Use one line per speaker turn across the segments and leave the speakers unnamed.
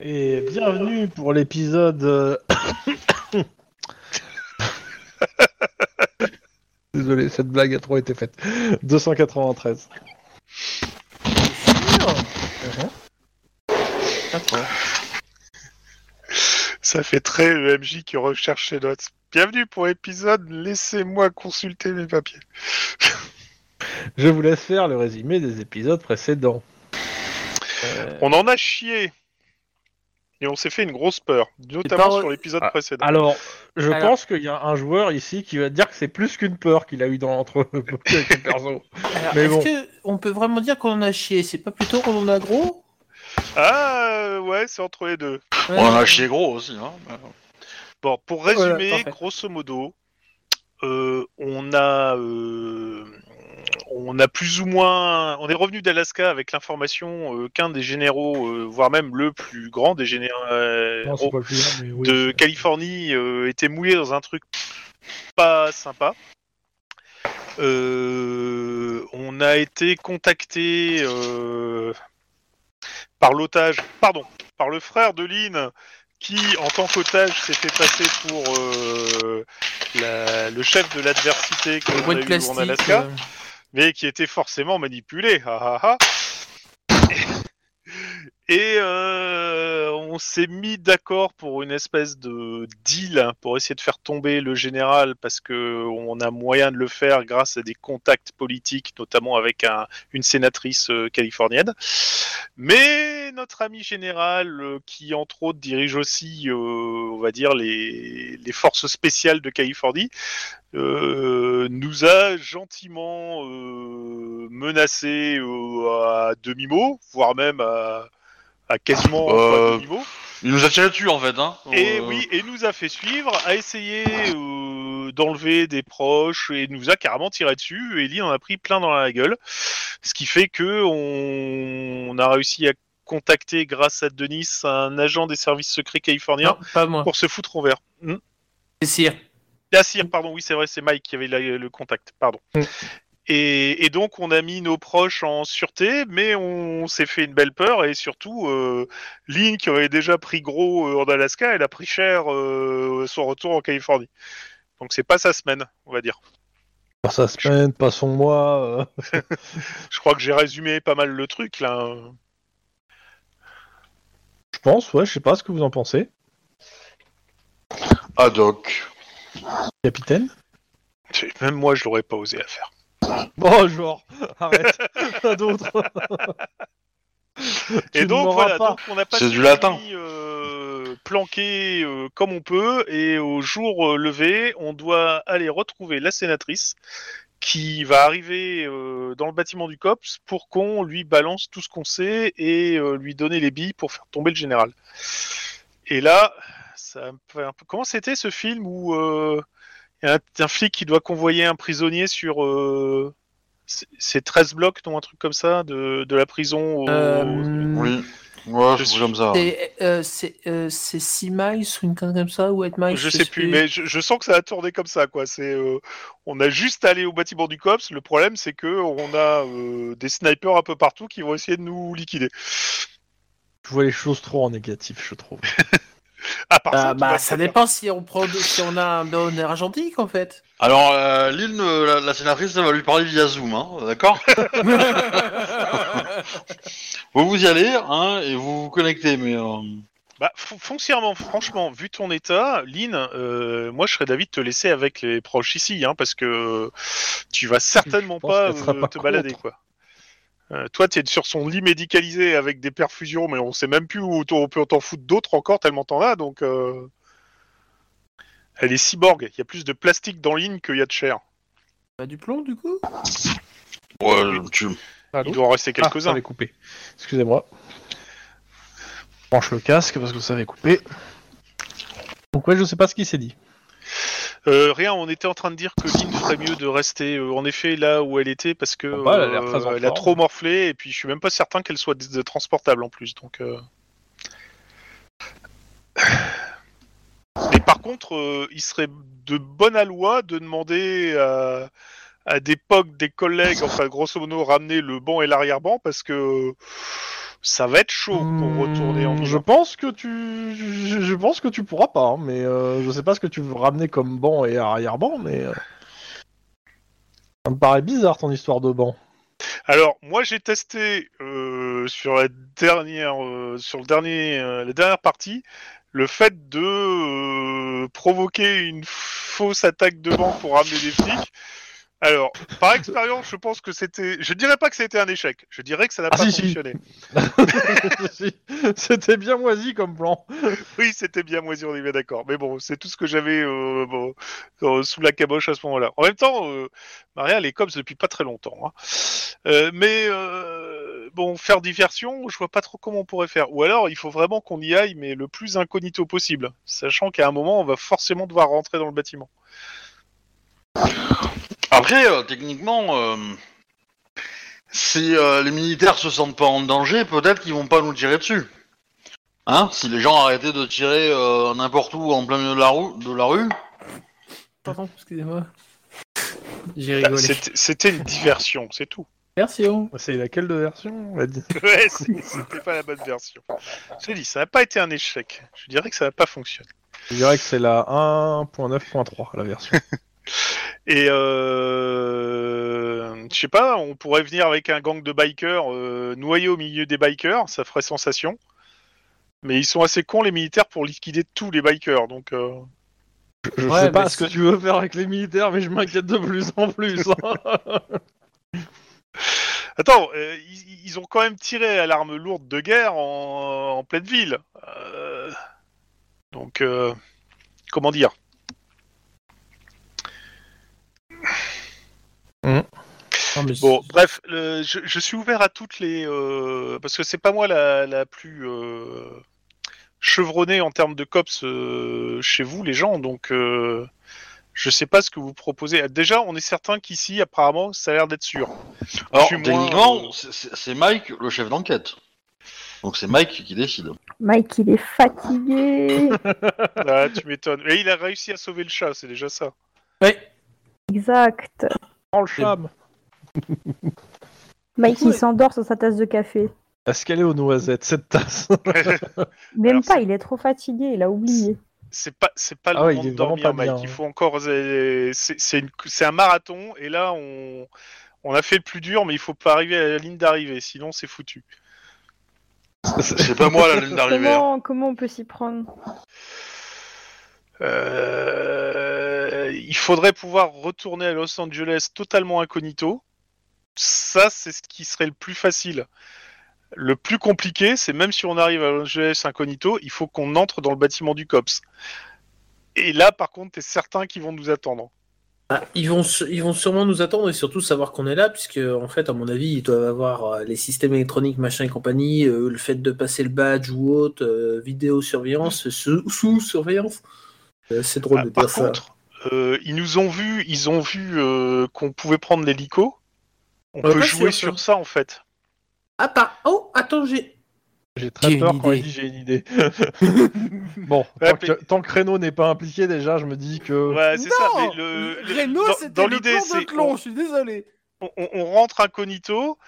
Et bienvenue pour l'épisode. euh, Désolé, cette blague a trop été faite. 293.
Ça fait très EMJ qui recherche ses notes. Bienvenue pour l'épisode Laissez-moi consulter mes papiers.
Je vous laisse faire le résumé des épisodes précédents. Euh,
On en a chié. Et on s'est fait une grosse peur, notamment
pas-
sur l'épisode
Ah,
précédent.
Alors, je
Alors.
pense qu'il y a un joueur ici qui va dire que c'est plus qu'une peur qu'il a eu dans entre avec le perso.
Alors,
Mais
est-ce
bon.
que on peut vraiment dire qu'on en a chié C'est pas plutôt qu'on en a gros
Ah euh, ouais, c'est entre les deux.
On
Euh,
en a chié gros aussi. Hein.
Bon, pour
Voilà,
résumer,
parfait.
grosso modo, euh, on a euh, on a plus ou moins, on est revenu d'Alaska avec l'information euh, qu'un des généraux, euh, voire même le plus grand des euh,
Non,
généraux
c'est pas plus grave, mais oui,
de
c'est-
Californie euh, était mouillé dans un truc pas sympa. Euh, on a été contacté euh, par l'otage, pardon, par le frère de Lynn qui, en tant qu'otage, s'est fait passer pour euh, la- le chef de l'adversité que
Le
l'on
bois
a
de
eu en
plastique.
Alaska
euh,
mais qui était forcément manipulé. ah, ah, ah. Et euh, on s'est mis d'accord pour une espèce de deal hein, pour essayer de faire tomber le général parce que on a moyen de le faire grâce à des contacts politiques, notamment avec un- une sénatrice euh, californienne. Mais notre ami général, euh, qui entre autres dirige aussi, euh, on va dire, les- les forces spéciales de Californie, euh, nous a gentiment euh, menacé euh, à demi-mot, voire même à, à quasiment
Euh,
à demi-mot.
Il nous a tiré dessus en fait. Hein.
Et
Euh,
oui, et nous a fait suivre, a essayé euh, d'enlever des proches et nous a carrément tiré dessus. Ellie en a pris plein dans la gueule, ce qui fait que on, on a réussi à contacter grâce à Denis un agent des services secrets californiens
Non, pas moi.
pour se foutre en verre.
Oh,
C'est Cyr.
Ah, si, pardon, oui, c'est vrai, c'est Mike qui avait la- le contact, pardon.
Mm.
Et, et donc, on a mis nos proches en sûreté, mais on s'est fait une belle peur, et surtout, euh, Lynn, qui avait déjà pris gros euh, en Alaska, elle a pris cher euh, son retour en Californie. Donc, c'est pas sa semaine, on va dire.
Pas sa semaine, pas son mois. euh.
Je crois que j'ai résumé pas mal le truc, là.
Je pense, ouais, je sais pas ce que vous en pensez,
Ah doc.
capitaine.
Même moi, je l'aurais pas osé la faire.
Bon, Oh, genre, arrête, pas d'autre. Tu
et
ne
donc,
m'auras
voilà,
pas.
donc on a passé
C'est du
la
latin.
nuit, euh, planqué euh, comme on peut, et au jour euh, levé, on doit aller retrouver la sénatrice qui va arriver euh, dans le bâtiment du COPS pour qu'on lui balance tout ce qu'on sait et euh, lui donner les billes pour faire tomber le général. Et là, ça me fait un peu... Comment c'était ce film où euh, il y a un, un flic qui doit convoyer un prisonnier sur... euh, c'est- C'est 13 blocs, non, un truc comme ça, de, de la prison au-
Euh,
Oui. hein. Ouais,
Je
je
suis-
suis comme ça.
C'est euh, c'est euh, c'est six miles ou une conne comme ça ou eight miles.
Je sais plus, mais je, je sens que ça a tourné comme ça, quoi. C'est, euh, on a juste allé au bâtiment du cops. Le problème, c'est que on a euh, des snipers un peu partout qui vont essayer de nous liquider.
Je vois les choses trop en négatif, je trouve.
À part
Ah,
ça, tout va
bah ça
bien.
dépend si on prend si on a un donneur argentique en fait.
Alors euh, Lynn, euh, la, la sénatrice, elle va lui parler via Zoom, hein, d'accord Vous vous y allez, hein, et vous vous connectez, mais... euh,
Bah, fon- foncièrement, franchement, vu ton état, Lynn, euh, moi, je serais d'avis de te laisser avec les proches ici, hein, parce que tu vas certainement
Je pense
pas,
qu'elle sera
euh,
pas
te balader,
contre.
quoi. Euh, toi, t'es sur son lit médicalisé avec des perfusions, mais on sait même plus où t'en- on peut t'en foutre d'autres encore tellement t'en as, donc. euh, Elle est cyborg. Il y a plus de plastique dans Lynn qu'il y a de chair.
Bah du plomb du coup.
Ouais, tu...
Ah
Il doit en rester quelques-uns.
avait coupé. Excusez-moi. Je Branche le casque parce que ça avait coupé. Donc ouais, je sais pas ce qui s'est dit.
Euh, rien, on était en train de dire que Lynn ferait mieux de rester euh, en effet là où elle était parce que
Bon, bah, elle a l'air
euh,
très en
elle a
forme.
trop morflé et puis je suis même pas certain qu'elle soit d- transportable en plus. Donc, euh. Mais par contre, euh, il serait de bonne aloi de demander à, à des POC, des collègues, enfin grosso modo, ramener le banc et l'arrière-banc parce que ça va être chaud pour retourner en
Hmm, Je
Europe.
pense que tu, je, je pense que tu pourras pas, hein, mais euh, je sais pas ce que tu veux ramener comme banc et arrière-banc, mais euh, ça me paraît bizarre ton histoire de banc.
Alors, moi, j'ai testé euh, sur la dernière, euh, sur le dernier, euh, la dernière partie, le fait de euh, provoquer une fausse attaque de banc pour ramener des flics. Alors, par expérience, je pense que c'était, je dirais pas que c'était un échec. Je dirais que ça n'a
Ah,
pas
si, si.
fonctionné.
C'était bien moisi comme plan.
Oui, c'était bien moisi, on est bien d'accord. Mais bon, c'est tout ce que j'avais euh, bon, euh, sous la caboche à ce moment-là. En même temps, euh, Maria, elle est cops depuis pas très longtemps. hein. Euh, mais euh, bon, faire diversion, je vois pas trop comment on pourrait faire. Ou alors, il faut vraiment qu'on y aille, mais le plus incognito possible. Sachant qu'à un moment, on va forcément devoir rentrer dans le bâtiment.
Après, euh, techniquement, euh, si euh, les militaires se sentent pas en danger, peut-être qu'ils vont pas nous tirer dessus. Hein Si les gens arrêtaient de tirer euh, n'importe où en plein milieu de la, roue- de la rue.
Pardon, excusez-moi. J'ai
Bah,
rigolé. hein.
c'était- C'était une diversion, c'est tout.
Version.
C'est laquelle de version on a dit
Ouais, c'est- c'était pas la bonne version. J'ai dit, ça n'a pas été un échec. Je dirais que ça n'a pas fonctionné.
Je dirais que c'est la 1.9.3 la version.
Et euh, je sais pas, on pourrait venir avec un gang de bikers euh, noyé au milieu des bikers, ça ferait sensation. Mais ils sont assez cons les militaires pour liquider tous les bikers, donc euh,
Je
Ouais,
sais pas
mais
ce que
c'est-
tu veux faire avec les militaires, mais je m'inquiète de plus en plus. hein.
Attends, euh, ils, ils ont quand même tiré à l'arme lourde de guerre en, en pleine ville. Euh, Donc, euh, comment dire
Non, mais
Bon, bref, le- je, je suis ouvert à toutes les... euh, parce que c'est pas moi la, la plus euh, chevronnée en termes de cops euh, chez vous, les gens, donc euh, je sais pas ce que vous proposez. Ah, Déjà, on est certain qu'ici, apparemment, ça a l'air d'être sûr.
Alors,
Je suis
techniquement,
moins, euh,
c'est- c'est c'est Mike, le chef d'enquête. Donc c'est Mike qui décide.
Mike, il est fatigué.
Ah, tu m'étonnes. Et il a réussi à sauver le chat, c'est déjà ça.
Ouais.
exact.
Prends le
cham.
Mike, il s'endort sur sa tasse de café.
Est-ce qu'elle est aux noisettes cette tasse
Même
Alors,
pas,
c'est-
il est trop fatigué, il a oublié.
C'est pas, c'est pas le
Ah ouais,
moment
il est
de
vraiment
dormir,
pas bien,
Mike. Il
hein.
faut encore. C'est c'est une- c'est un marathon, et là, on, on a fait le plus dur, mais il faut pas arriver à la ligne d'arrivée, sinon c'est foutu.
C'est pas moi la ligne d'arrivée. hein.
Comment, comment on peut s'y prendre
Euh, il faudrait pouvoir retourner à Los Angeles totalement incognito. Ça, c'est ce qui serait le plus facile. Le plus compliqué, c'est même si on arrive à Los Angeles incognito, il faut qu'on entre dans le bâtiment du COPS. Et là, par contre, t'es certain qu'ils vont nous attendre.
Ah, ils, vont, su- ils vont sûrement nous attendre et surtout savoir qu'on est là, puisque en fait, à mon avis, ils doivent avoir euh, les systèmes électroniques, machin et compagnie, euh, le fait de passer le badge ou autre, euh, vidéosurveillance, sous, surveillance. c'est drôle
Mm. Ah,
de
par
dire ça.
contre, euh, ils nous ont vu, ils ont vu euh, qu'on pouvait prendre l'hélico. On
Ouais,
peut
pas
jouer
sûr,
sur ça en fait.
Ah, pas. Oh, attends, j'ai.
J'ai
J'ai
très
une
peur quand
idée.
il dit j'ai une idée. bon,
Ouais,
tant, que, tant que Reno n'est pas impliqué déjà, je me dis que.
Ouais, Ah, c'est ça.
Non Mmh,
Mais le, le-
Reno,
dans-
c'était
dans
le
l'idée,
plan de
c'est
clon, je suis désolé.
on, on- on rentre incognito,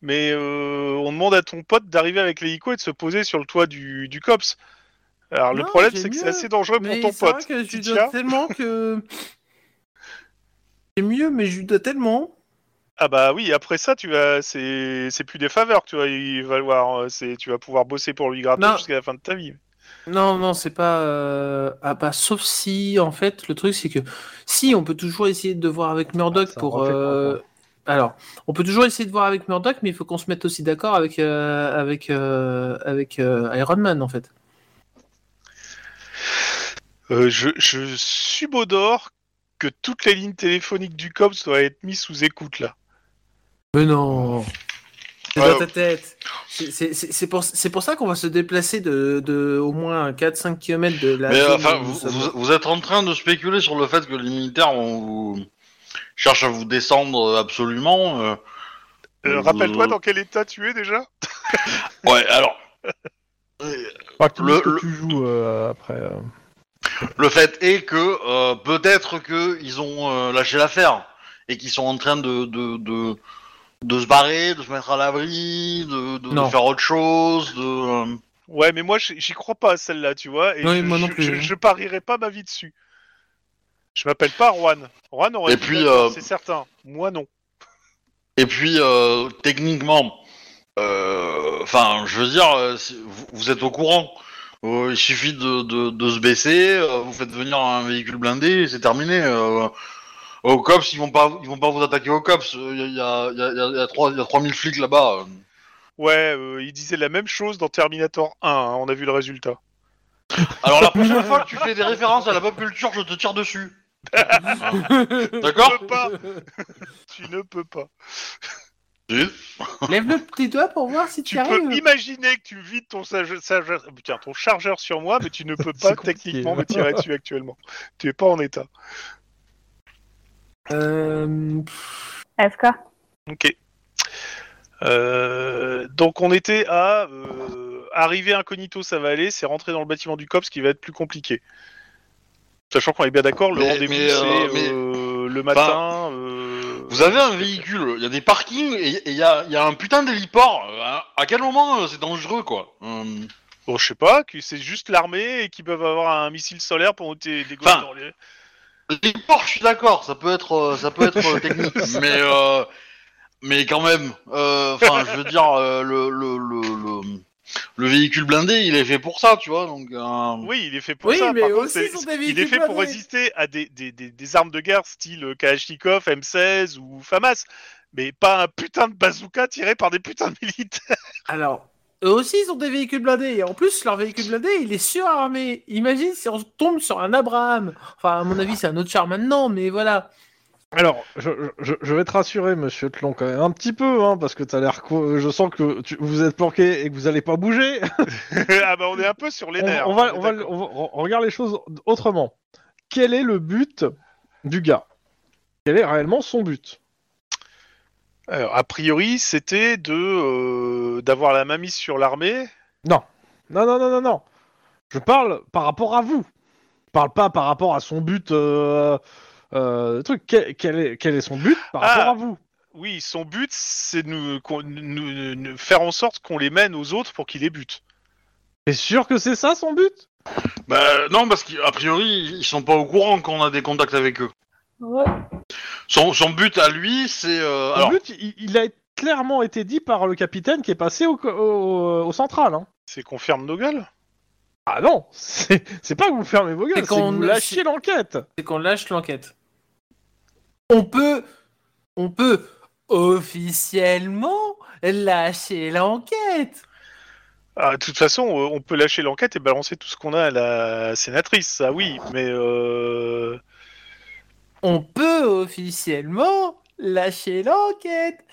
mais euh, on demande à ton pote d'arriver avec l'hélico et de se poser sur le toit du, du COPS. Alors le
Non,
problème,
Ah, j'ai
c'est que c'est
mieux.
assez dangereux pour
Mais
ton
c'est vrai
pote.
que je
Tu
lui
tiens
dois tellement que. C'est mieux, mais je lui dois tellement.
Ah bah oui, après ça, tu vas, c'est, c'est plus des faveurs, tu vas y valoir. euh, C'est, tu vas pouvoir bosser pour lui gratter
Non.
jusqu'à la fin de ta vie.
Non, non, c'est pas. euh, Ah bah, sauf si, en fait, le truc, c'est que. Si, on peut toujours essayer de voir avec Murdoch
Ah, ça
pour.
refait
euh,
quoi,
Alors, on peut toujours essayer de voir avec Murdoch, mais il faut qu'on se mette aussi d'accord avec, euh, avec, euh, avec euh, Iron Man, en fait.
Euh, je, je subodore que toutes les lignes téléphoniques du COPS doivent être mises sous écoute là.
Mais non C'est
Ouais.
dans ta tête C'est- C'est c'est pour, c'est pour ça qu'on va se déplacer de, de au moins 4-5 km de la.
Mais euh,
zone
enfin,
où nous
vous,
sommes.
vous- vous êtes en train de spéculer sur le fait que les militaires vont vous... cherchent à vous descendre euh, absolument. euh.
Euh,
Euh,
rappelle-toi dans quel état tu es déjà.
Ouais, alors. euh,
Faudra que tu
le-
dises que
le-
tu joues euh, après. euh.
Le fait est que euh, peut-être qu'ils ont euh, lâché l'affaire et qu'ils sont en train de, de, de, de se barrer, de se mettre à l'abri, de, de- de
Non.
faire autre chose, de... euh,
Ouais, mais moi, j'y j'y crois pas à celle-là, tu vois. Et
Oui,
je,
moi non
je-
plus,
je-
hein.
je parierais pas ma vie dessus. Je m'appelle pas Juan. Juan aurait
Et
pu
puis,
l'être,
euh,
c'est certain. Moi, non.
Et puis, euh, techniquement, euh, enfin, je veux dire, euh, si- vous, vous êtes au courant. Euh, il suffit de, de- de se baisser, euh, vous faites venir un véhicule blindé, et c'est terminé. Euh, au cops, ils vont pas, ils vont pas vous attaquer au cops. Il y a, y a, y a- y a- y a trois- y a 3000 flics là-bas.
Ouais, euh, il disait la même chose dans Terminator 1. hein, on a vu le résultat.
Alors la prochaine fois que tu fais des références à la pop culture, je te tire dessus. D'accord
Tu ne peux pas. tu ne peux pas.
Zut.
Lève le petit doigt pour voir si
Tu
tu arrives.
peux imaginer que tu vides ton, sage- sage- putain, ton chargeur sur moi, mais tu ne peux pas
C'est compliqué,
techniquement
hein.
me tirer dessus actuellement. Tu es pas en état.
Euh, pff,
AFK.
Ok. Euh, donc on était à euh, arriver incognito, ça va aller. C'est rentrer dans le bâtiment du cop, ce qui va être plus compliqué. Sachant qu'on est bien d'accord, le
Mais-
rendez-vous
mais, euh,
c'est
mais-
euh, le matin. euh,
Vous avez un véhicule, il y a des parkings et il y a, y a un putain d'héliport. À, à quel moment euh, c'est dangereux quoi Hum.
Bon, je sais pas, que c'est juste l'armée et qu'ils peuvent avoir un missile solaire pour monter des gosses
Enfin,
dans les.
Les porcs, je suis d'accord, ça peut être, euh, ça peut être euh, technique, mais euh, mais quand même, euh, enfin, je veux dire, euh, le, le, le, le- le véhicule blindé, il est fait pour ça, tu vois, donc. euh,
Oui, il est fait pour
Oui,
ça.
mais
par contre,
aussi,
c'est-
ils ont des
il est
véhicules
fait pour
blindés.
résister à des, des, des, des armes de guerre style Kalachnikov, M16 ou FAMAS, mais pas un putain de bazooka tiré par des putains de militaires.
Alors, eux aussi, ils ont des véhicules blindés. Et en plus, leur véhicule blindé, il est surarmé. Imagine si on tombe sur un Abraham. Enfin, à mon avis, c'est un autre char maintenant, mais voilà.
Alors, je, je- je vais te rassurer, monsieur Tlon, quand même. Un petit peu, hein, parce que t'as l'air. co- Je sens que tu- vous êtes planqué et que vous allez pas bouger.
ah bah on est un peu sur les
On-
nerfs.
on, va,
est
on va-
d'accord.
on va- on regarde les choses autrement. Quel est le but du gars Quel est réellement son but
Alors, a priori, c'était de euh, d'avoir la main mise sur l'armée.
Non, non, non, non, non. Je parle par rapport à vous. Je parle pas par rapport à son but. euh, euh, truc. Quel, quel est, quel est son but par
Ah.
rapport à vous
Oui, son but, c'est de nous, qu'on- nous- nous- nous- faire en sorte qu'on les mène aux autres pour qu'ils les butent.
T'es sûr que c'est ça son but
bah, non, parce qu'a priori, ils sont pas au courant qu'on a des contacts avec eux. Son, son but à lui, c'est euh,
Son
alors,
but, il, il a clairement été dit par le capitaine qui est passé au, co- au- au central. hein.
C'est qu'on ferme nos gueules
Ah non, c'est c'est pas que vous fermez vos gueules,
C'est
c'est que
qu'on-
vous lâchez l'enquête.
C'est qu'on lâche l'enquête. On peut. On peut officiellement lâcher l'enquête.
Ah, de toute façon, euh, on peut lâcher l'enquête et balancer tout ce qu'on a à la sénatrice, ça oui, mais euh,
On peut officiellement lâcher l'enquête.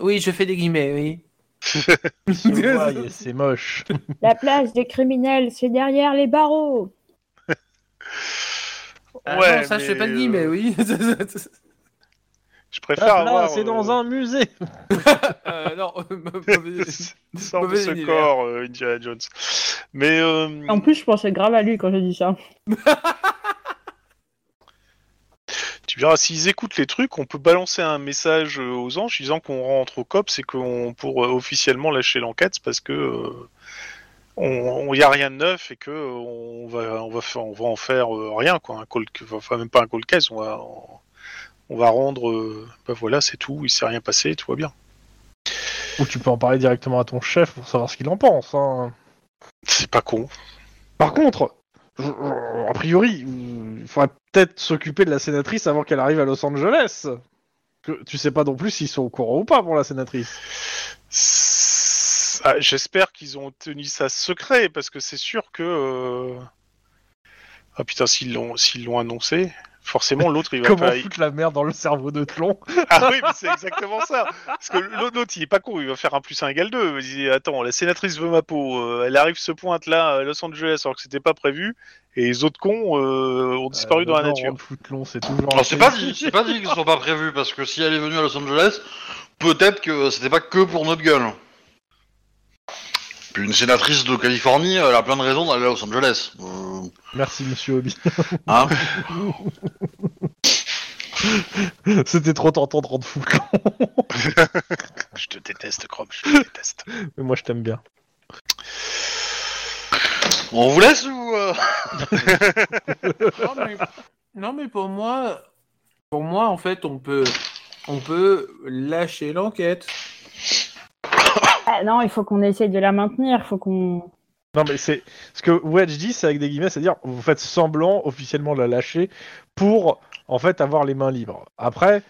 Oui, je fais des guillemets, oui.
Ouais, c'est moche.
La place des criminels, c'est derrière les barreaux.
Ah
Ouais,
non, ça, je
mais,
fais pas de guillemets,
euh,
oui.
je préfère
Ah, Là,
avoir.
c'est
euh,
dans un musée.
Euh, non, mauvais-
Sors de
Mauvais
ce
univers.
corps, euh, Indiana Jones. Mais euh,
En plus, je pensais grave à lui quand j'ai dit ça.
tu verras, s'ils écoutent les trucs, on peut balancer un message euh, aux anges disant qu'on rentre au COP, c'est qu'on pour euh, officiellement lâcher l'enquête c'est parce que euh, on, on y a rien de neuf et que euh, on va on va faire, on va en faire euh, rien quoi, un call, enfin même pas un call case, on va on, on va rendre, euh, bah voilà c'est tout, il s'est rien passé, tout va bien.
Ou tu peux en parler directement à ton chef pour savoir ce qu'il en pense. hein.
C'est pas con.
Par contre, je- je- a priori, il faudrait peut-être s'occuper de la sénatrice avant qu'elle arrive à Los Angeles. Que- Tu sais pas non plus s'ils sont au courant ou pas pour la sénatrice.
Ah, J'espère qu'ils ont tenu ça secret parce que c'est sûr que euh, ah putain s'ils l'ont s'ils l'ont annoncé forcément l'autre il va
Comment
pas
foutre la merde dans le cerveau de Tlon
ah oui mais c'est exactement ça parce que l'autre l'autre, il est pas con il va faire un plus un égale deux il dit attends la sénatrice veut ma peau euh, elle arrive se pointe là à Los Angeles alors que c'était pas prévu et les autres cons euh, ont disparu
Euh,
dans la
non,
nature
rendre foutre Tlon, c'est toujours.
alors, c'est pas dit,
dit.
c'est pas dit qu'ils soient pas prévus, parce que si elle est venue à Los Angeles, peut-être que c'était pas que pour notre gueule. Puis une sénatrice de Californie, elle a plein de raisons d'aller à Los Angeles. Euh,
Merci, monsieur Obi.
Hein
C'était trop tentant de rendre fou Tlon.
Je te déteste, Chrome, je te déteste.
Mais moi, je t'aime bien.
On vous laisse ou euh,
non, mais... non, mais pour moi, pour moi, en fait, on peut, on peut lâcher l'enquête.
Ah, non, il faut qu'on essaye de la maintenir. Il faut qu'on.
Non, mais c'est ce que Wedge dit, c'est avec des guillemets, c'est-à-dire vous faites semblant officiellement de la lâcher pour en fait avoir les mains libres. Après,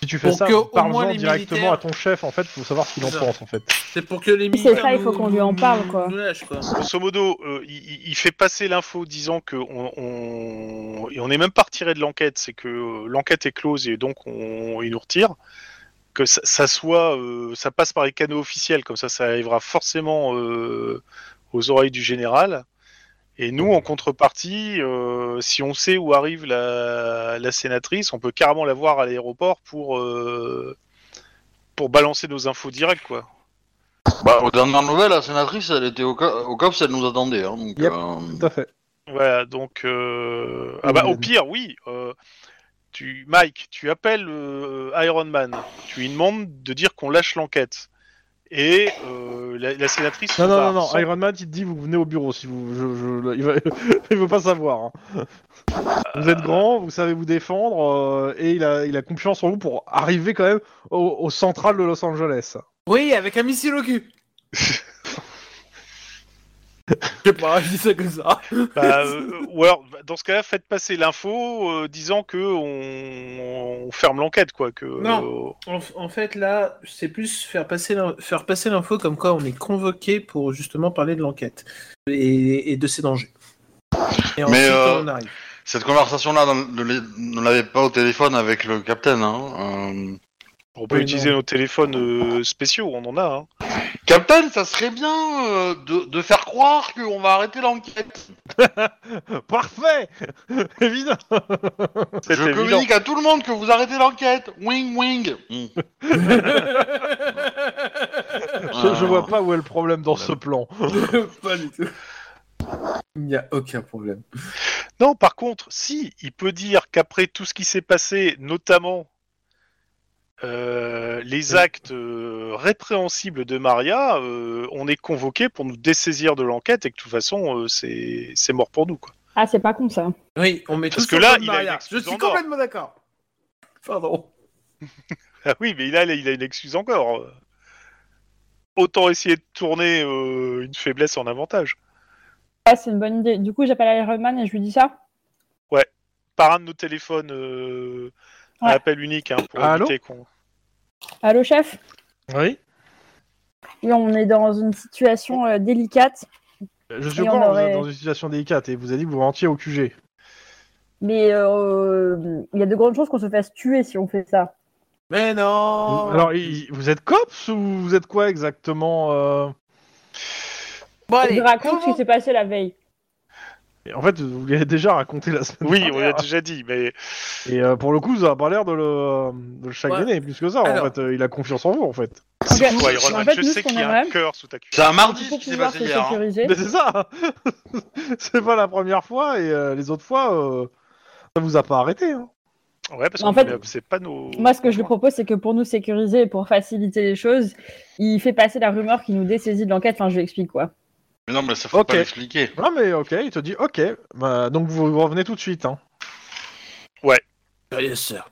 si tu fais
Pour
ça,
que, au moins,
parle-en
les
directement
militaires-
à ton chef en fait pour savoir ce qu'il en
C'est ça.
pense en fait.
C'est pour que les
C'est ça,
militaires
il faut
nous-
qu'on lui en
nous-
parle, quoi.
nous lâchent, quoi.
Grosso modo, euh, il- il, il fait passer l'info disant que on, on- et on n'est même pas retiré de l'enquête, c'est que euh, l'enquête est close et donc on, il nous retire. Que ça, ça soit, euh, ça passe par les canaux officiels, comme ça, ça arrivera forcément euh, aux oreilles du général. Et nous, en contrepartie, euh, si on sait où arrive la, la sénatrice, on peut carrément la voir à l'aéroport pour euh, pour balancer nos infos directes, quoi.
Bah, aux dernières nouvelles, la sénatrice, elle était au, co- au COPS, elle nous attendait. Hein, donc,
Yep.
euh,
Tout à fait.
Voilà, donc euh, ah bah, au pire, oui. euh, tu, Mike, tu appelles euh, Iron Man, tu lui demandes de dire qu'on lâche l'enquête. Et euh, la, la sénatrice.
Non,
se
non, non,
barre
non.
sans-
Iron Man, il te dit vous venez au bureau si vous. Je, je- il, va- il veut pas savoir. hein. Vous êtes grand, vous savez vous défendre euh, et il a, il a confiance en vous pour arriver quand même au, au central de Los Angeles.
Oui, avec un missile au cul. Je sais pas, je dis ça comme ça.
Bah, euh, ou alors, bah, dans ce cas-là, faites passer l'info euh, disant que on, on ferme l'enquête, quoi. Que,
Non.
euh,
En, en fait, là, c'est plus faire passer l'in- faire passer l'info comme quoi on est convoqué pour justement parler de l'enquête et, et de ses dangers. Et ensuite,
euh,
on arrive.
Cette conversation-là, dans le- ne l'avait pas au téléphone avec le capitaine. Hein, euh.
on peut
Oui,
utiliser nos téléphones euh, spéciaux, on en a. hein.
Captain, ça serait bien euh, de, de faire croire qu'on va arrêter l'enquête.
Parfait Évident
C'est
Je
évident.
communique à tout le monde que vous arrêtez l'enquête. Wing, wing. Ah. Mm.
je, je vois pas où est le problème dans ce plan.
pas du tout. Il n'y a aucun problème.
Non, par contre, si, il peut dire qu'après tout ce qui s'est passé, notamment euh, les actes euh, répréhensibles de Maria, euh, on est convoqué pour nous dessaisir de l'enquête et que de toute façon, euh, c'est c'est mort pour nous. Quoi.
Ah, c'est pas con ça.
Oui, on met
Parce
tout
que
sur
là,
Paul
il a
Maria.
une excuse
Je suis
en or.
complètement d'accord. Pardon.
Ah oui, mais il a, il a une excuse encore. euh. Autant essayer de tourner euh, une faiblesse en avantage.
Ah, c'est une bonne idée. Du coup, j'appelle Iron Man et je lui dis ça.
Par un de nos téléphones euh, à
Ouais.
appel unique hein, pour
Allô
éviter qu'on...
Allô, chef
Oui
Et on est dans une situation euh, délicate,
Je suis
Et
au
on
courant, vous êtes
aurait-
dans une situation délicate et vous avez dit que vous rentiez au QG.
mais euh, il y a de grandes chances qu'on se fasse tuer si on fait ça.
Mais
Oh.
non
Alors, il- vous êtes cops ou vous êtes quoi exactement euh
bon,
Je
allez,
lui raconte ce
comment-
qui s'est passé la veille.
Et En fait, vous l'avez déjà raconté la semaine
Ah,
Oui, on
dernière.
l'a déjà dit, mais
Et euh, pour le coup, ça n'a pas l'air de le, de le chagriner plus que ça.
Alors-
En fait, Euh, il a confiance en vous, en fait.
Ok.
toi, Iron
En
Man,
fait,
je
nous, ce
sais
qu'on
qu'il y a un
aimerait-
cœur sous ta cuisse.
C'est un mardi ce
Pour
qui s'est
pouvoir
passé
se
hier. hein.
sécuriser.
Mais c'est ça C'est pas la première fois, et euh, les autres fois, euh, ça vous a pas arrêté. hein.
Ouais, parce
Mais en
que euh,
fait,
c'est pas nos.
Moi, ce que je lui propose, c'est que pour nous sécuriser et pour faciliter les choses, il fait passer la rumeur qui nous dessaisit de l'enquête. Enfin, je lui explique quoi.
Mais non, mais ça faut
Ok.
pas l'expliquer.
Non, mais ok, il te dit ok, bah, donc vous revenez tout de suite. Hein.
Yes, sir.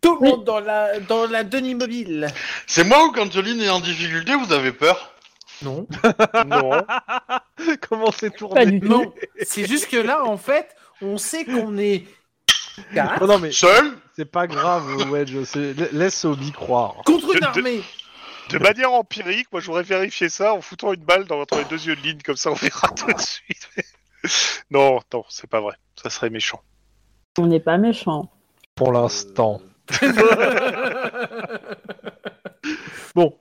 Tout le
Oui.
monde dans la, dans la Denis Mobile.
C'est moi ou quand Jolene est en difficulté, vous avez peur
Non.
Non.
Comment c'est
Pas
tourné
du tout.
C'est juste que là, en fait, on sait qu'on est quatre
Non, non, mais
Seul
c'est pas grave, Wedge, c'est- la- laisse Obi croire.
contre
De-
une
de-
armée.
De manière empirique, moi j'aurais vérifié ça en foutant une balle dans entre les deux yeux de ligne, comme ça on verra tout de suite. non, non, c'est pas vrai. Ça serait méchant.
On n'est pas méchant.
Pour l'instant. Bon,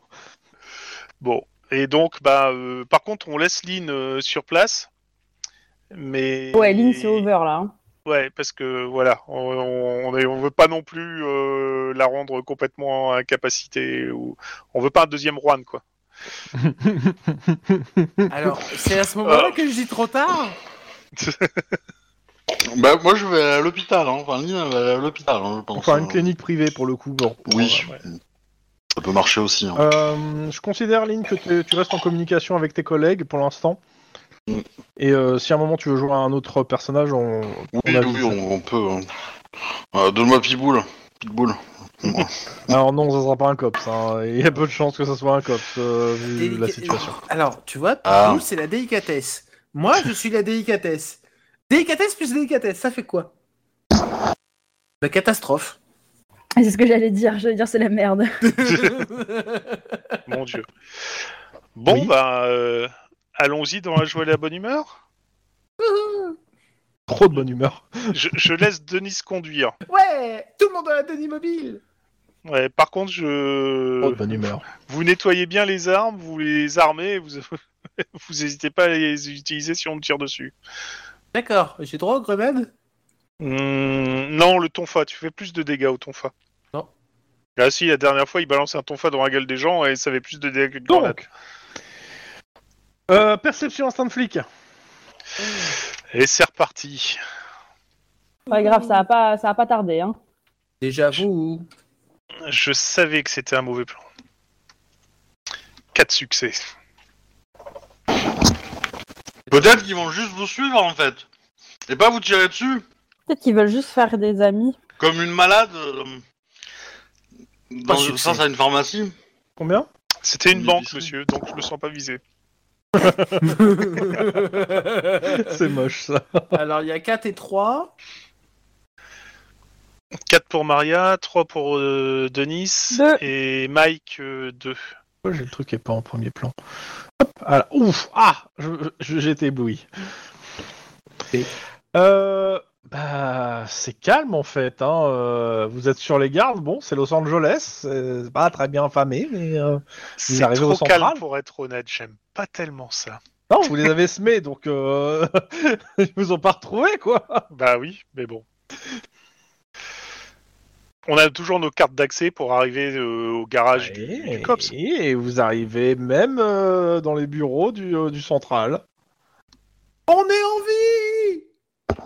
Bon. Et donc, bah, euh, par contre, on laisse Lynn euh, sur place. Mais.
Ouais, Lynn, c'est over là. hein.
Ouais, parce que voilà, on, on, on est- on veut pas non plus euh, la rendre complètement incapacitée. Ou... On veut pas un deuxième Juan, quoi.
Alors, c'est à ce moment-là
Ah.
que je dis trop tard.
Bah, moi je vais à l'hôpital. Hein. Enfin, Lynn, elle va à l'hôpital, hein, je pense.
enfin, une
Euh,
clinique privée pour le coup. Bon.
Oui.
Ouais.
Ça peut marcher aussi. hein.
Euh, je considère, Lynn, que t'es- tu restes en communication avec tes collègues pour l'instant.
Mm.
Et euh, si à un moment tu veux jouer à un autre personnage, on.
oui,
on
oui,
avise.
on, on peut. hein. Euh, Donne-moi Pitbull. Pitbull.
Alors non, ça sera pas un cops. hein. Il y a peu de chances que ça soit un cops euh, vu la
Délica-
situation.
Alors, tu vois,
Ah.
nous, c'est la délicatesse. Moi, je suis la délicatesse. Délicatesse plus délicatesse, ça fait quoi La catastrophe.
C'est ce que j'allais dire. J'allais dire c'est la merde.
Mon Dieu. Bon,
Oui.
bah, euh, allons-y dans la joie et la bonne humeur.
Trop de bonne humeur.
Je, je laisse Denis conduire.
ouais, tout le monde a la Denis mobile.
Ouais, par contre, je.
Trop de Oh,
euh,
bonne humeur.
Vous nettoyez bien les armes, vous les armez, vous vous n'hésitez pas à les utiliser si on me tire dessus.
D'accord, j'ai droit au grenade
Hmm, non, le tonfa, tu fais plus de dégâts au tonfa.
Non.
Ah si, la dernière fois, il balançait un tonfa dans la gueule des gens et ça avait plus de dégâts que de
Donc.
grenade.
Euh, perception instant flic.
Et c'est reparti.
Pas grave, ça a pas, ça a pas tardé. Hein.
Déjà vous.
Je savais que c'était un mauvais plan. Quatre succès.
Peut-être qu'ils vont juste vous suivre en fait. Et pas vous tirer dessus.
Peut-être qu'ils veulent juste faire des amis.
Comme une malade. euh, dans
Pas
le
succès.
sens à une pharmacie.
Combien
C'était une
Il est
banque,
déçu.
monsieur, donc je me sens pas visé.
C'est moche ça.
Alors, il y a 4 et 3.
4 pour Maria, 3 pour euh, Denis
Deux.
et Mike euh, 2.
Pourquoi j'ai le truc qui est pas en premier plan Hop, ah, ouf Ah je- je- J'ai été ébloui.
Et
Euh, bah, c'est calme en fait. hein, euh, vous êtes sur les gardes. Bon, c'est Los Angeles. C'est pas très bien famé, mais euh, Vous
C'est
arrivez au
trop calme
central
pour être honnête, j'aime pas tellement ça.
non, vous les avez semés, donc euh, ils vous ont pas retrouvé quoi.
Bah oui, mais bon. On a toujours nos cartes d'accès pour arriver euh, au garage du, du COPS.
Et, et vous arrivez même euh, dans les bureaux du, euh, du central.
On est en vie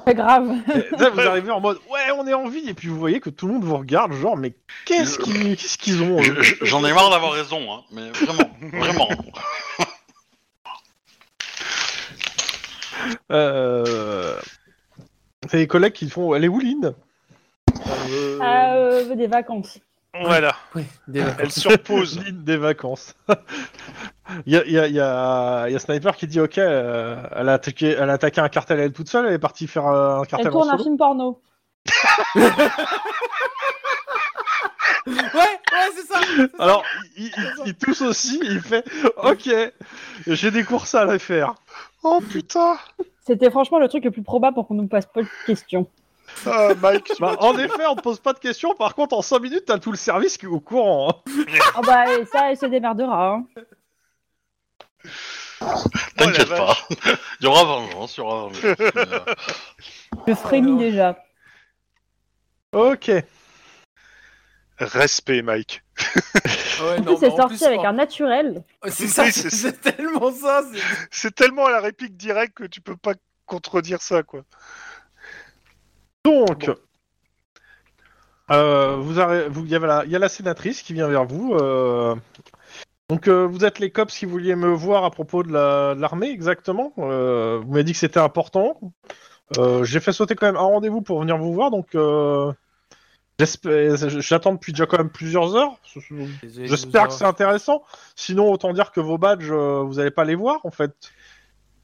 Pas grave.
Et là, vous arrivez en mode ouais, on est en vie, et puis vous voyez que tout le monde vous regarde, genre mais qu'est-ce qu'ils qu'est-ce qu'ils ont eux
Je- je- J'en ai marre d'avoir raison, hein. mais vraiment, vraiment.
Euh, C'est les collègues qui font. Elle est où Lynn
Euh,
Ah, euh, des vacances.
Voilà,
ouais, des vacances.
elle surpose.
Lynn des vacances. Il y a, il y a- il y a- il y a Sniper qui dit Ok, euh, elle, a attaqué, elle a attaqué un cartel elle toute seule, elle est partie faire euh, un
Elle
cartel en
tourne un
solo.
film porno.
Ouais, ouais, c'est ça. c'est ça.
Alors, il, il, il tousse aussi, il fait Ok, j'ai des courses à la faire.
Oh putain
C'était franchement le truc le plus probable pour qu'on nous passe pas de questions.
Ah, Mike
Bah, en effet, on te pose pas de questions, par contre, en 5 minutes, t'as tout le service qui est au courant. hein.
Ah bah et ça, elle se démerdera. hein.
T'inquiète
Oh la
pas. Il y aura vengeance, il y aura vengeance. Mais, euh,
Je
Ah,
frémis déjà.
Ok.
Respect, Mike.
En plus, c'est sorti avec un naturel.
C'est ça,
Oui,
c'est
c'est-
c'est tellement ça. c'est-
C'est tellement la réplique directe que tu peux pas contredire ça, quoi.
Donc, euh, vous arri- vous- il y, avait la- il y a la sénatrice qui vient vers vous. euh, donc, euh, vous êtes les cops qui vouliez me voir à propos de la- de l'armée, exactement. Euh, vous m'avez dit que c'était important. Euh, J'ai fait sauter quand même un rendez-vous pour venir vous voir, donc euh, j'espère- j'attends depuis déjà quand même plusieurs heures.
Désolé de
J'espère
vous
que c'est
avoir-
intéressant. Sinon, autant dire que vos badges, euh, vous n'allez pas les voir, en fait.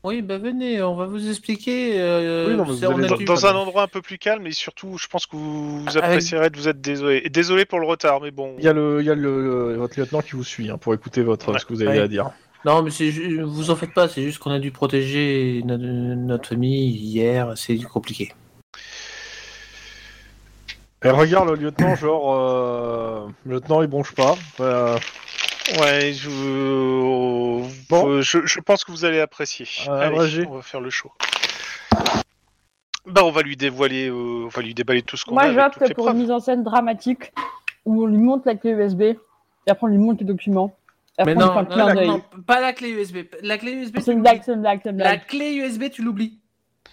Oui, bah venez, on va vous expliquer. euh,
Oui, non, mais
c'est-
vous
on
allez-
a
Dans,
dû-
dans un endroit un peu plus calme et surtout, je pense que vous, vous
Ah,
apprécierez de vous être désolé. Et désolé pour le retard, mais bon.
Il y a, le, il y a le, le- votre lieutenant qui vous suit hein, pour écouter votre, ce que vous avez
Ouais.
à dire.
Non, mais c'est ju- vous en faites pas, c'est juste qu'on a dû protéger no- notre famille hier, c'est compliqué.
Elle regarde le lieutenant, genre. euh, Le lieutenant, il bronche pas. Euh,
Ouais, je, euh,
Bon.
euh, je, je pense que vous allez apprécier.
Euh,
Allez,
abrégé.
on va faire le show. Bah, on va lui dévoiler, euh, on va lui déballer tout ce qu'on a.
Moi,
avec toutes
j'opte
les
pour une
preuves.
mise en scène dramatique où on lui montre la clé USB et après on lui montre les documents. Et après
Mais
on lui fait un
non, non,
clin
non,
d'œil.
non, pas la clé USB. La clé USB,
C'est
tu
une
l'oublies.
blague, c'est une blague, c'est une
La
blague.
clé USB, tu l'oublies.
Mais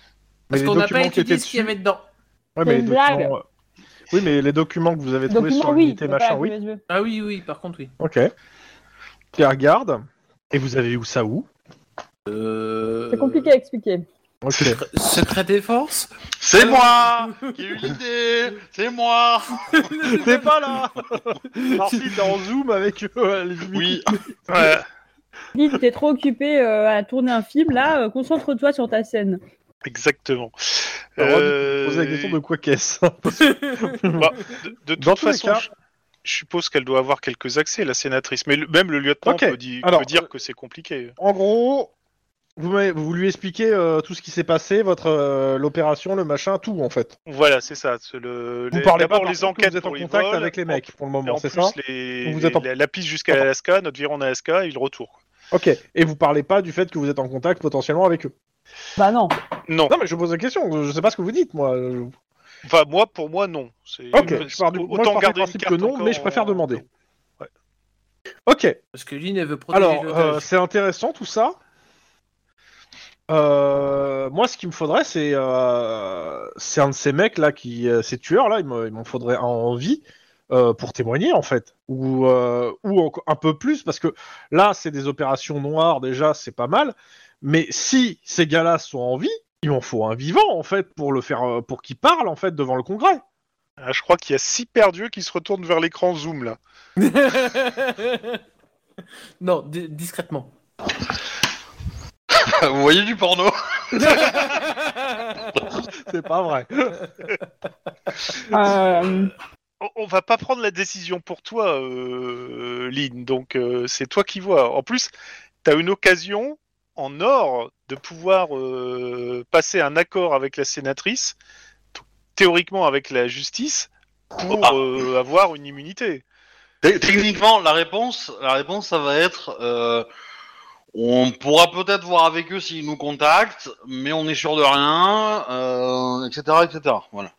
Parce
les
qu'on n'a pas
documents qui
étudié
étaient
ce qu'il y
dessus-
avait dedans.
Ouais, mais
C'est
les
une blague.
documents, euh, Oui, mais les documents que vous avez trouvés
Document,
sur
oui,
l'unité
faut pas
machin, oui.
jouer les yeux.
Ah oui, oui, par contre, oui.
Ok. Tu regardes. Et vous avez eu ça où
Euh,
C'est compliqué à expliquer.
Ok.
Secret défense
C'est moi
Ah.
qui ai eu l'idée C'est moi
T'es pas là Marcy, t'es en zoom avec euh, les
Oui,
Ouais.
Lynn, t'es trop occupé euh, à tourner un film là, euh, concentre-toi sur ta scène.
Exactement.
Alors, on
Euh,
Poser la question de quoi qu'est-ce
bah, de- de
Dans
toute
tous les
façon,
cas-
je, je suppose qu'elle doit avoir quelques accès, la sénatrice. Mais le- même le lieutenant
Ok,
peut, di-
alors, euh,
peut dire que c'est compliqué.
En gros, vous, m'avez- vous lui expliquez euh, tout ce qui s'est passé, votre euh, l'opération, le machin, tout en fait.
Voilà, c'est ça. c'est Le,
Vous
les-
parlez pas
d'abord
par
les
contre,
enquêtes
Vous êtes en
pour les
contact
vols,
avec les
en-
mecs pour le
et
moment,
en
c'est
plus,
ça
les-
On vous attend.
la, la piste jusqu'à
Attends.
l'Alaska, notre virée en Alaska et le retour.
Ok. Et vous parlez pas du fait que vous êtes en contact potentiellement avec eux.
Bah non.
Non.
Non, mais je pose la question. Je sais pas ce que vous dites, moi. Je-
Enfin, moi, pour moi, non. C'est-
Ok,
euh,
je pars du- moi, je
Autant
pars du
garder une
principe
carte
que non,
encore
mais je préfère
en-
demander.
Ouais.
Ok.
Parce que Lynn, elle veut protéger
Alors,
l'otage.
euh, c'est intéressant tout ça. Euh, moi, ce qu'il me faudrait, c'est euh, c'est un de ces mecs là, qui, euh, ces tueurs là, il me- il m'en faudrait un en vie euh, pour témoigner en fait, ou euh, ou enco- un peu plus parce que là, c'est des opérations noires déjà, c'est pas mal. Mais si ces gars-là sont en vie, il m'en faut un vivant en fait pour le faire, euh, pour qu'il parle en fait devant le Congrès.
Ah, je crois qu'il y a six perdus qui se retournent vers l'écran Zoom, là.
non, di- discrètement.
vous voyez du porno
C'est pas vrai.
Euh,
On- On va pas prendre la décision pour toi, euh, Lynn, donc euh, c'est toi qui vois. En plus, tu as une occasion en or de pouvoir euh, passer un accord avec la sénatrice, t- théoriquement avec la justice, pour
Ah.
euh, avoir une immunité.
Té- Techniquement, la réponse, la réponse, ça va être, euh, on pourra peut-être voir avec eux s'ils nous contactent, mais on est sûr de rien, euh, etc., etc. Voilà.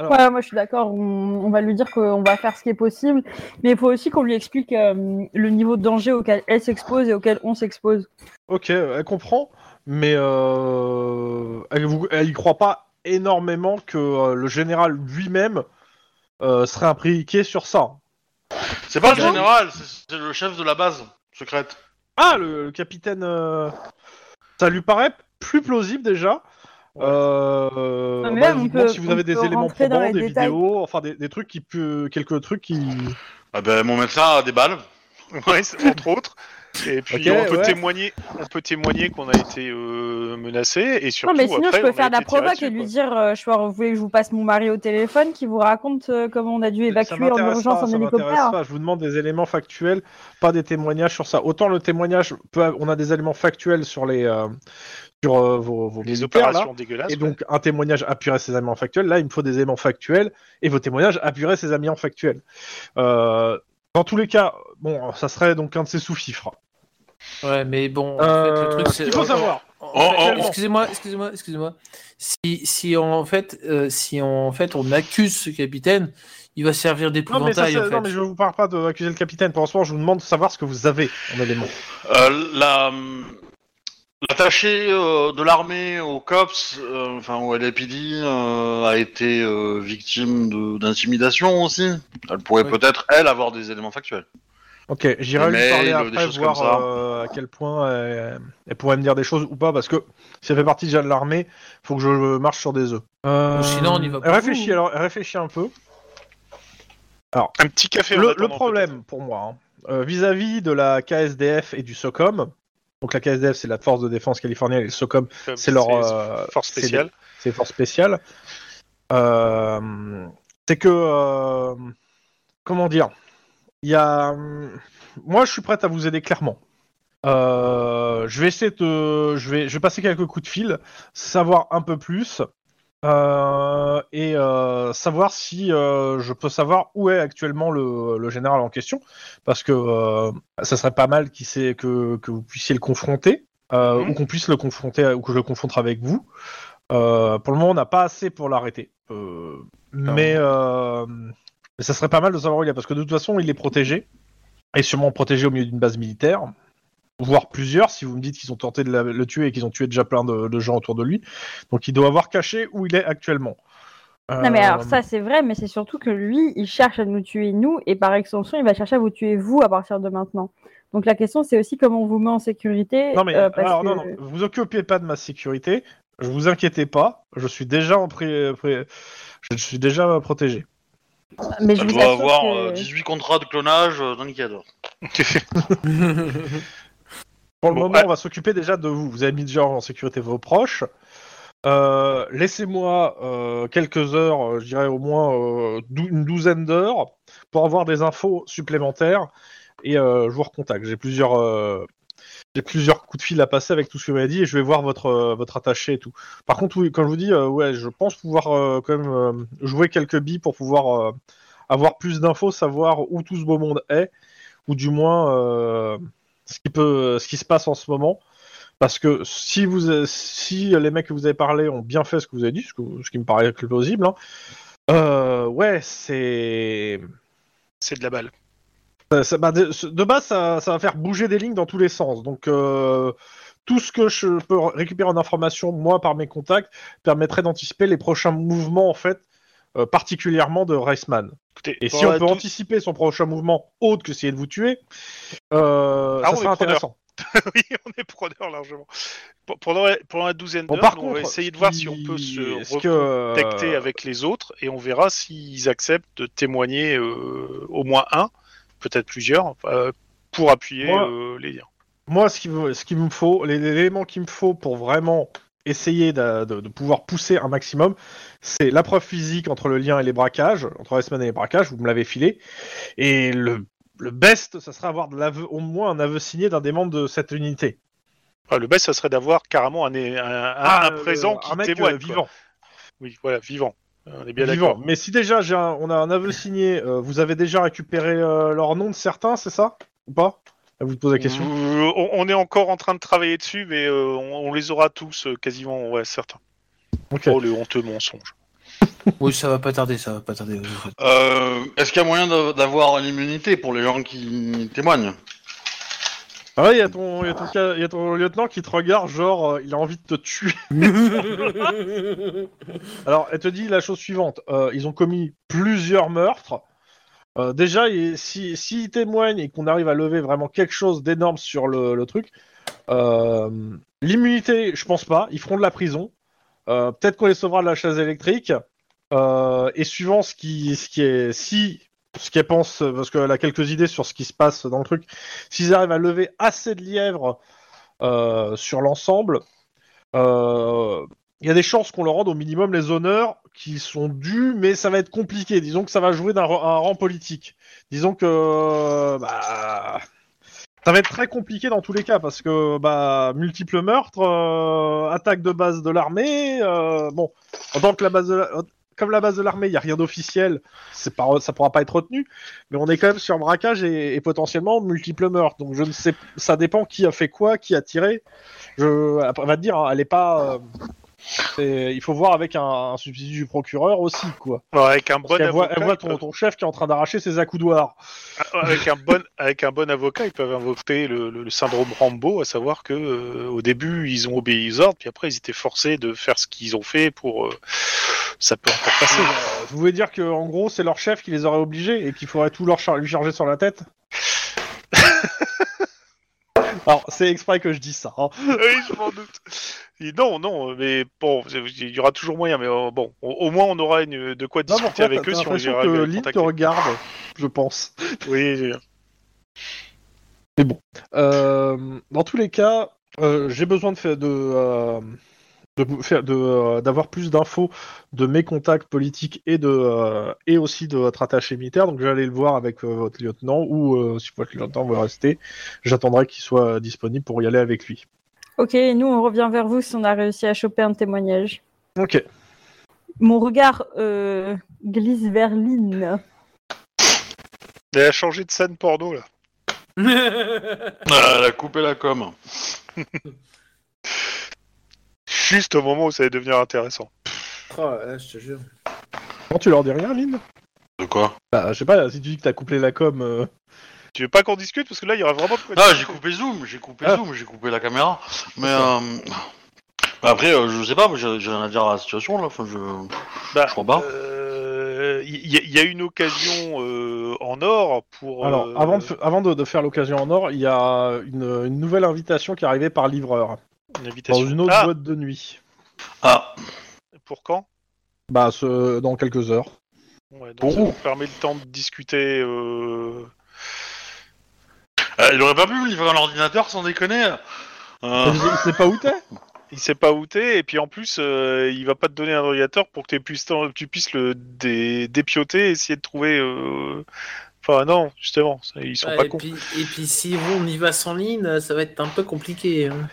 ouais, moi je suis d'accord. On, on va lui dire qu'on va faire ce qui est possible, mais il faut aussi qu'on lui explique euh, le niveau de danger auquel elle s'expose et auquel on s'expose.
Ok, elle comprend, mais euh, elle, vous- elle y croit pas énormément que euh, le général lui-même euh, serait impliqué sur ça.
C'est pas le
Pardon
général, c'est c'est le chef de la base secrète.
Ah, le, le capitaine, euh, ça lui paraît plus plausible déjà. Euh,
Ah, mais
bah,
là,
je
on
vous
peut-
demande si vous
on
avez des
peut
éléments
rentrer dans
probants,
les
des
détails.
vidéos, enfin des, des trucs qui peut, quelques trucs qui.
Ah ben, mon médecin a des balles.
Ouais, c'est- entre autres. Et puis
Ok,
on, peut
ouais.
témoigner, on peut témoigner qu'on a été euh, menacé et surtout
non, mais sinon
après,
je peux
on a
faire de la
été tiré
provoque
dessus,
et lui
quoi.
dire, euh, je vois, vous voulez que je vous passe mon mari au téléphone, qui vous raconte euh, comment on a dû
Ça
évacuer en
m'intéresse
urgence
pas,
en
ça m'intéresse
hélicoptère.
pas. Je vous demande des éléments factuels, pas des témoignages sur ça. Autant le témoignage, peut- on a des éléments factuels sur les euh, sur euh, vos, vos
les
militaires, là.
opérations dégueulasses.
Et donc, un témoignage appuierait ses éléments factuels. Là, il me faut des éléments factuels et vos témoignages appuieraient ces éléments factuels. Euh, dans tous les cas, bon, ça serait donc un de ces sous-fifres.
Ouais, mais bon, en fait,
Euh,
le truc, c'est.
il faut
en-
savoir.
en- en
Oh,
fait,
oh,
oh.
Excusez-moi, excusez-moi, excusez-moi. Si, si en fait, euh, si en fait, on accuse ce capitaine, il va servir
Non mais, ça,
d'épouvantail
c'est-
en fait.
non, mais je vous parle pas d'accuser le capitaine. Pour l'instant, je vous demande de savoir ce que vous avez en élément.
Euh, la l'attaché euh, de l'armée au COPS, euh, enfin au LAPD, euh, a été euh, victime de- d'intimidation aussi. Elle pourrait
Oui.
peut-être elle avoir des éléments factuels.
Ok, j'irai lui
Des
parler
mails, des
après,
choses comme
voir
ça.
euh, à quel point euh, elle pourrait me dire des choses ou pas, parce que si elle fait partie déjà de l'armée, faut que je marche sur des œufs. Euh,
Ou sinon, on y va pour
Réfléchis
vous.
alors, réfléchis un peu.
Un petit café. en
le, le
attendant, peut-être.
problème pour moi, hein, euh, vis-à-vis de la KSDF et du SOCOM, donc la KSDF c'est la force de défense californienne et le SOCOM
Comme
c'est leur euh,
force
c'est
spéciale.
c'est fort spécial. Euh, c'est que euh, comment dire, il y a, hum, moi je suis prête à vous aider clairement. Euh, je vais essayer de, je vais, je vais passer quelques coups de fil, savoir un peu plus euh, et euh, savoir si euh, je peux savoir où est actuellement le, le général en question, parce que euh, ça serait pas mal qu'il sait que, que vous puissiez le confronter euh,
Mhm.
ou qu'on puisse le confronter ou que je le confronte avec vous. Euh, pour le moment, on n'a pas assez pour l'arrêter. Euh, mais, euh, mais ça serait pas mal de savoir où il est, parce que de toute façon, il est protégé, et sûrement protégé au milieu d'une base militaire, voire plusieurs, si vous me dites qu'ils ont tenté de la- le tuer et qu'ils ont tué déjà plein de, de gens autour de lui. Donc il doit avoir caché où il est actuellement.
Non, mais
Euh,
alors ça, c'est vrai, mais c'est surtout que lui, il cherche à nous tuer, nous, et par extension, il va chercher à vous tuer, vous, à partir de maintenant. Donc la question, c'est aussi comment on vous met en sécurité.
Non mais
euh, parce
alors non,
que-
non, vous occupez pas de ma sécurité, je vous inquiétez pas, je suis déjà en pré- pré- je suis déjà protégé.
Mais
Ça
je vous
doit
assure
avoir
que-
euh, 18 contrats de clonage, euh, t'inquiète.
Pour le
Bon,
moment,
ouais.
on va s'occuper déjà de vous. Vous avez mis déjà en sécurité vos proches. Euh, Laissez-moi euh, quelques heures, euh, je dirais au moins euh, dou- une douzaine d'heures, pour avoir des infos supplémentaires et euh, je vous recontacte. J'ai plusieurs, euh, j'ai plusieurs coups de fil à passer avec tout ce que vous m'avez dit et je vais voir votre, euh, votre attaché et tout. Par contre, oui, comme je vous dis, euh, ouais, je pense pouvoir euh, quand même euh, jouer quelques billes pour pouvoir euh, avoir plus d'infos, savoir où tout ce beau monde est, ou du moins euh, ce, qui peut, euh, ce qui se passe en ce moment. Parce que si, vous, si les mecs que vous avez parlé ont bien fait ce que vous avez dit, ce, que- ce qui me paraît le plus plausible, hein, euh, ouais, c'est.
C'est de la balle.
Ça- ça- bah, de, ce- de base, ça, ça va faire bouger des lignes dans tous les sens. Donc, euh, tout ce que je peux récupérer en information, moi, par mes contacts, permettrait d'anticiper les prochains mouvements, en fait, euh, particulièrement de Reisman.
Écoutez,
Et
pour
si on
la
peut
dou-
anticiper son prochain mouvement autre que essayer de vous tuer, euh,
Ah, on
ça
est
sera
preneur.
intéressant.
Oui, on est preneur largement. P- Pendant la, pendant la douzaine
Bon,
d'heures,
par
nous,
contre,
on va essayer de voir si on
qui-
peut se
est-ce que- euh,
recontacter avec les autres et on verra s'ils acceptent de témoigner euh, au moins un, peut-être plusieurs, euh, pour appuyer
Moi-
euh, les liens.
Moi, ce qu'il me- ce qu'il me faut, les- l'élément qu'il me faut pour vraiment essayer d'a- de, de pouvoir pousser un maximum, c'est la preuve physique entre le lien et les braquages, entre la semaine et les braquages, vous me l'avez filé, et le, le best, ça serait avoir de l'aveu- au moins un aveu signé d'un des membres de cette unité.
Enfin, Ah, le best, ça serait d'avoir carrément un, un, un- Ah, un
Euh,
présent qui
un mec,
témoigne.
euh,
quoi.
vivant.
Oui, voilà, vivant. Euh, On est bien
vivant.
d'accord.
Mais si déjà j'ai un- on a un aveu signé, euh, vous avez déjà récupéré euh, leur nom de certains, c'est ça Ou pas Je vous
Mmh.
pose la question.
Vous- on- on est encore en train de travailler dessus, mais euh, on, on les aura tous euh, quasiment, ouais, certains.
Ok.
Oh, le honteux mensonge.
Oui, ça va pas tarder, ça va pas tarder. vous faites.
Euh, Est-ce qu'il y a moyen de- d'avoir l'immunité pour les gens qui témoignent
Ah ouais, il y, a ton- y a ton ca- y a ton lieutenant qui te regarde, genre, euh, il a envie de te tuer. Alors, elle te dit la chose suivante. euh, ils ont commis plusieurs meurtres. Euh, déjà, il- si, s'ils témoignent et qu'on arrive à lever vraiment quelque chose d'énorme sur le, le truc, euh, l'immunité, je pense pas. Ils feront de la prison. Euh, peut-être qu'on les sauvera de la chaise électrique. Euh, et suivant ce qui, ce qui est, si ce qu'elle pense, parce qu'elle a quelques idées sur ce qui se passe dans le truc, s'ils arrivent à lever assez de lièvres euh, sur l'ensemble, euh, il y a des chances qu'on leur rende au minimum les honneurs qui sont dus, mais ça va être compliqué. Disons que ça va jouer d'un ra- un rang politique. Disons que euh, bah, ça va être très compliqué dans tous les cas parce que bah, multiples meurtres, euh, attaque de base de l'armée. euh, bon, en tant que la base de la- comme la base de l'armée, il n'y a rien d'officiel, c'est pas, ça pourra pas être retenu. Mais on est quand même sur braquage et, et potentiellement multiples meurtres. Donc je ne sais, ça dépend qui a fait quoi, qui a tiré. Je, après, on va te dire, hein, elle est pas. euh, c'est- il faut voir avec un, un substitut du procureur aussi, quoi.
Alors, avec un
Parce
bon
qu'elle voit,
avocat,
elle voit
ils
ton, ton chef qui est en train d'arracher ses accoudoirs.
peuvent- euh, avec un bon avec un bon avocat, ils peuvent invoquer le, le- le syndrome Rambo, à savoir que euh, au début ils ont obéi aux ordres, puis après ils étaient forcés de faire ce qu'ils ont fait pour. euh, ça peut encore passer.
Vous voulez dire que, en gros, c'est leur chef qui les aurait obligés et qu'il faudrait tout leur char- lui charger sur la tête Alors, c'est exprès que je dis ça. hein.
oui, je m'en doute. Et non, non, mais bon, il y aura toujours moyen, mais euh, bon, au, au moins on aura une- euh, de quoi
Non,
discuter
pourquoi,
avec
t'as-
eux
t'as
si on les
l'impression
arrive à
que
les
Lynn te
contacter.
regarde, je pense.
Oui, oui.
Euh, dans tous les cas, euh, j'ai besoin de faire de euh, de vous faire de euh, d'avoir plus d'infos de mes contacts politiques et de euh, et aussi de votre attaché militaire. Donc je vais aller le voir avec euh, votre lieutenant ou euh, si votre lieutenant veut rester, j'attendrai qu'il soit disponible pour y aller avec lui.
Ok, nous, on revient vers vous si on a réussi à choper un témoignage.
Ok.
Mon regard euh, glisse vers Lynn.
Elle a changé de scène porno, là.
Ah, Elle a coupé la com.
Juste au moment où ça allait devenir intéressant.
oh là là, je te jure.
Quand tu leur dis rien, Lynn
De quoi
Bah je sais pas. Si tu dis que t'as couplé la com, euh,
Tu veux pas qu'on discute Parce que là, il y aurait vraiment de quoi
Ah, j'ai
discuter.
coupé Zoom, j'ai coupé
Ah.
Zoom, j'ai coupé la caméra. Mais euh, bah après, euh, je sais pas, moi, j'ai j'ai rien à dire à la situation là. Enfin, je...
Bah,
Je crois pas.
euh, Il y, a- il y a une occasion euh, en or pour.
Alors,
euh,
avant, de, f- avant de, de faire l'occasion en or, il y a une, une nouvelle invitation qui est arrivée par livreur
une
dans
invitation.
une autre
Ah,
boîte de nuit.
Ah,
pour quand
Bah, ce- dans quelques heures.
Ouais, donc
Pour
Oh.
ça
où
nous permet le temps de discuter. euh,
euh, il aurait pas pu me livrer un ordinateur sans déconner. Euh,
C'est pas où t'es
Il sait pas où t'es, et puis en plus, euh, il va pas te donner un ordinateur pour que tu puisses, tu puisses le dé, dépioter et essayer de trouver. euh, Enfin, non, justement, ça, ils sont
Ouais,
pas
et,
cons.
puis, et puis si vous, on y va sans ligne, euh, ça va être un peu compliqué. hein.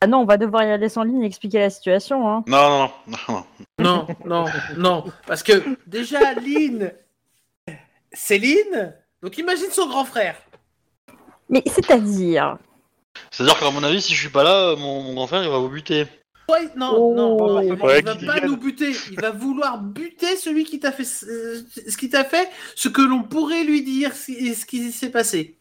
Ah non, on va devoir y aller sans ligne et expliquer la situation. Hein.
non, non, non, non.
Non, non, non. Parce que déjà, Lynn, c'est Lynn. Donc imagine son grand frère.
Mais c'est-à-dire
C'est-à-dire qu'à mon avis, si je suis pas là, mon, mon grand frère, il va vous buter.
Ouais, non,
Oh.
non, non, il
Ouais,
va
qui
pas
gagne.
nous buter. Il va vouloir buter celui qui t'a fait ce ce qui t'a fait, ce que l'on pourrait lui dire, ce qui- ce qui s'est passé.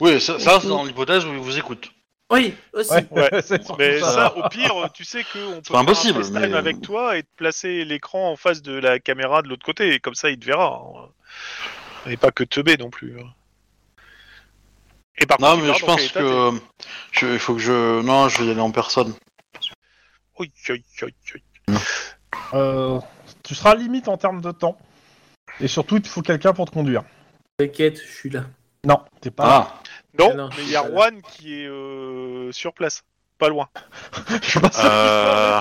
Oui, ça, ça, c'est dans l'hypothèse où il vous écoute.
Oui, aussi.
Ouais.
C'est surtout
Mais
ça.
ça, au pire, tu sais qu'on peut
pas impossible,
faire un FaceTime
mais-
avec toi et te placer l'écran en face de la caméra de l'autre côté, et comme ça, il te verra. hein. Et pas que teubé non plus. hein. Et par
Non,
contre, il
mais
verra
je
dans
pense
quel état
que je- il faut que je. Non, je vais y aller en personne.
t'es. Oi, oi, oi, oi.
Euh, tu seras limite en termes de temps. Et surtout, il te faut quelqu'un pour te conduire.
T'inquiète, je suis là.
Non, t'es pas.
Ah,
Non,
Ah non,
mais il y a
voilà.
Juan qui est euh, sur place, pas loin.
Je suis pas sûr.
euh,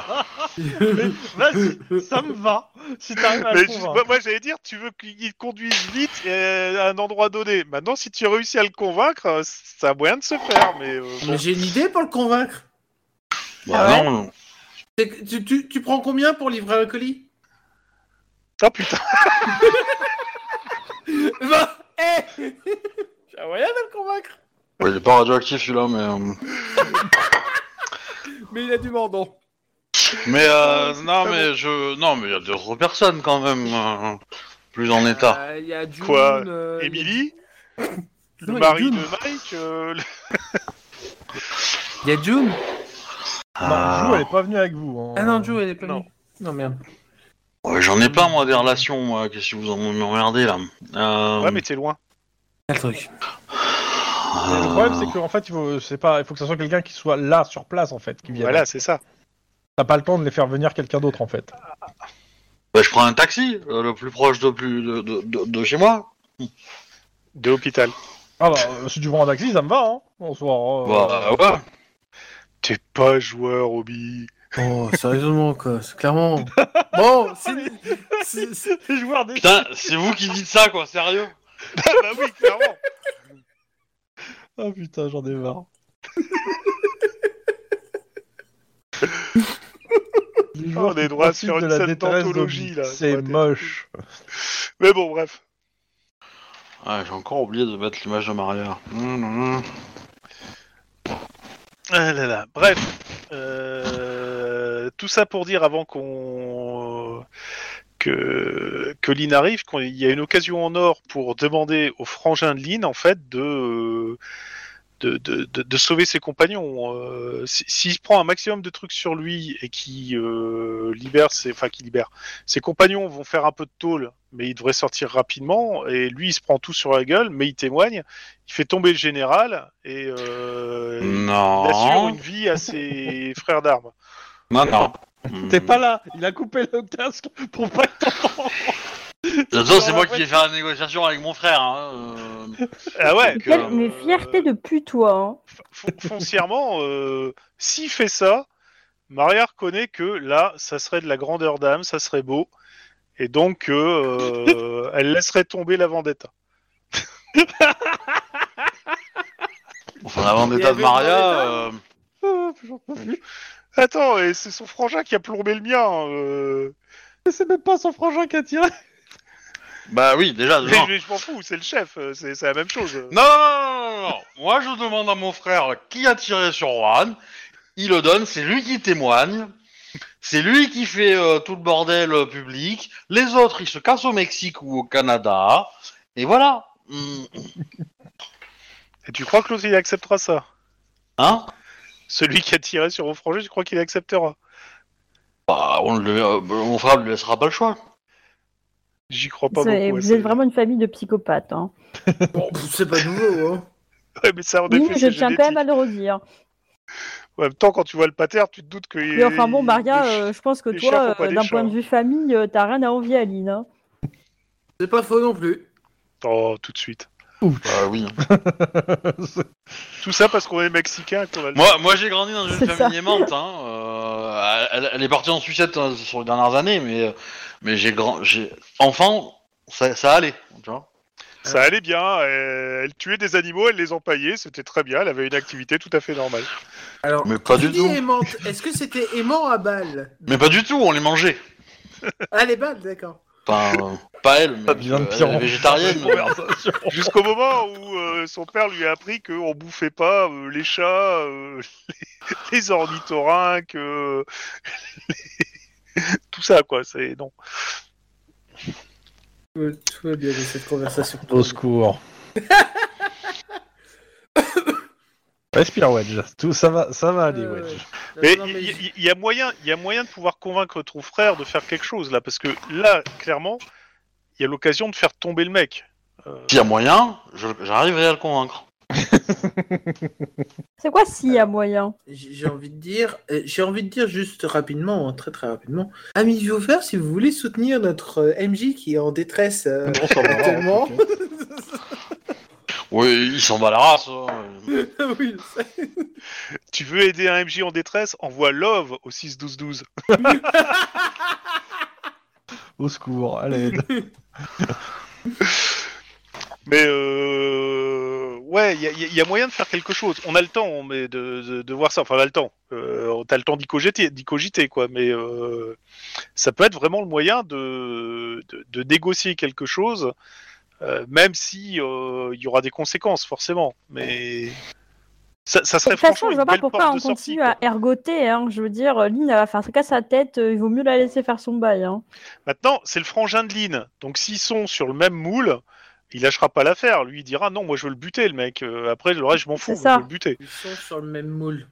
Vas-y, ça me va. Si t'arrives à
Mais
le
je-
convaincre.
moi, moi, j'allais dire, tu veux qu'il conduise vite euh, à un endroit donné. Maintenant, si tu réussis à le convaincre, euh, ça a moyen de se faire. Mais euh, bon.
Mais j'ai une idée pour le convaincre.
bah
Ah ouais
non.
C'est que Tu, tu- tu prends combien pour livrer un colis
Ah, putain,
Bah, hé J'ai moyen de le convaincre.
Ouais, il est pas radioactif celui-là, mais. euh,
Mais il a du mandon.
Mais
Ah
euh, non, mais je. Non, mais il y a d'autres personnes quand même. euh, Plus en état.
Euh, Il y a June,
Quoi,
euh, il y a-
Émilie,
Non, il
le
y a
mari de
June.
Mike, euh, le-
Il y a June
Non, Jou,
Ah,
Bah, elle est pas venue avec vous. hein.
Ah non, June, elle est pas
Non.
venue. Non, merde.
Ah, ouais, J'en ai plein, moi, des relations, moi. Qu'est-ce que vous en m'emmerdez, là euh,
Ouais, mais t'es loin.
Quel truc.
Mais Le problème, c'est qu'en fait, il faut, c'est pas, il faut que ça soit quelqu'un qui soit là, sur place, en fait. Qui vienne.
Voilà, c'est ça.
T'as pas le temps de les faire venir quelqu'un d'autre, en fait.
Bah, je prends un taxi, euh, le plus proche de, plus, de, de, de- de chez moi.
De l'hôpital.
Ah bah, euh, si tu prends un taxi, ça me va, hein. Bonsoir.
Bah, ouais.
T'es pas joueur, Obi.
Oh, sérieusement, quoi. C'est clairement. Bon, c'est. c'est- c'est-
Les joueurs des...
Putain, c'est vous qui dites ça, quoi, sérieux
Ah bah oui, clairement.
Ah putain, j'en ai marre. Les
On est droit
qui
sur
profitent
une
de la
scène
détresse
d'anthologie,
d'Obi.
là.
C'est
Ouais, t'es-
moche.
Mais bon, bref.
Ah, j'ai encore oublié de mettre l'image de Maria. Mmh, mmh.
Ah là là. Bref. Euh, Tout ça pour dire avant qu'on. Que, que Lynn arrive, qu'il y a une occasion en or pour demander au frangin de Lynn, en fait, de, de, de, de- de sauver ses compagnons. Euh, si- S'il prend un maximum de trucs sur lui et qui euh, libère, ses, enfin qui libère, ses compagnons vont faire un peu de tôle, mais il devrait sortir rapidement. Et lui, il se prend tout sur la gueule, mais il témoigne, il fait tomber le général et euh,
Mm.
il assure
Non.
une vie à ses frères d'armes.
Non, non.
T'es pas là, il a coupé le casque pour pas que t'entends.
De toute façon, c'est moi qui ai fait la négociation avec mon frère. Hein. euh.
Ah ouais.
Mais
Donc,
quelle
euh,
mais fierté de pute, toi hein.
fon- foncièrement, euh, s'il fait ça, Maria reconnaît que là, ça serait de la grandeur d'âme, ça serait beau, et donc euh, euh, elle laisserait tomber la vendetta.
Enfin, la
Il y
vendetta de
avait
Maria. euh,
Vendetta
Ah, j'en peux plus.
Attends, et c'est son frangin qui a plombé le mien. euh.
Mais C'est même pas son frangin qui a tiré.
Bah oui, déjà. de
Mais,
un.
mais je m'en fous, c'est le chef, euh, c'est c'est la même chose.
Non, non, non, non, non, non. Moi, je demande à mon frère qui a tiré sur Juan. Il le donne, c'est lui qui témoigne. C'est lui qui fait euh, tout le bordel euh, public. Les autres, ils se cassent au Mexique ou au Canada. Et voilà. Hum,
Et tu crois que l'autre il acceptera ça
Hein
Celui qui a tiré sur mon frangin, tu crois qu'il acceptera
Bah, on le, euh, mon frère ne lui laissera pas le choix.
J'y crois pas
C'est-
beaucoup. à
Vous
ça.
êtes vraiment une famille de psychopathes. hein.
Bon, pff, c'est pas nouveau, hein.
Ouais, mais ça, en
Oui,
effet,
mais je
c'est
tiens quand
génétique.
même à le redire.
En même temps, quand tu vois le pater, tu te doutes que.
Mais enfin bon, Maria, euh, je pense que
les chats
toi,
font pas
euh,
des
d'un
chats.
point de vue famille, euh, t'as rien à envier à Lynn. hein.
C'est pas faux non plus.
Oh, tout de suite.
Bah oui.
Tout ça parce qu'on est mexicain et qu'on a le-
Moi, moi j'ai grandi dans une
C'est
famille
ça.
aimante. Hein. euh, elle, elle est partie en sucette hein, sur les dernières années, mais, euh, mais j'ai grand. j'ai- Enfant, ça, ça allait. Tu vois
Ça allait bien. euh, Elle tuait des animaux, elle les empaillait, c'était très bien. Elle avait une activité tout à fait normale.
Alors,
Mais pas
tu
du
dis
tout.
aimante. Est-ce que c'était aimant à balles
Mais pas du tout, on les mangeait.
Ah, les balles, d'accord.
Enfin, euh, pas elle, mais
Ça devient
euh,
de pire
elle
en
est
pire.
végétarienne.
Jusqu'au moment où euh, son père lui a appris qu'on bouffait pas euh, les chats, euh, les, les ornithorynques, euh, les- tout ça, quoi. C'est non.
Tout va- tout va bien dans cette conversation.
Au secours. Respire, Wedge. Tout, ça, va, ça va aller,
Euh,
Wedge.
non,
Mais
non,
il
mais
y, il y a moyen, il y a moyen de pouvoir convaincre ton frère de faire quelque chose là, parce que là, clairement, il y a l'occasion de faire tomber le mec. Euh,
Pire moyen, je- j'arriverai à le convaincre.
C'est quoi s'il y
Euh,
a moyen
J'ai j'ai envie de dire, euh, j'ai envie de dire juste rapidement, hein, très très rapidement, amis viewers, si vous voulez soutenir notre euh, MJ qui est en détresse euh,
On s'en va,
actuellement,
ok.
Oui, il s'en bat la race. hein.
oui, ça-
tu veux aider un MJ en détresse, envoie Love au 6 12 12.
Au secours, à l'aide.
Mais euh, ouais, il y a- il y, a moyen de faire quelque chose. On a le temps, on- mais de, de, de voir ça. Enfin, on a le temps. Euh, T'as le temps d'y cogiter, d'y cogiter, quoi. Mais euh, ça peut être vraiment le moyen de, de, de négocier quelque chose, euh, même si euh, il y aura des conséquences, forcément. Mais ça, ça
De
serait
toute façon,
franchement
je
une
vois pas
belle porte
pourquoi on
de sortie.
continue
quoi.
à ergoter. hein. Je veux dire, euh, Lynn, elle va faire qu'à sa tête, euh, il vaut mieux la laisser faire son bail. hein.
Maintenant, c'est le frangin de Lynn. Donc s'ils sont sur le même moule, il lâchera pas l'affaire. Lui, il dira non, moi je veux le buter, le mec. Euh, Après, le reste, je m'en fous,
C'est
je
ça.
veux le buter.
ils sont sur le même moule.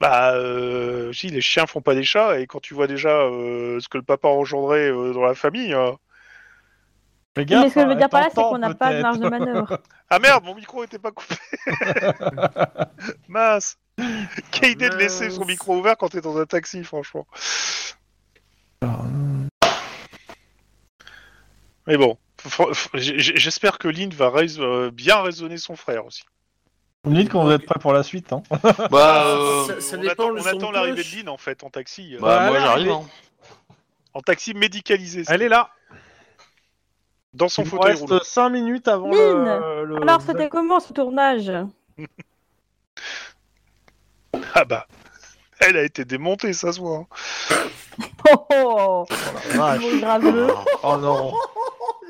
Bah, euh, si les chiens font pas des chats, et quand tu vois déjà euh, ce que le papa a engendré euh, dans la famille. euh,
Fais
Oui, Mais ce que je veux
hein,
dire par là, c'est
t'entends,
qu'on n'a pas de
peut-être.
marge de manœuvre.
Ah merde, mon micro était pas coupé Mince Quelle
Ah,
idée de laisser son
mince.
micro ouvert quand t'es dans un taxi, franchement. Mais bon, fr- fr- j- j- j'espère que Lynn va rais- euh, bien raisonner son frère aussi.
Vous me dites quand vous êtes prêt pour la suite. Hein.
Bah, euh,
Ça- ça
on
dépend
attend,
le
on
son de
attend l'arrivée
cloche.
de Lynn en fait, en taxi. euh,
bah, moi
Voilà,
j'arrive.
mais-
hein.
En taxi médicalisé. c'est-
Elle est là.
Dans son
Il vous
fauteuil roulant.
reste 5 minutes avant le,
Mine Ah,
le-
Alors, c'était comment ce tournage
Ah bah. Elle a été démontée, ça se voit. hein.
Oh, oh
la
Ah,
vache.
mot graveux.
hein.
Oh non.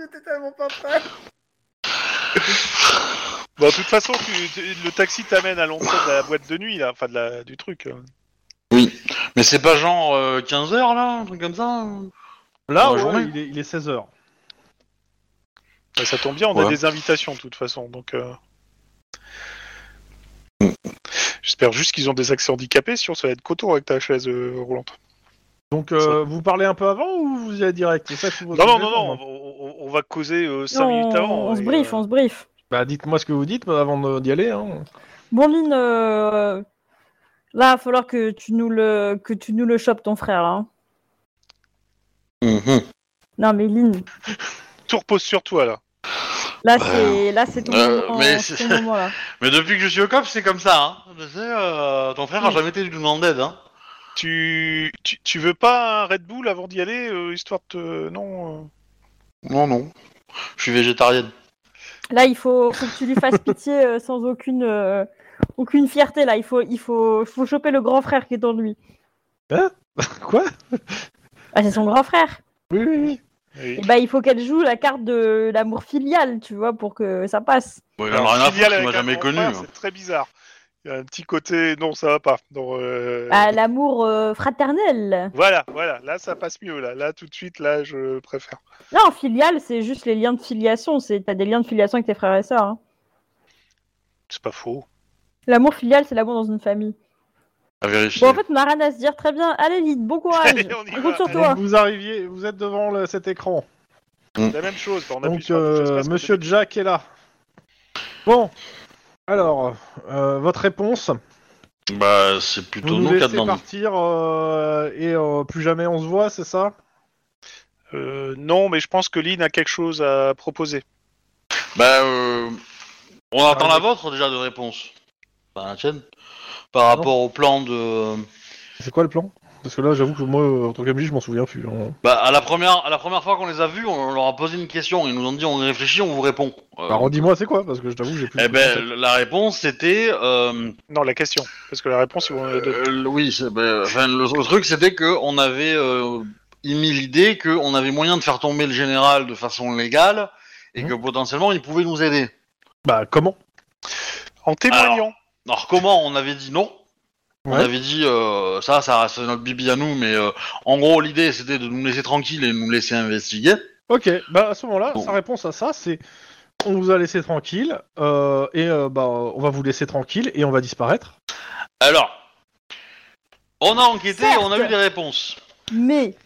J'étais tellement pas prêt.
Bon, de toute façon, tu- tu- le taxi t'amène à l'entrée de la boîte de nuit, là, enfin de la, du truc. hein.
Mais c'est pas genre 15h là, un truc comme ça hein
Là,
Dans la
ouais,
journée.
il est, 16h.
Bah, ça tombe bien, on a
Ouais.
des invitations de toute façon, donc. euh.
Mm.
J'espère juste qu'ils ont des accès handicapés, sinon ça va être coton avec ta chaise euh, roulante.
Donc, euh, vous parlez un peu avant ou vous y allez direct C'est ça que vous-
Non, non,
vous
non,
répondre.
non, on, on- on va causer 5
on,
minutes avant.
on se
et,
briefe,
euh,
on se briefe.
Bah, dites-moi ce que vous dites bah, avant de- d'y aller. Hein.
Bon, Lynn, euh, là, il va falloir que tu nous le, que tu nous le chopes, ton frère. hein.
Mhm.
Non, mais Lynn,
Tout repose sur toi, là.
Là,
Ouais.
c'est là, c'est ton
Euh,
moment. hein,
mais
c'est
c'est-
ton moment, là.
Mais depuis que je suis au COP, c'est comme ça. Hein. Je sais, euh, ton frère a jamais été du demande d'aide. Hein.
Tu, tu, tu veux pas un Red Bull avant d'y aller, euh, histoire de. te- non. euh,
Non, non. Je suis végétarienne.
Là, il faut, faut que tu lui fasses pitié euh, sans aucune euh, aucune fierté. Là, il faut il faut faut choper le grand frère qui est en lui.
Quoi
Ah, c'est son grand frère.
Oui, oui, oui.
oui.
Et bah, il faut qu'elle joue la carte de l'amour filial, tu vois, pour que ça passe.
Bon, il en
Alors,
a rien à
filiale
foutre, il
avec
m'a
un
jamais
grand
connu. hein.
frère, C'est très bizarre. Il y a un petit côté, non, ça va pas. Non, euh,
Ah, l'amour euh, fraternel.
Voilà, voilà, là ça passe mieux, là, là tout de suite, là je préfère.
Non, filial, c'est juste les liens de filiation. C'est t'as des liens de filiation avec tes frères et sœurs. hein.
C'est pas faux.
L'amour filial, c'est l'amour dans une famille.
À vérifier.
Bon, en fait, on n'a rien à se dire. Très bien. Allez, vite, bon courage.
Allez, on y
compte
va.
sur
Donc,
toi.
vous arriviez, vous êtes devant le- cet écran.
La même chose. bah, On appuie
Donc,
sur la touche
euh,
espace,
Monsieur Jack est là. Bon, alors, euh, votre réponse.
Bah, c'est
Vous
plutôt
nous
nous qui a
laissez
demandé.
partir euh, et euh, plus jamais on se voit, c'est ça
Euh, non, mais je pense que Lynn a quelque chose à proposer.
Bah, euh, on attend
Ouais,
la
ouais.
vôtre déjà de réponse. Bah, la tienne. Par rapport au plan de.
C'est quoi le plan Parce que là, j'avoue que moi, euh, en tant qu'MJ, je m'en souviens plus. hein.
Bah, à la première, à la première fois qu'on les a vus, on leur a posé une question. Ils nous ont dit on réfléchit, on vous répond. Euh,
Bah, redis-moi, c'est quoi Parce que je t'avoue que j'ai plus.
eh ben, la réponse c'était. euh,
Non, la question. Parce que la réponse, ils vont la donner.
Euh, oui, c'est- ben, enfin, le, le truc c'était que on avait euh, émis l'idée qu'on avait moyen de faire tomber le général de façon légale et que potentiellement il pouvait nous aider.
Bah, comment
En témoignant.
Alors comment on avait dit non On
Ouais.
avait dit euh, ça, ça reste notre bibi à nous, mais euh, en gros l'idée c'était de nous laisser tranquilles et de nous laisser investiguer.
Ok, bah à ce moment-là,
Bon.
sa réponse à ça, c'est on vous a laissé tranquille euh, et euh, bah on va vous laisser tranquille et on va disparaître.
Alors, on a enquêté,
Certes.
on a eu des réponses.
Mais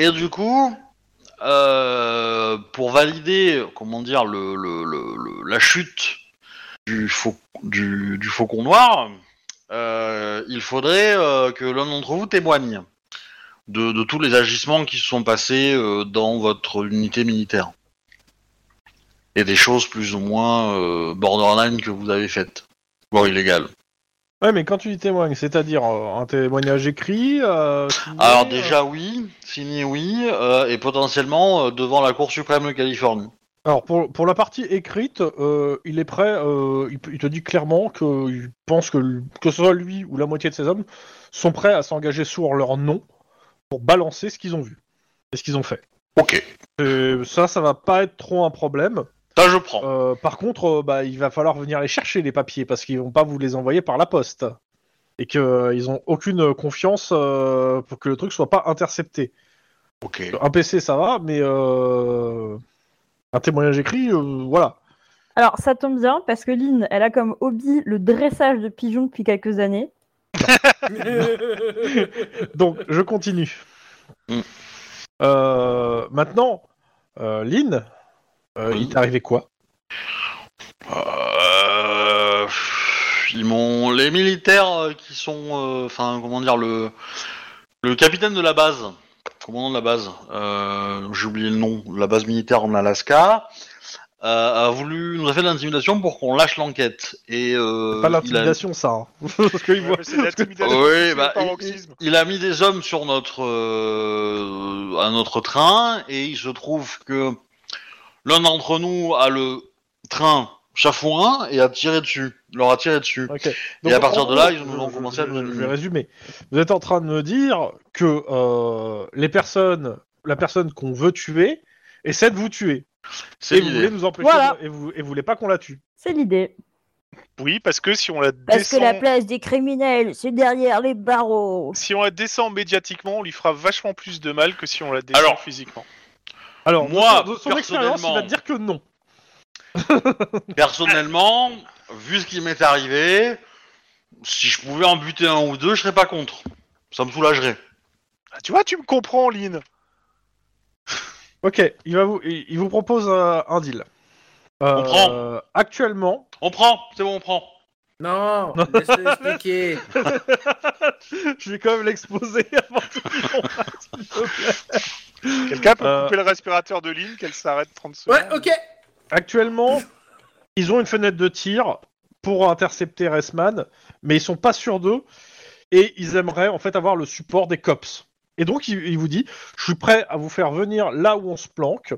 Et du coup, euh, pour valider, comment dire, le, le- le- le- la chute du, fau- du, du faucon noir, euh, il faudrait euh, que l'un d'entre vous témoigne de, de tous les agissements qui se sont passés euh, dans votre unité militaire. Et des choses plus ou moins euh, borderline que vous avez faites, voire illégales.
Ouais, mais quand tu dis témoigne, c'est-à-dire euh, un témoignage écrit. euh, signé,
Alors
euh,
déjà oui, signé oui, euh, et potentiellement euh, devant la Cour suprême de Californie.
Alors pour, pour la partie écrite, euh, il est prêt, euh, il, peut- il te dit clairement qu'il pense que l- que ce soit lui ou la moitié de ses hommes sont prêts à s'engager sur leur nom pour balancer ce qu'ils ont vu et ce qu'ils ont fait.
Ok,
Et ça, ça va pas être trop un problème.
ça je prends.
Euh, par contre, euh, bah, il va falloir venir les chercher les papiers parce qu'ils vont pas vous les envoyer par la poste et qu'ils ont aucune confiance euh, pour que le truc soit pas intercepté.
Ok.
Un PC ça va, mais euh, un témoignage écrit, euh, voilà.
alors, ça tombe bien parce que Lynn, elle a comme hobby le dressage de pigeons depuis quelques années.
Donc, je continue.
Mm.
Euh, maintenant, euh, Lynn, euh,
Mm.
il t'est arrivé quoi
Euh, pff, ils m'ont les militaires euh, qui sont, euh, enfin comment dire le le capitaine de la base, commandant de la base. euh, J'ai oublié le nom. La base militaire en Alaska euh, a voulu nous a fait de l'intimidation pour qu'on lâche l'enquête et euh,
Pas
il a-
l'intimidation, ça. hein. Parce qu'il voit-
Ouais, mais c'est de l'intimidation, c'est
Oui,
le
bah, il,
paroxysme.
il- il a mis des hommes sur notre euh, à notre train et il se trouve que l'un d'entre nous a le train chafouin et a tiré dessus, leur a tiré dessus.
Ok.
Et à partir
en
de là,
gros,
ils ont
je-
commencé
je-
à nous
je- Je vais
annuler.
résumer. Vous êtes en train de me dire que euh, les personnes, la personne qu'on veut tuer essaie de vous tuer.
C'est
Et vous voulez
l'idée.
nous empêcher.
Voilà.
de- Et, vous, et vous voulez pas qu'on la tue.
C'est l'idée.
Oui, parce que si on la
Parce
descend,
que la place des criminels, c'est derrière les barreaux.
si on la descend médiatiquement, on lui fera vachement plus de mal que si on la descend
Alors.
physiquement.
Alors,
Moi,
de son, de son expérience, il va
personnellement-
te dire que non.
Personnellement, vu ce qui m'est arrivé, si je pouvais en buter un ou deux, je serais pas contre. Ça me soulagerait.
Ah, tu vois, tu me comprends, Lynn.
Ok, il, va vous, il, il vous propose euh, un deal. Euh,
prend.
Actuellement,
On prend, c'est bon, on prend.
non, laisse-le expliquer.
Je vais quand même l'exposer avant tout.
Quelqu'un peut
Euh.
couper le respirateur de Lynn, qu'elle s'arrête 30 secondes.
Ouais, ok.
Actuellement, ils ont une fenêtre de tir pour intercepter Resman, mais ils sont pas sûrs d'eux et ils aimeraient en fait avoir le support des cops. Et donc il, il vous dit, je suis prêt à vous faire venir là où on se planque,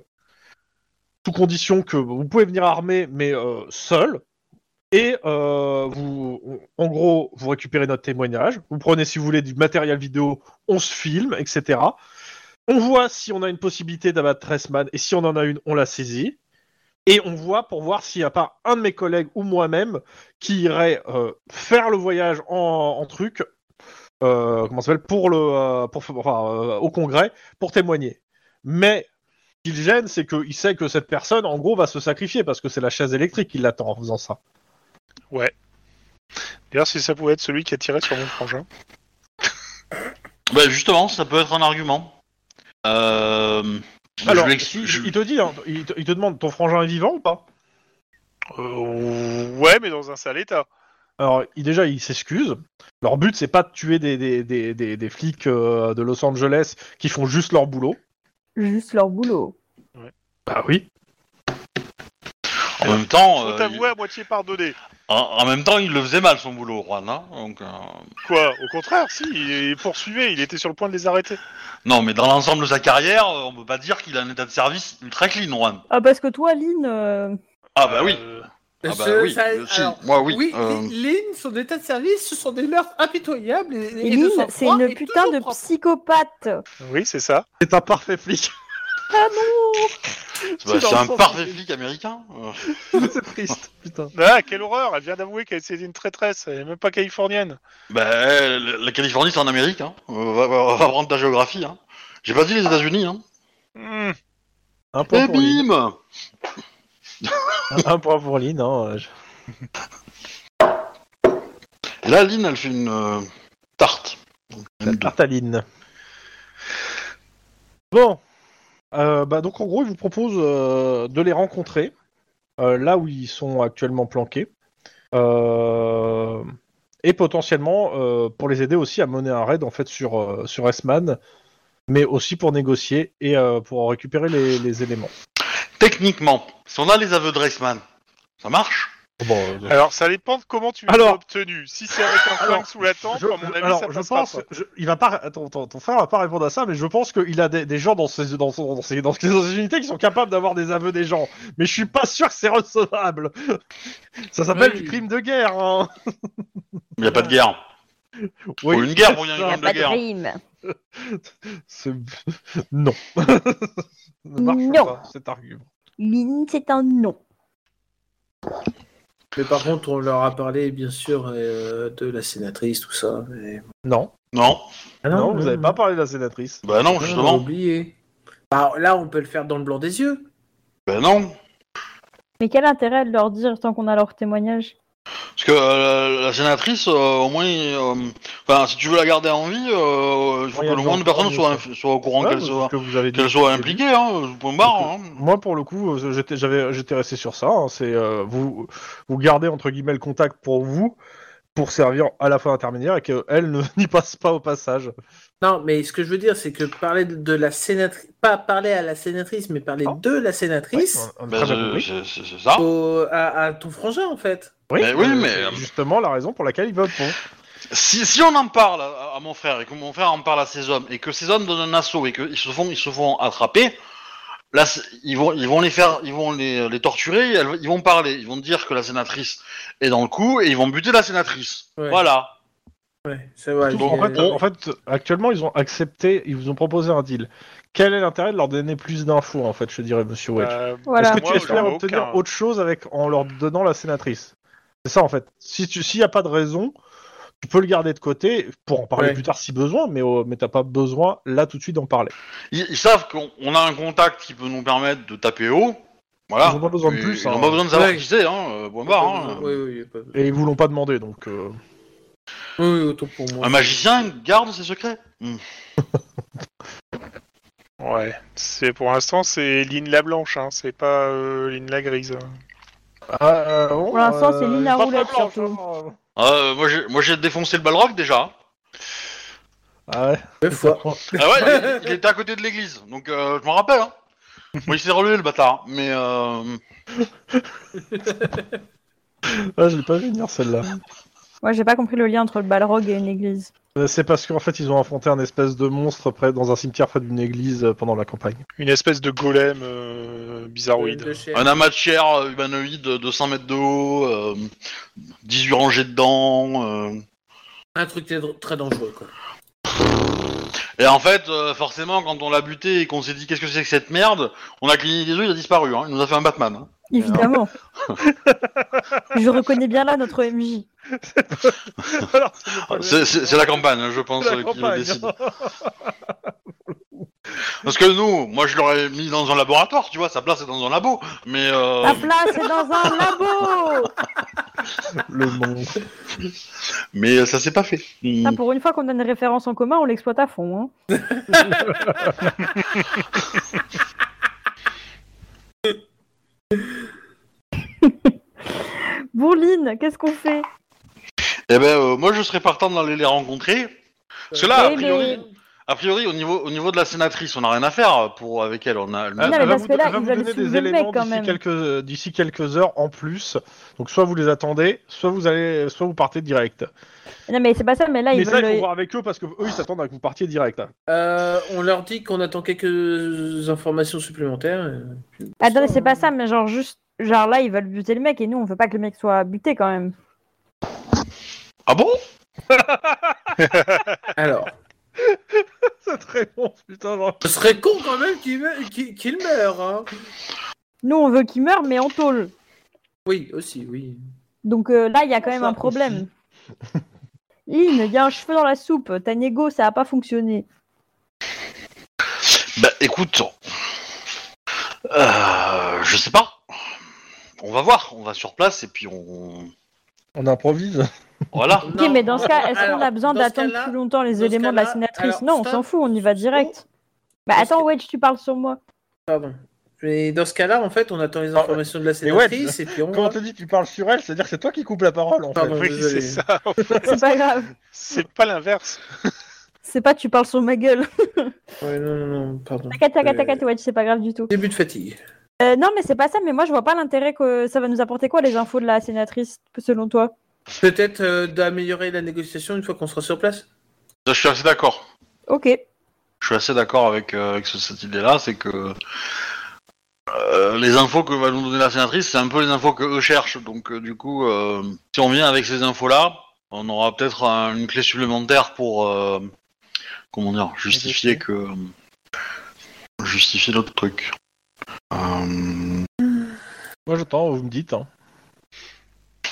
sous condition que vous pouvez venir armé mais euh, seul. Et euh, vous, en gros, vous récupérez notre témoignage. Vous prenez, si vous voulez, du matériel vidéo. On se filme, etc. On voit si on a une possibilité d'abattre Resman et si on en a une, on la saisit. Et on voit pour voir s'il n'y a pas un de mes collègues ou moi-même qui irait euh, faire le voyage en, en truc, euh, comment ça s'appelle, pour le, euh, pour, enfin, euh, au congrès pour témoigner. Mais ce qu'il gêne, c'est qu'il sait que cette personne, en gros, va se sacrifier parce que c'est la chaise électrique qui l'attend en faisant ça.
Ouais. D'ailleurs, si ça pouvait être celui qui a tiré sur mon frangin.
Bah justement, ça peut être un argument. Euh...
Alors,
je l'explique.
il, il te dit, hein, il, te, il te demande, ton frangin est vivant ou pas
Euh, ouais, mais dans un sale état.
Alors, il- déjà, ils s'excusent. Leur but, c'est pas de tuer des, des, des, des, des flics euh, de Los Angeles qui font juste leur boulot.
Juste leur boulot.
Bah oui.
En même temps,
Faut
euh,
t'avouer à moitié pardonné.
En, en même temps, il le faisait mal son boulot, Juan. hein, donc, euh,
Quoi Au contraire, si, il poursuivait, il était sur le point de les arrêter.
Non, mais dans l'ensemble de sa carrière, euh, on peut pas dire qu'il a un état de service ultra clean, Juan.
Ah, parce que toi, Lynn, euh,
Ah bah oui.
Euh,
Ah bah
Je-
oui.
ça-
euh, si,
alors,
Moi oui.
oui,
euh,
les les lignes, son état de service, ce sont des meurtres impitoyables. Et, et de
Lynn,
sang-froid,
c'est une
et
putain
toujours
de
propre.
psychopathe.
Oui, c'est ça.
C'est un parfait flic.
bah,
dans
c'est
le
un
sens
parfait
des-
flic américain. euh.
c'est triste, putain.
Ah, quelle horreur Elle vient d'avouer qu'elle était une traîtresse, elle n'est même pas californienne.
Bah, euh, la Californie, c'est en Amérique. Hein. Euh, va, va- va prendre ta géographie. Hein. J'ai pas dit les États-Unis. Hein.
Hmm.
Un point
Et
pour Lynn.
bim
Un point pour Lynn. hein, je-
Et là, Lynn, elle fait une euh, tarte. Donc, une deux.
Tarte à Lynn. Bon. Euh, bah, donc, en gros, ils vous proposent euh, de les rencontrer euh, là où ils sont actuellement planqués. Euh, et potentiellement euh, pour les aider aussi à mener un raid en fait sur, euh, sur S-Man, mais aussi pour négocier et euh, pour récupérer les, les éléments.
Techniquement, si on a les aveux de Reisman, ça marche
Bon, euh,
Alors, ça dépend de comment tu l'as
Alors-
obtenu. Si c'est avec un
Alors,
flingue sous la tempe,
Je-
à mon
je-
avis,
alors,
ça
je
passera
pense,
pas.
je- il va pas, ton, ton, ton frère va pas répondre à ça, mais je pense qu'il a des, des gens dans ses, dans, son- dans ses, dans ses- dans ses unités qui sont capables d'avoir des aveux des gens. Mais je suis pas sûr que c'est recevable. Ça s'appelle
Oui.
du crime de guerre. Hein.
Il n'y a pas de guerre.
Oui,
Ou une guerre pour y a une
ça.
crime de
Pas de
guerre.
rime.
C'est- Non. ne marche
Non.
pas cet argument.
Mine, c'est un non.
Mais par contre, on leur a parlé, bien sûr, euh, de la sénatrice, tout ça. mais-
Non,
Non,
Ah
non, vous
non.
avez pas parlé de la sénatrice.
bah non,
Ah, on a
justement.
oublié. Bah, là, on peut le faire dans le blanc des yeux.
Bah non.
Mais quel intérêt de leur dire tant qu'on a leur témoignage
Parce que euh, la sénatrice, euh, au moins, euh, enfin, si tu veux la garder en vie, euh, il faut
Ouais, y
que le
a des
moins de
gens qui
personnes
ont
soient,
des
soient au courant
Ouais,
qu'elle
vous-
soit,
que vous avez dit
qu'elle soit
au début.
impliquée, hein, point barre. Hein.
Moi, pour le coup, euh, j'étais, j'avais, j'étais resté sur ça. hein, c'est euh, vous, vous gardez entre guillemets le contact pour vous, pour servir à la fois d'intermédiaire et qu'elle ne n'y passe pas au passage.
Non, mais ce que je veux dire, c'est que parler de, de la sénatrice, pas parler à la sénatrice, mais parler
Ah.
de la sénatrice
On- on a
Bah,
très bien
euh,
compris.
c'est c'est- c'est ça.
au- à, à ton frangin, en fait.
Oui,
Mais bah oui,
euh,
mais-
c'est justement la raison pour laquelle il va au pont.
Si, si on en parle à, à mon frère et que mon frère en parle à ses hommes et que ses hommes donnent un assaut et qu'ils se font, ils se font attraper, là, c'est- ils vont, ils vont les faire, ils vont les, les torturer. et elles- ils vont parler, ils vont dire que la sénatrice est dans le coup et ils vont buter la sénatrice.
Ouais.
Voilà.
Ouais, c'est vrai.
Tout- en,
mais-
fait, en fait, actuellement, ils ont accepté, ils vous ont proposé un deal. Quel est l'intérêt de leur donner plus d'infos, en fait, je dirais, monsieur Wedge
Euh,
Voilà.
Est-ce que
Moi,
tu espères
j'en ai
obtenir
aucun.
autre chose avec en leur donnant la sénatrice C'est ça en fait. Si tu s'il n'y a pas de raison, tu peux le garder de côté pour en parler
Ouais.
plus tard si besoin, mais euh, mais t'as pas besoin là tout de suite d'en parler.
Ils, ils savent qu'on on a un contact qui peut nous permettre de taper haut. Voilà.
Ils ont pas besoin de
Et-
plus,
Ils
hein.
ont pas besoin de savoir
Ouais.
qui c'est, hein. euh, point
Oui,
barre, hein.
oui, oui, pas-
Et ils vous l'ont pas demandé donc. euh,
oui, oui, autant pour moi.
Un magicien garde ses secrets. Hmm.
Ouais, c'est pour l'instant c'est Lynn la blanche, hein, c'est pas euh, Lynn la grise. hein.
ah, euh, bon,
l'instant, c'est
euh,
Lina
pas
Roulette,
très blanche,
surtout.
hein.
Ah, euh, moi, j'ai- moi, j'ai défoncé le balrog déjà.
Ah ouais.
Deux fois.
Ah ouais, il- il était à côté de l'église, donc euh, je m'en rappelle. Hein. Bon, il s'est relevé le bâtard, mais euh,
Ah, je l'ai pas vu venir celle-là.
Moi, j'ai pas compris le lien entre le balrog et une église.
Euh, C'est parce qu'en fait ils ont affronté un espèce de monstre près dans un cimetière près d'une église euh, pendant la campagne.
Une espèce de golem euh, bizarroïde.
De chair.
un amas de chair euh, humanoïde de 100 mètres de haut, euh, 18 rangées de dents. euh.
Un truc très, très dangereux, quoi.
Et en fait, euh, forcément, quand on l'a buté et qu'on s'est dit qu'est-ce que c'est que cette merde, on a cligné des yeux, il a disparu. Hein. Il nous a fait un Batman. hein.
Évidemment. je reconnais bien là notre MJ.
Alors, c'est même pas le-
C'est c'est- c'est la campagne, hein, je pense,
la
euh, qui le
campagne.
décide. Parce que nous, moi je l'aurais mis dans un
Oh. Ah,
laboratoire, tu vois, sa place est dans un labo. Mais euh,
La place est dans un labo
Le monde.
Mais euh, ça s'est pas fait.
Ça, pour une fois qu'on a une référence en commun, on l'exploite à fond. hein. Bon, Lynn, qu'est-ce qu'on fait
Eh ben, euh, moi, je serais partant d'aller les rencontrer. Parce que là, a
Oui,
priori,
mais-
a priori au, niveau, au niveau de la sénatrice, on n'a rien à faire pour, avec elle. On a, elle-
Ah, mais
Elle va
parce
vous,
que là,
elle va
ils
vous
veulent
donner des
soulever le mec,
éléments
quand
d'ici
même.
quelques, euh, d'ici quelques heures en plus. Donc soit vous les attendez, soit vous allez, soit vous partez direct.
Non, mais c'est pas ça, mais là,
Mais
Ah, ils
ça, il
veulent.
faut voir avec eux parce que eux, ils s'attendent à que vous partiez direct. hein.
Euh, on leur dit qu'on attend quelques informations supplémentaires. euh, puis-
Attendez, c'est pas ça, Ah, mais genre, juste. Genre là, ils veulent buter le mec et nous, on veut pas que le mec soit buté quand même.
Ah bon
Alors,
C'est très bon, putain. non.
ce serait con quand même qu'il me- qu'il- qu'il meure. hein.
Nous, on veut qu'il meure, mais en tôle.
Oui, aussi, oui.
Donc euh, là, il y a quand même
ça,
un problème. Lynn, il y a un cheveu dans la soupe. Ta négo, ça a pas fonctionné.
Bah écoute, euh, je sais pas. On va voir, on va sur place et puis on.
On improvise.
Voilà.
Ok, mais dans ce cas, est-ce qu'on a
Alors,
besoin
dans ce
d'attendre
cas-là-
plus longtemps les
dans ce
éléments de la
cas-là,
sénatrice
alors,
Non, on
ça,
s'en fout, on y va direct. Bah
Dans ce
attends,
cas-
Wedge, tu parles sur moi.
Pardon. Mais dans ce cas-là, en fait, on attend les informations de la
Ah, mais ouais,
sénatrice et puis on.
Quand on
voit.
te dit que tu parles sur elle, c'est-à-dire que c'est toi qui coupes la parole en
Pardon,
fait.
Oui,
désolé.
c'est ça.
C'est pas grave.
C'est pas l'inverse.
C'est pas tu parles sur ma gueule.
Ouais, non, non, non, pardon.
Tacat, tacat,
Euh,
tacat, Wedge, c'est pas grave du tout.
Début de fatigue.
Euh, non, mais c'est pas ça, mais moi je vois pas l'intérêt que ça va nous apporter quoi les infos de la sénatrice, selon toi
Peut-être euh, d'améliorer la négociation une fois qu'on sera sur place.
Je suis assez d'accord.
Ok.
Je suis assez d'accord avec, euh, avec ce- cette idée-là, c'est que. euh, les infos que va nous donner la sénatrice, c'est un peu les infos que eux cherchent. Donc, euh, du coup, euh, si on vient avec ces infos-là, on aura peut-être un- une clé supplémentaire pour. euh, comment dire Justifier que. Justifier notre truc. Euh,
Moi, j'attends, vous me dites. hein.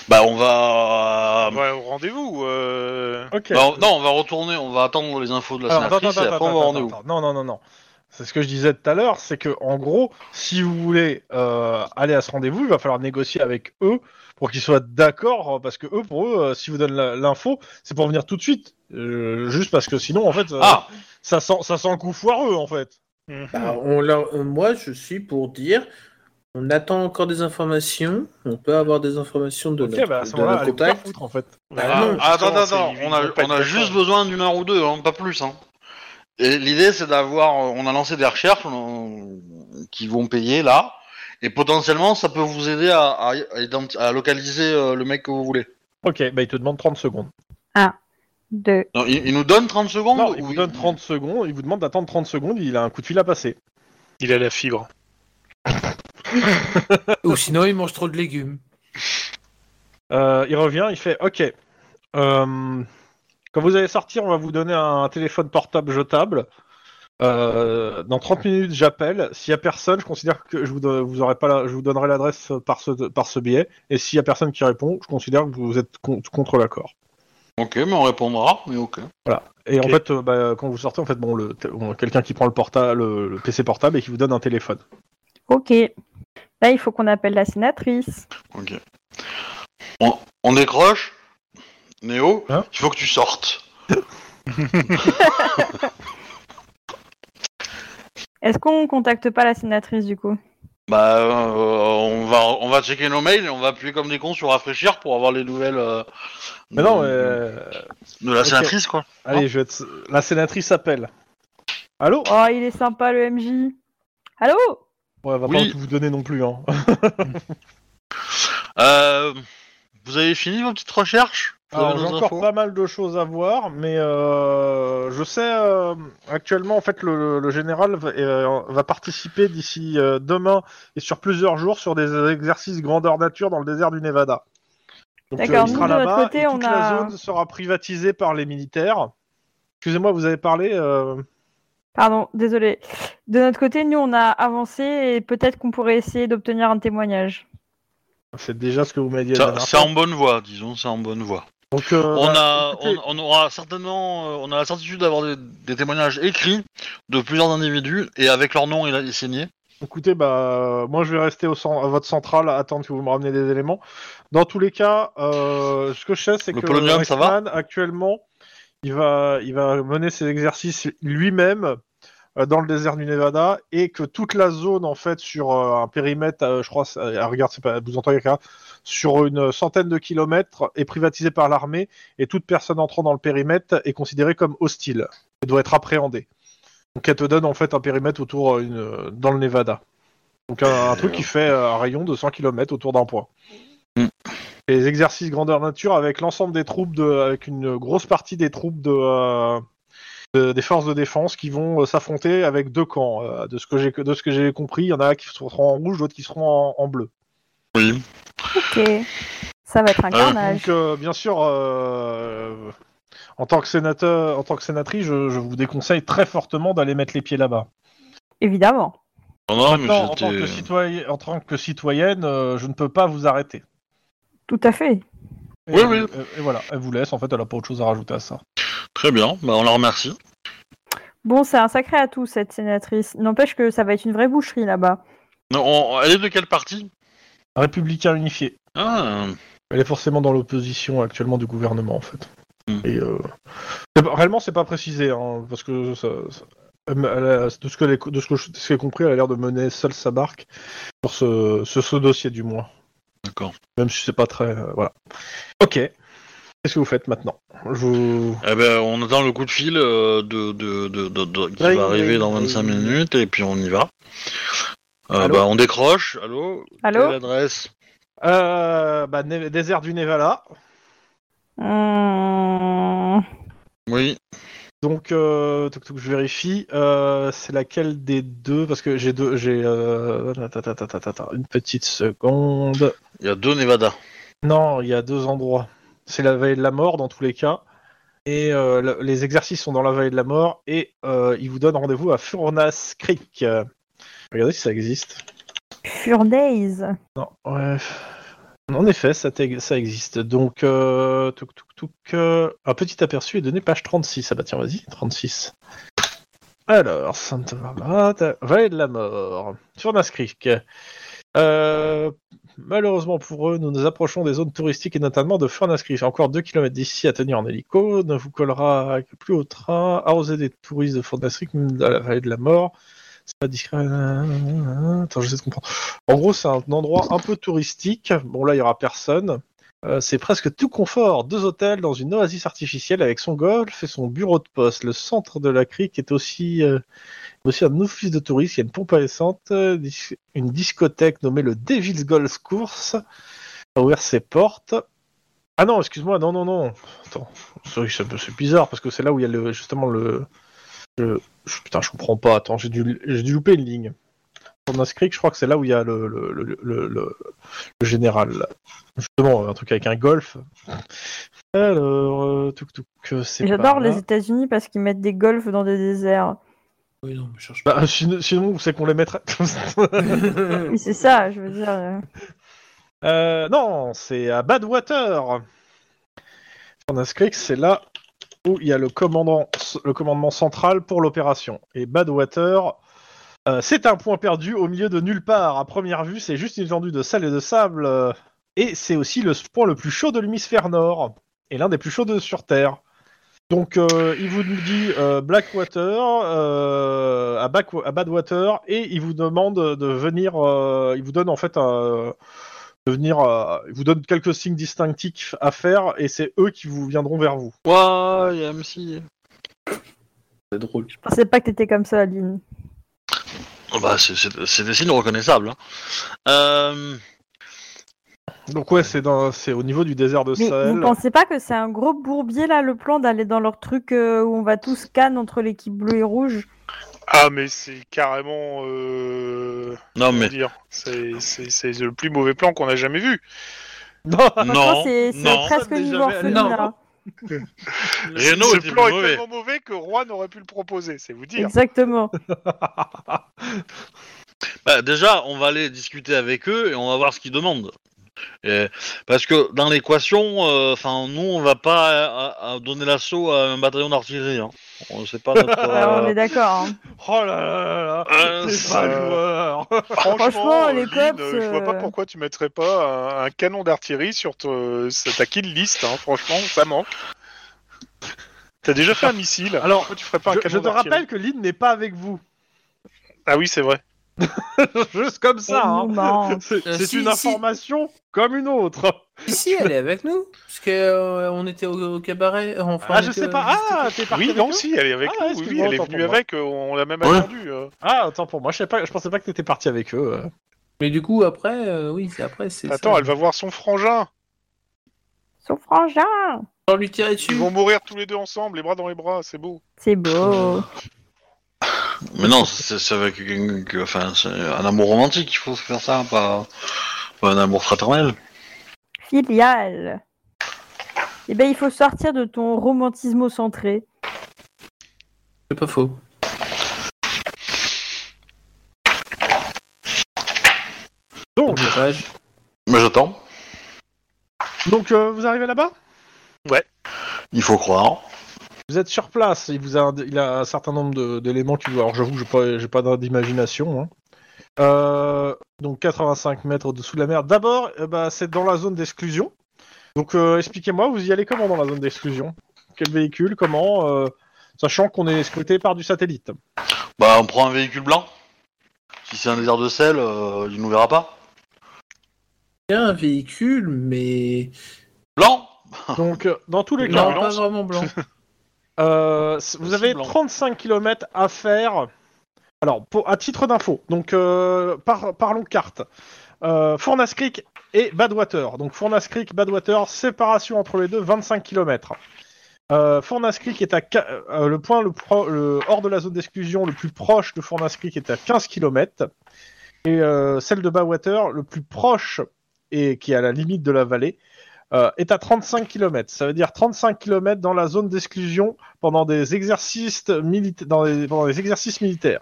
Bah on va.
Ouais, au rendez-vous. euh.
Ok.
Bah, on- non, on va retourner, on va attendre les infos de la
Alors, attends,
sénatrice
attends,
et après
attends,
on va au
attends,
rendez-vous.
attends. Non, non, non, non. C'est ce que je disais tout à l'heure, c'est que en gros, si vous voulez euh, aller à ce rendez-vous, il va falloir négocier avec eux pour qu'ils soient d'accord, euh, parce que eux, pour eux, euh, si vous donnent la- l'info, c'est pour venir tout de suite, Euh, juste parce que sinon, en fait, euh,
Ah
ça sent, ça sent le coup foireux, en fait.
Bah, on leur- euh, Moi, je suis pour dire on attend encore des informations. On peut avoir des informations de
ok,
notre,
bah à ce
de
moment-là,
notre
allez vous faire
contact.
foutre, en fait.
Bah,
Ah,
non,
ah, attends,
justement,
attends,
c'est-
on a,
ils vont pas
on a
être
juste
d'accord.
besoin d'une heure ou deux, hein, pas plus. Hein. Et l'idée, c'est d'avoir, euh, on a lancé des recherches on en- qui vont payer là, et potentiellement, ça peut vous aider à, à- à identi- à localiser euh, le mec que vous voulez.
Ok, bah il te demande 30 secondes.
Deux.
Non, il, il nous donne 30 secondes
Non, il
ou
vous donne 30 secondes, il vous demande d'attendre 30 secondes, il a un coup de fil à passer.
Il a la fibre.
Ou sinon, ils mangent trop de légumes.
Euh, il revient, il fait Ok. euh, quand vous allez sortir, on va vous donner un téléphone portable jetable. Euh, dans 30 minutes, j'appelle. S'il y a personne, je considère que je vous, don- vous aurez pas la- je vous donnerai l'adresse par ce, par ce biais. Et s'il y a personne qui répond, je considère que vous êtes con- contre l'accord.
Ok, mais on répondra, mais ok.
Et en
Ok.
fait, euh, bah, quand vous sortez, en fait, bon, le, on- quelqu'un qui prend le, porta, le, le PC portable et qui vous donne un téléphone.
Ok. Là, il faut qu'on appelle la sénatrice.
Ok. On, on décroche. Néo,
Hein
il faut que tu sortes.
Est-ce qu'on contacte pas la sénatrice du coup
Bah, euh, on va on va checker nos mails et on va appuyer comme des cons sur rafraîchir pour avoir les nouvelles euh,
Mais non,
de,
euh,
de la
ok.
sénatrice quoi.
allez, je vais être- la sénatrice appelle. Allô
Oh, il est sympa le MJ. Allô
Ouais, elle va
Oui.
pas tout vous donner non plus. Hein.
Euh, vous avez fini vos petites recherches Vous avez
Alors, j'ai
nos
encore
infos
pas mal de choses à voir, mais euh, je sais euh, actuellement en fait le, le général va, euh, va participer d'ici euh, demain et sur plusieurs jours sur des exercices grandeur nature dans le désert du Nevada. Donc euh,
D'accord,
il
nous,
sera
de notre
là-bas
côté,
et
on
toute
a-
la zone sera privatisée par les militaires. Excusez-moi, vous avez parlé. euh,
Pardon, désolé. De notre côté, nous, on a avancé et peut-être qu'on pourrait essayer d'obtenir un témoignage.
C'est déjà ce que vous m'avez dit. la
Ça-
dernière
C'est
fois.
en bonne voie, disons, c'est en bonne voie.
Donc, euh,
on a,
écoutez,
on, on aura certainement, euh, on a la certitude d'avoir des, des témoignages écrits de plusieurs individus et avec leur nom et la- et signé.
Écoutez, bah, moi je vais rester au cen- à votre centrale, à attendre que vous me ramenez des éléments. Dans tous les cas, euh, ce que je sais, c'est
Le
que
polonium, ça va
Reichmann, actuellement, il va, il va mener ses exercices lui-même euh, dans le désert du Nevada et que toute la zone, en fait, sur euh, un périmètre, euh, je crois, c'est- euh, regarde, c'est pas, vous entendez quelqu'un, sur une centaine de kilomètres, est privatisée par l'armée et toute personne entrant dans le périmètre est considérée comme hostile et doit être appréhendée. Donc elle te donne en fait un périmètre autour euh, une, euh, dans le Nevada. Donc un, un truc qui fait euh, un rayon de 100 km autour d'un point.
Mm.
Et Les exercices grandeur nature avec l'ensemble des troupes de, avec une grosse partie des troupes de, euh, de- des forces de défense qui vont euh, s'affronter avec deux camps. euh, de ce que j'ai de ce que j'ai compris, il y en a qui seront en rouge, d'autres qui seront en, en bleu.
Oui.
Ok. Ça va être un
Ah,
carnage.
Donc euh, bien sûr, euh, en tant que sénateur, en tant que sénatrice, je- je vous déconseille très fortement d'aller mettre les pieds là-bas.
Évidemment.
Non, Ah non, mais
Maintenant, en tant,
j'étais-
que citoyen- en tant que citoyenne, euh, je ne peux pas vous arrêter.
Tout à fait.
Et,
Oui, oui.
euh, Et, voilà, elle vous laisse, en fait, elle n'a pas autre chose à rajouter à ça.
Très bien, bah, on la remercie.
Bon, c'est un sacré atout, cette sénatrice. N'empêche que ça va être une vraie boucherie là-bas.
Non, on- Elle est de quelle partie
Républicain unifié.
ah,
Elle est forcément dans l'opposition actuellement du gouvernement, en fait.
Mm.
Et euh, c'est pas- réellement, c'est pas précisé, hein, parce que ça- ça- elle a- de ce que, les- de ce que je- de ce que j'ai compris, elle a l'air de mener seule sa barque sur ce, sur ce dossier, du moins.
D'accord.
Même si c'est pas très. euh, voilà. Ok. Qu'est-ce que vous faites maintenant Je vous-
Eh ben, on attend le coup de fil euh, de, de, de, de- de- qui
Oui,
va arriver
oui,
dans
oui.
25 minutes et puis on y va. Euh,
Allô
bah, on décroche. Allô Quelle
Allô
adresse
Euh, bah, Ne- désert du Nevada.
Mmh.
Oui.
Donc, euh, toc, toc, je vérifie. Euh, c'est laquelle des deux Parce que j'ai deux. J'ai. euh, tatatatatata, Une petite seconde.
Il y a deux Nevada.
Non, il y a deux endroits. C'est la vallée de la mort dans tous les cas. Et euh, le- les exercices sont dans la vallée de la mort. Et euh, ils vous donnent rendez-vous à Furnas Creek. Euh, Regardez si ça existe.
Pure days.
Non, ouais. En effet, ça, t'ex- ça existe. Donc, euh, toc, toc, toc, euh, un petit aperçu est donné page 36. Ah bah tiens, vas-y, 36. Alors, Santa Barbara, Vallée de la Mort, sur Nas Creek. Euh, malheureusement pour eux, nous nous approchons des zones touristiques et notamment de Furnace Creek. Encore 2 km d'ici à tenir en hélico, ne vous collera plus au train, arrosé des touristes de Furnace Creek, même dans la Vallée de la Mort. C'est pas discret. Attends, j'essaie de comprendre. En gros, c'est un endroit un peu touristique. Bon, là, il y aura personne. Euh, c'est presque tout confort. Deux hôtels dans une oasis artificielle avec son golf et son bureau de poste. Le centre de la crique est aussi, euh, aussi un office de tourisme. Il y a une pompe à essence, euh, dis- une discothèque nommée le Devil's Golf Course a ouvert ses portes. Ah non, excuse-moi, non, non, non. Attends, c'est vrai que c'est un peu- c'est bizarre parce que c'est là où il y a le, justement le. le- Putain, je comprends pas. Attends, j'ai dû, j'ai dû louper une ligne. Furnace Creek, je crois que c'est là où il y a le, le, le, le- le- le général. là. Justement, un truc avec un golf. Alors, euh, touc, touc, euh, c'est
J'adore
par là.
les États-Unis parce qu'ils mettent des golfs dans des déserts.
Oui, non, mais cherche pas.
Bah, sinon, sinon, où c'est qu'on les mettrait
Bah.
Oui, c'est ça, je veux dire. euh.
Euh, Non, c'est à Badwater. Furnace Creek, c'est là où il y a le, commandant, le commandement central pour l'opération. Et Badwater, euh, c'est un point perdu au milieu de nulle part. À première vue, c'est juste une étendue de sel et de sable. euh, et c'est aussi le point le plus chaud de l'hémisphère nord. Et l'un des plus chauds de, sur Terre. Donc, euh, il vous dit euh, Blackwater euh, à, Back- à Badwater et il vous demande de venir. euh, il vous donne en fait un. de venir, euh, il vous donne quelques signes distinctifs à faire et c'est eux qui vous viendront vers vous.
Ouais, MC.
C'est drôle.
Je pensais pas que t'étais comme ça, Aline.
Oh, bah, c'est- c'est c'est des signes reconnaissables. hein. Euh,
Donc ouais, c'est dans- c'est au niveau du désert de
Mais
Sahel.
vous pensez pas que c'est un gros bourbier là le plan d'aller dans leur truc euh, où on va tous cannes entre l'équipe bleue et rouge
Ah, mais c'est carrément. Euh...
non,
comment
mais
dire C'est c'est- c'est le plus mauvais plan qu'on a jamais vu.
Non.
Bah, Franchement,
non,
c'est
non.
c'est presque
Ça n'est
niveau
jamais allé.
orphelinat.
Renault
Ce
était
plan
plus
est
mauvais.
tellement mauvais que Rouen aurait pu le proposer, c'est vous dire.
Exactement.
Bah, déjà, on va aller discuter avec eux et on va voir ce qu'ils demandent. Et- parce que dans l'équation, euh, enfin, nous, on va pas euh, à- à- à donner l'assaut à un bataillon d'artillerie. Hein. On sait pas notre.
Alors, on
euh,
est d'accord. hein.
Oh là là là là
Euh,
C'est pas
ça-
joueur
Franchement,
euh,
les
Lynn,
cops,
euh, je vois pas
euh,
pourquoi tu mettrais pas un, un canon d'artillerie sur te- sa- ta kill list. hein. Franchement, ça manque. T'as déjà fait un missile.
Alors,
Pourquoi tu ferais pas un
Je,
canon
je te
d'artillerie
rappelle que Lynn n'est pas avec vous.
Ah oui, c'est vrai.
Juste comme ça.
on
hein.
nous ment.
C'est
Euh,
c'est
si,
une
si.
information comme une autre.
Ici, elle est avec nous. Parce que euh, on était au, au cabaret. euh, Enfin,
ah,
on
je
était,
sais
euh,
pas. Ah, t'es parti
Oui,
avec
non,
eux
si, elle est avec
Ah,
nous. Oui, oui,
excuse-moi,
elle est
autant
venue
pour moi.
avec. euh, On l'a même
Ouais.
attendu. euh.
Ah, attends pour moi. Je sais pas. Je pensais pas que t'étais parti avec eux. euh.
Mais du coup, après, euh, oui, c'est après. c'est
Attends,
ça.
elle va voir son frangin.
Son frangin.
Sans lui tirer dessus.
Ils vont mourir tous les deux ensemble, les bras dans les bras. C'est beau.
C'est beau.
Mais non, c'est c'est avec quelqu'un que- enfin, c'est un amour romantique. Il faut faire ça, pas, pas un amour fraternel.
Filiale. Eh ben, il faut sortir de ton romantisme centré.
C'est pas faux.
Donc,
Dommage.
Mais j'attends.
donc euh, vous arrivez là-bas
Il faut croire.
Vous êtes sur place. Il vous a, il a un certain nombre de- d'éléments qui vous. Alors j'avoue, que j'ai pas, j'ai pas d'imagination. hein. Euh, donc 85 mètres au-dessous de la mer. D'abord, euh, bah, c'est dans la zone d'exclusion. Donc euh, expliquez-moi, vous y allez comment dans la zone d'exclusion Quel véhicule Comment euh, Sachant qu'on est scruté par du satellite.
Bah, on prend un véhicule blanc. Si c'est un désert de sel, euh, il nous verra pas.
Il y a un véhicule, mais.
Blanc
Donc euh, dans tous les
Non,
cas,
pas
ambulance.
vraiment blanc.
Euh, c- vous
Aussi
avez
blanc.
35 km à faire. Alors, pour, à titre d'info, donc euh, par- parlons carte. Euh, Furnace Creek et Badwater. Donc Furnace Creek, Badwater, séparation entre les deux, 25 km. Euh, Furnace Creek est à qua- euh, le point le, pro- le- hors de la zone d'exclusion le plus proche de Furnace Creek est à 15 km et euh, celle de Badwater le plus proche et qui est à la limite de la vallée euh, est à 35 km. Ça veut dire 35 km dans la zone d'exclusion pendant des exercices militaires. Dans les- pendant des exercices militaires.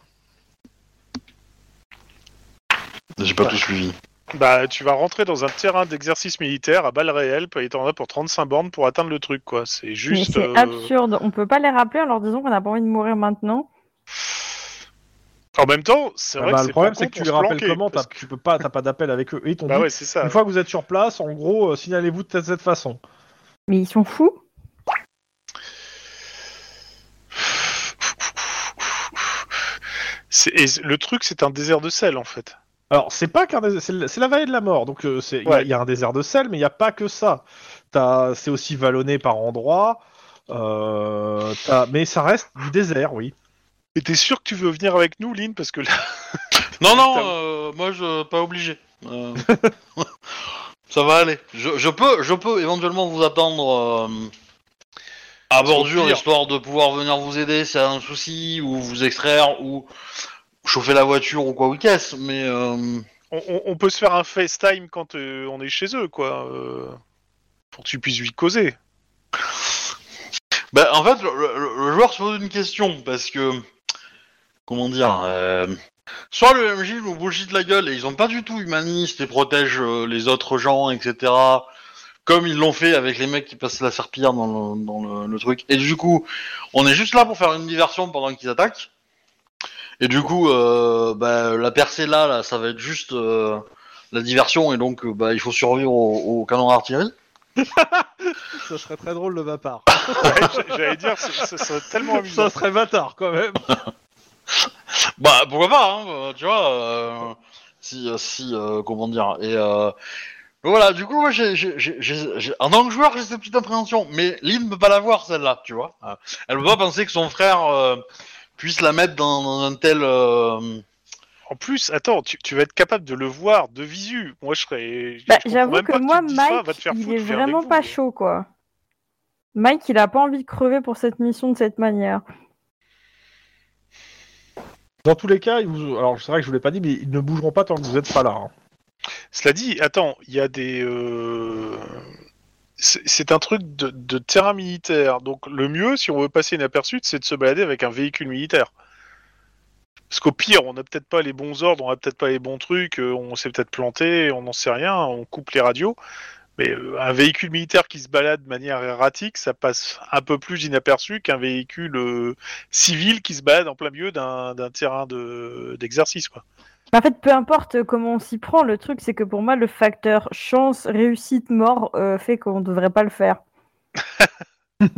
J'ai pas tout suivi.
Bah, tu vas rentrer dans un terrain d'exercice militaire à balles réelles, puis il t'en a pour 35 bornes pour atteindre le truc, quoi. C'est
Mais
juste.
c'est
euh,
absurde. On peut pas les rappeler en leur disant qu'on n'a pas envie de mourir maintenant.
En même temps, c'est
Ah
vrai
bah,
que c'est
le problème,
pas
c'est
con
que tu
pour
les
se
rappelles
planquer,
comment t'as-
parce que-
Tu peux pas, t'as pas d'appel avec eux. Et ils t'ont
Bah
dit,
ouais, c'est ça.
une fois que vous êtes sur place, en gros, euh, signalez-vous de cette façon.
Mais ils sont fous.
C'est- et le truc, c'est un désert de sel, en fait.
Alors, c'est pas qu'un dés- c'est le- c'est la vallée de la mort, donc euh, c'est- il y a-
Ouais.
il y, a un désert de sel, mais il n'y a pas que ça. T'as- C'est aussi vallonné par endroits, euh, t'as- mais ça reste du désert, oui.
Et t'es sûr que tu veux venir avec nous, Lynn Parce que là,
Non, non,
T'as-
euh, moi, je pas obligé. Euh, ça va aller. Je, je peux, je peux éventuellement vous attendre euh, à bordure,
pire-
histoire de pouvoir venir vous aider si y a un souci, ou vous extraire, ou chauffer la voiture, ou quoi, ou qu'est-ce. Mais euh,
on, on- on peut se faire un FaceTime quand euh, on est chez eux, quoi. euh, pour que tu puisses lui causer.
Bah, en fait, le, le- le joueur se pose une question parce que. Comment dire euh, Soit le MJ nous bullshit la gueule et ils sont pas du tout humanistes et protègent euh, les autres gens, etc. Comme ils l'ont fait avec les mecs qui passent la serpillère dans, le, dans le, le truc. Et du coup, on est juste là pour faire une diversion pendant qu'ils attaquent. Et du coup, euh, bah, la percée là, là, ça va être juste euh, la diversion et donc euh, bah, il faut survivre au, au canon d'artillerie.
Ça serait très drôle de ma part.
Ouais, j'- J'allais dire, c'est- ça serait tellement amusant.
ça serait bâtard quand même.
Bah pourquoi pas, hein, euh, tu vois. euh, si, euh, si, euh, comment dire. Et euh, voilà, du coup, moi, j'ai, j'ai- j'ai- j'ai- j'ai- en tant que joueur, j'ai cette petite appréhension. Mais Lynn peut pas la voir celle-là, tu vois. Euh, Elle peut pas penser que son frère euh, puisse la mettre dans, dans un tel. euh,
En plus, attends, tu, tu vas être capable de le voir de visu. Moi, je serais. je
Bah,
comprends
J'avoue
même
que
pas tu
moi,
me dises
Mike,
pas, va te faire
il
foutre,
est
viens
vraiment
avec
pas
nous.
chaud, quoi. Mike, il a pas envie de crever pour cette mission de cette manière.
Dans tous les cas, ils vous... alors c'est vrai que je vous l'ai pas dit, mais ils ne bougeront pas tant que vous êtes pas là. hein.
Cela dit, attends, il y a des. euh, C'est c'est un truc de, de terrain militaire. Donc, le mieux, si on veut passer inaperçu, c'est de se balader avec un véhicule militaire. Parce qu'au pire, on n'a peut-être pas les bons ordres, on n'a peut-être pas les bons trucs, euh, on s'est peut-être planté, on n'en sait rien, on coupe les radios. Mais euh, un véhicule militaire qui se balade de manière erratique, ça passe un peu plus inaperçu qu'un véhicule euh, civil qui se balade en plein milieu d'un d'un terrain de- d'exercice. quoi.
Mais En fait, peu importe comment on s'y prend, le truc, c'est que pour moi, le facteur chance, réussite, mort euh, fait qu'on ne devrait pas le faire.
Alors,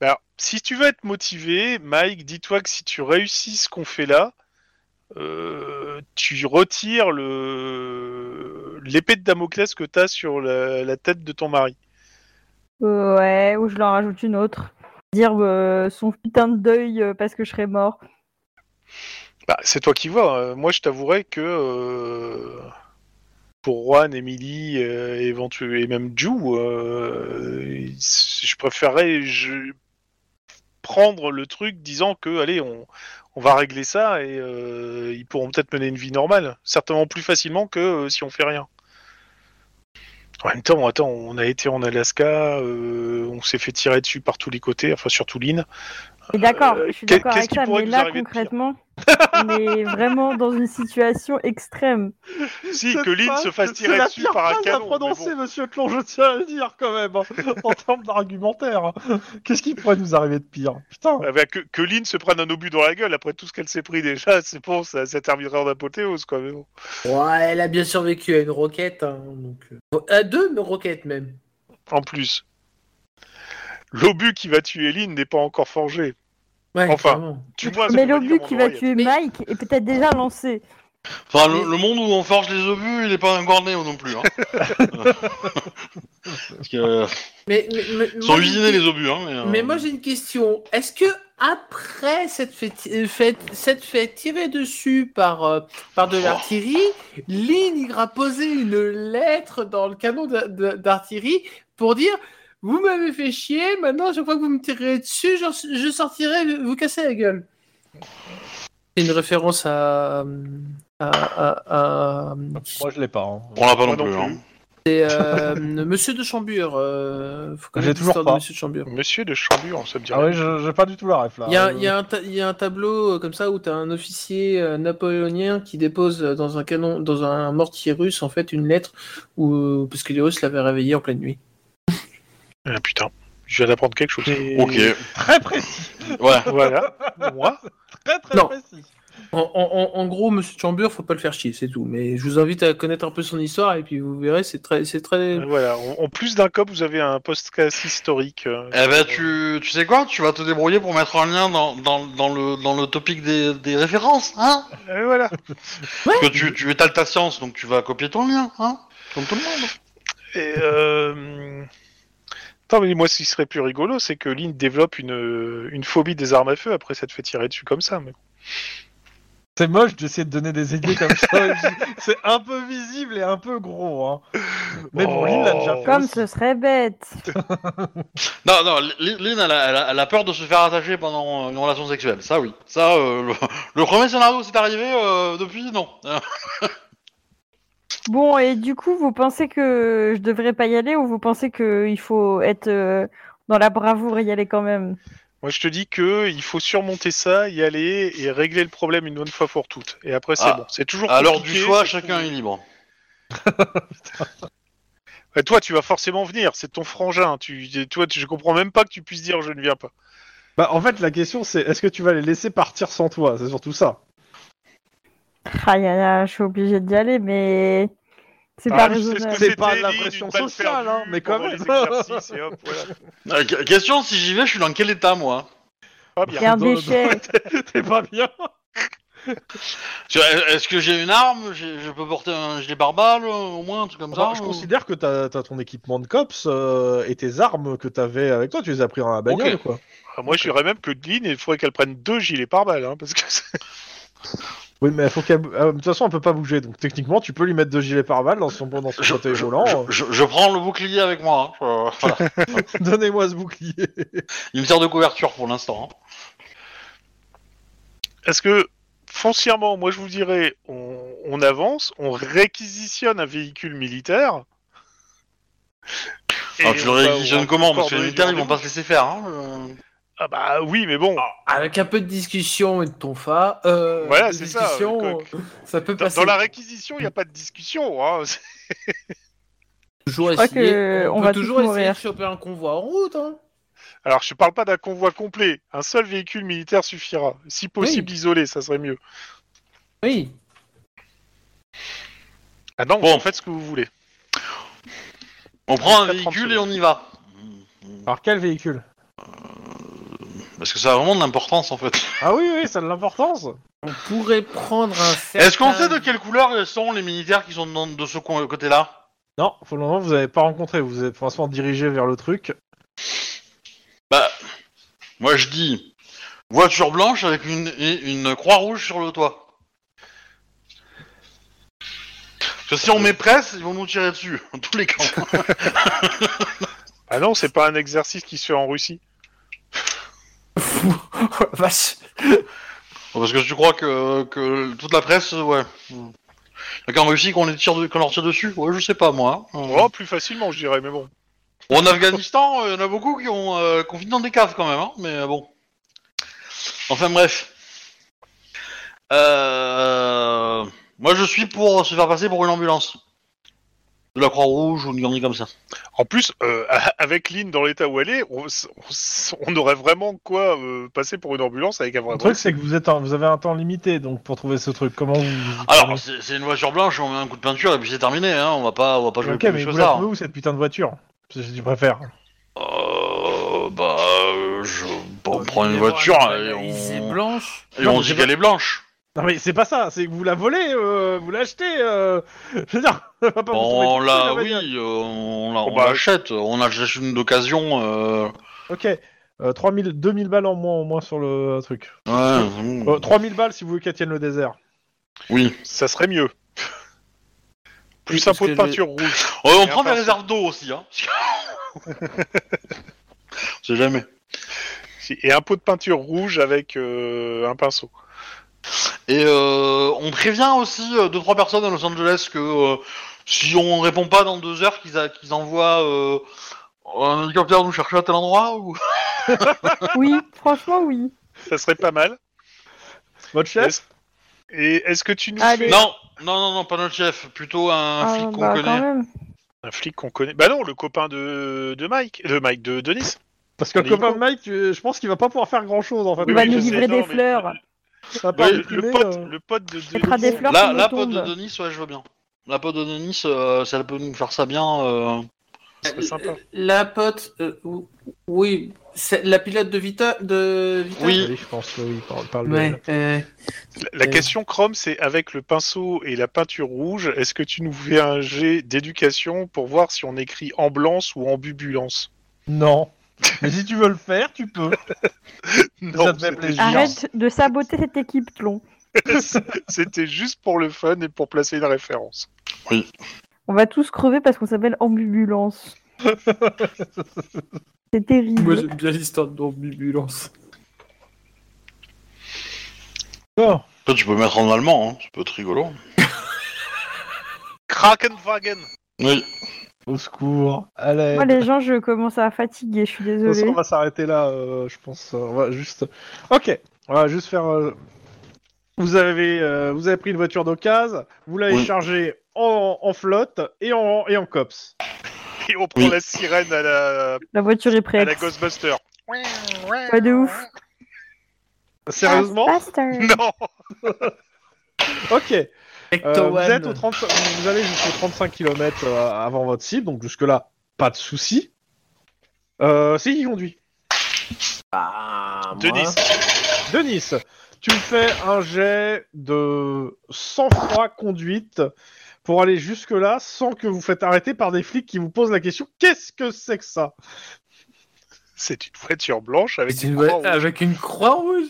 Bah, si tu veux être motivé, Mike, dis-toi que si tu réussis ce qu'on fait là, euh, tu retires le l'épée de Damoclès que tu as sur la, la tête de ton mari.
Euh, ouais, ou je leur rajoute une autre. Dire euh, son putain de deuil euh, parce que je serais mort.
Bah, c'est toi qui vois. Euh, Moi, je t'avouerais que euh, pour Juan, Emily euh, éventu- et même Ju, euh, je préférerais je- prendre le truc disant que, allez, on, on va régler ça et euh, ils pourront peut-être mener une vie normale. Certainement plus facilement que euh, si on fait rien. En même temps, attends, on a été en Alaska, euh, on s'est fait tirer dessus par tous les côtés, enfin surtout l'île.
Et d'accord,
Euh,
je suis
qu'est-
d'accord
qu'est-ce
avec
qui
ça,
pourrait
mais
nous
là,
arriver de pire
concrètement, on est vraiment dans une situation extrême.
Ah, Si,
Cette
que l'île
phrase,
se fasse
c'est
tirer
la
dessus
pire
par un
phrase à
canon. mais bon.
prononcer, monsieur Clon, je tiens à le dire quand même, hein, en termes d'argumentaire. hein. Qu'est-ce qui pourrait nous arriver de pire Putain
Ah bah, que, que Lynn se prenne un obus dans la gueule après tout ce qu'elle s'est pris déjà, c'est bon, ça, ça terminerait en apothéose quoi. Mais bon.
Ouais, elle a bien survécu à une roquette. hein, donc, euh, À deux mais roquettes même.
En plus, l'obus qui va tuer Lynn n'est pas encore forgé.
Ouais,
Enfin,
clairement.
Tu vois, ça
mais
peut pas
l'obus
lire
qui
mon
va
oreille.
tuer
Mais-
Mike est peut-être déjà lancé.
Enfin, le, le monde où on forge les obus, il est pas encore né non plus. Hein. Parce que, euh,
Mais, mais- mais-
ils
moi,
sont
j'ai-
usinés les obus. Hein, mais, euh,
Mais moi j'ai une question. Est-ce que après cette fête, euh, fête, cette fête tirée dessus par, euh, par de l'artillerie, Lynn ira poser une lettre dans le canon d'a- d'a- d'artillerie pour dire Vous m'avez fait chier, maintenant je crois que vous me tirez dessus, je, je sortirai vous casser la gueule. C'est une référence à. à, à- à-
Moi, je l'ai pas. hein.
On l'a pas non
Moi
plus.
non plus.
hein.
c'est, euh, Monsieur de Chambure. euh, faut connaître
J'ai toujours
l'histoire
pas.
de Monsieur de Chambure.
Monsieur de Chambure, ça me dirait.
Ah oui, je- j'ai pas du tout la ref là.
Il y a,
Euh,
il y a un ta- il y a un tableau euh, comme ça où tu as un officier euh, napoléonien qui dépose euh, dans un canon, dans un mortier russe, en fait, une lettre où, euh, parce que les Russes l'avaient réveillé en pleine nuit.
Ah, putain, je viens d'apprendre quelque chose.
c'est
Ok.
Très précis,
Ouais.
voilà, moi.
très très
Non.
précis.
En, en- en- en gros, Monsieur Chambure, faut pas le faire chier, c'est tout. Mais je vous invite à connaître un peu son histoire et puis vous verrez, c'est très, c'est très.
Euh, Voilà, en en plus d'un cop, vous avez un podcast historique. euh,
Eh ben,
sur-
tu, tu sais quoi Tu vas te débrouiller pour mettre un lien dans, dans, dans le, dans le topic des, des références, hein
Euh, Et voilà.
Parce que tu, tu étales ta science, donc tu vas copier ton lien, hein Comme tout le monde.
Et euh... Attends, mais moi, ce qui serait plus rigolo, c'est que Lynn développe une, une phobie des armes à feu après s'être fait tirer dessus comme ça. Mais...
C'est moche d'essayer de donner des idées comme ça. c'est un peu visible et un peu gros. Hein. Mais bon,
Oh.
Lynn l'a déjà fait.
Comme
aussi.
ce serait bête.
Non, non, Lynn, Lynn, elle, a, elle a- elle a peur de se faire attacher pendant euh, une relation sexuelle, ça oui. Ça, euh, le, le premier scénario c'est arrivé, euh, depuis, non. Euh,
Bon, et du coup, vous pensez que je devrais pas y aller ou vous pensez qu'il faut être euh, dans la bravoure et y aller quand même
Moi, je te dis que il faut surmonter ça, y aller et régler le problème une bonne fois pour toutes. Et après, c'est
Ah.
bon. C'est toujours.
à l'heure du
compliqué,
choix,
c'est
chacun
tout.
est libre.
Ouais, Bah, toi, tu vas forcément venir. C'est ton frangin. Tu, toi, tu- je comprends même pas que tu puisses dire je ne viens pas.
Bah, en fait, la question c'est est-ce que tu vas les laisser partir sans toi C'est surtout ça.
Ah, y a- y a- je suis obligée d'y aller, mais c'est
Ah,
pas
je sais ce que
raisonnable.
C'est pas
c'était,
de la
Lynn,
pression
une balle
sociale, hein,
perdue
mais quand
pendant
même.
les exercices, et hop, voilà.
Euh, que- question, si j'y vais, je suis dans quel état, moi
Pas
Il y a
Ah, bien.
un
Dans le-
déchet.
T'es pas bien.
Parce que, euh, Est-ce que j'ai une arme J'ai- Je peux porter un gilet pare-balles, euh, au moins, un truc comme
Enfin,
ça
Bah, je
ou-
considère que t'as as ton équipement de cops euh, et tes armes que t'avais avec toi, tu les as pris dans la bagnole,
Ok.
quoi.
Ah, Moi, je dirais même que Lynn, il faudrait qu'elle prenne deux gilets par balle, hein, parce que c'est-
Oui, mais faut qu'elle. ah, De toute façon, elle peut pas bouger, donc techniquement, tu peux lui mettre deux gilets pare-balles dans son dans son
Je-
fauteuil
je-
roulant.
je, je- je prends le bouclier avec moi. hein. Euh, voilà.
Donnez-moi ce bouclier.
Il me sert de couverture pour l'instant. hein.
Est-ce que foncièrement, moi, je vous dirais, on, on avance, on réquisitionne un véhicule militaire.
Alors, tu le
on va- on
réquisitionnes
va
comment Parce que les militaires,
coordonner du
ils vont
rendez-vous.
pas se laisser faire. hein, euh.
Ah bah oui, mais bon,
Avec un peu de discussion et de tonfa, euh,
Voilà,
de
c'est ça,
discussion,
le coq.
euh, ça peut
dans,
passer.
dans la réquisition, il n'y a pas de discussion. Hein.
Toujours
crois
essayer-
que
on
on
peut
va
toujours
tous
essayer
mourir.
de choper un convoi en route. Hein.
Alors, je parle pas d'un convoi complet. Un seul véhicule militaire suffira. Si possible, isolé, ça serait mieux.
Oui.
Ah non,
Bon.
vous faites ce que vous voulez.
On prend un
Jusqu'à 30
véhicule et on y va. Hmm.
Alors quel véhicule
Parce que ça a vraiment de l'importance en fait.
Ah oui, oui, ça a de l'importance.
On pourrait prendre un certain...
Est-ce qu'on sait de quelle couleur sont les militaires qui sont dans- de ce co- côté-là
Non, pour le moment, vous n'avez pas rencontré. Vous êtes pour l'instant dirigé vers le truc.
Bah, moi je dis voiture blanche avec une, et une croix rouge sur le toit. Parce que si on met presse, ils vont nous tirer dessus, en tous les camps.
Ah non, c'est pas un exercice qui se fait en Russie.
Oh Vache.
Parce que tu crois que, que toute la presse, ouais. Y'a qu'en Russie qu'on les tire, de- qu'on leur tire dessus Ouais, je sais pas moi.
Oh, plus facilement, je dirais, mais bon.
En Afghanistan, il y en a beaucoup qui ont euh, qu'on vit dans des caves quand même, hein, mais euh, bon. Enfin bref. Euh, Moi je suis pour se faire passer pour une ambulance. De la Croix-Rouge ou une gambie comme ça.
En plus, euh, avec Lynn dans l'état où elle est, on, s- on s- on aurait vraiment quoi euh, passer pour une ambulance avec un vrai
Le truc, c'est que vous êtes, en- vous avez un temps limité donc pour trouver ce truc. Comment vous- vous
Alors c'est c'est une voiture blanche, on met un coup de peinture et puis c'est terminé, hein, on va pas, on va pas jouer
Ok,
plus
mais
que
vous
ça.
la trouvez où cette putain de voiture Si tu préfères.
Euh, bah, euh, je... bon, on prend une
Mais
voiture
voilà,
euh,
et
analyse est
on,
blanche.
et
Non,
on
mais
dit
j'ai
qu'elle est blanche.
Non mais c'est pas ça, c'est que vous la volez, euh, vous l'achetez. Euh... Je veux dire, on va pas vous
Bon,
trouver
on
tout
l'a,
seul, la
oui,
bagnole.
euh, on l'a-
Oh,
on
bah.
l'achète, on achète une d'occasion. euh,
Ok. Euh, 3000, 2000 balles en moins, au moins sur le truc.
Ouais, mm,
Euh, 3000 balles si vous voulez qu'elle tienne le désert.
oui.
Ça serait mieux.
Oui,
Plus un
parce
pot de
que le-
peinture rouge.
Euh, on
Et
prend des
enfin,
réserves d'eau aussi, hein. C'est jamais.
Et un pot de peinture rouge avec euh, un pinceau.
Et euh, on prévient aussi euh, deux trois personnes à Los Angeles que euh, si on répond pas dans deux heures, qu'ils a- qu'ils envoient euh, un hélicoptère nous chercher à tel endroit ou.
Oui, franchement, oui.
Ça serait pas mal.
Votre chef
Est-ce- Et est-ce que tu nous
Allez.
fais
Non, non, non, non, pas notre chef, plutôt un
Ah,
flic qu'on
bah, quand
connaît.
même.
un flic qu'on connaît Bah non, le copain de, de Mike, le Mike de Denis.
Parce que le
Oui.
copain de Mike, tu- je pense qu'il va pas pouvoir faire grand chose en fait.
Il
Oui,
va
oui,
bah, nous
je sais,
livrer
non,
des
mais-
fleurs.
Ça va pas
Oui,
Le
imprimer,
pote,
euh.
le pote de
fera des
Denis.
fleurs
La,
qui nous
la pote de
tombent.
Denis, ouais, je veux bien. La pote de Denis, euh, si elle peut nous faire ça bien. euh,
ce serait sympa.
La pote, euh, ou- oui, c'est la pilote de Vita, de Vita.
Oui.
Oui, je pense que oui, parle, parle de elle.
Ouais, euh,
La, la question Chrome, c'est avec le pinceau et la peinture rouge, est-ce que tu nous fais un jet d'éducation pour voir si on écrit ambulance ou ambulance
Non. Mais si tu veux le faire, tu peux.
Non,
Ça te fait
c'était-
plaisir.
Arrête de saboter cette équipe, Tlon.
c'était juste pour le fun et pour placer une référence.
On va tous crever parce qu'on s'appelle ambulance. C'est terrible.
moi j'aime bien l'histoire d'ambulance.
Non.
Toi, tu peux mettre en allemand, hein. ça peut être rigolo.
Krakenwagen
Oui.
Au secours. Allez.
Moi, les gens, je commence à fatiguer, je suis
De toute façon,
désolée.
on va s'arrêter là, euh, je pense. On va juste. Ok, on va juste faire. euh, Vous avez, euh, vous avez pris une voiture d'occasion, vous l'avez
Oui.
chargée en, en flotte et en, et en cops.
et on prend
Oui.
la sirène à la,
La voiture est
à
prête.
la Ghostbuster.
Pas de ouf.
Sérieusement
Ah,
Non
Ok. Euh, vous,
Ecto-One.
êtes au 30 vous allez jusqu'au 35 km avant votre cible, donc jusque-là, pas de souci. Euh, c'est qui conduit
Ah, moi.
Denis,
Denis, tu me fais un jet de sang-froid conduite pour aller jusque-là sans que vous faites arrêter par des flics qui vous posent la question qu'est-ce que c'est que ça
c'est une voiture blanche avec
C'est une
une
voie-
croix rouge.
Avec une croix rouge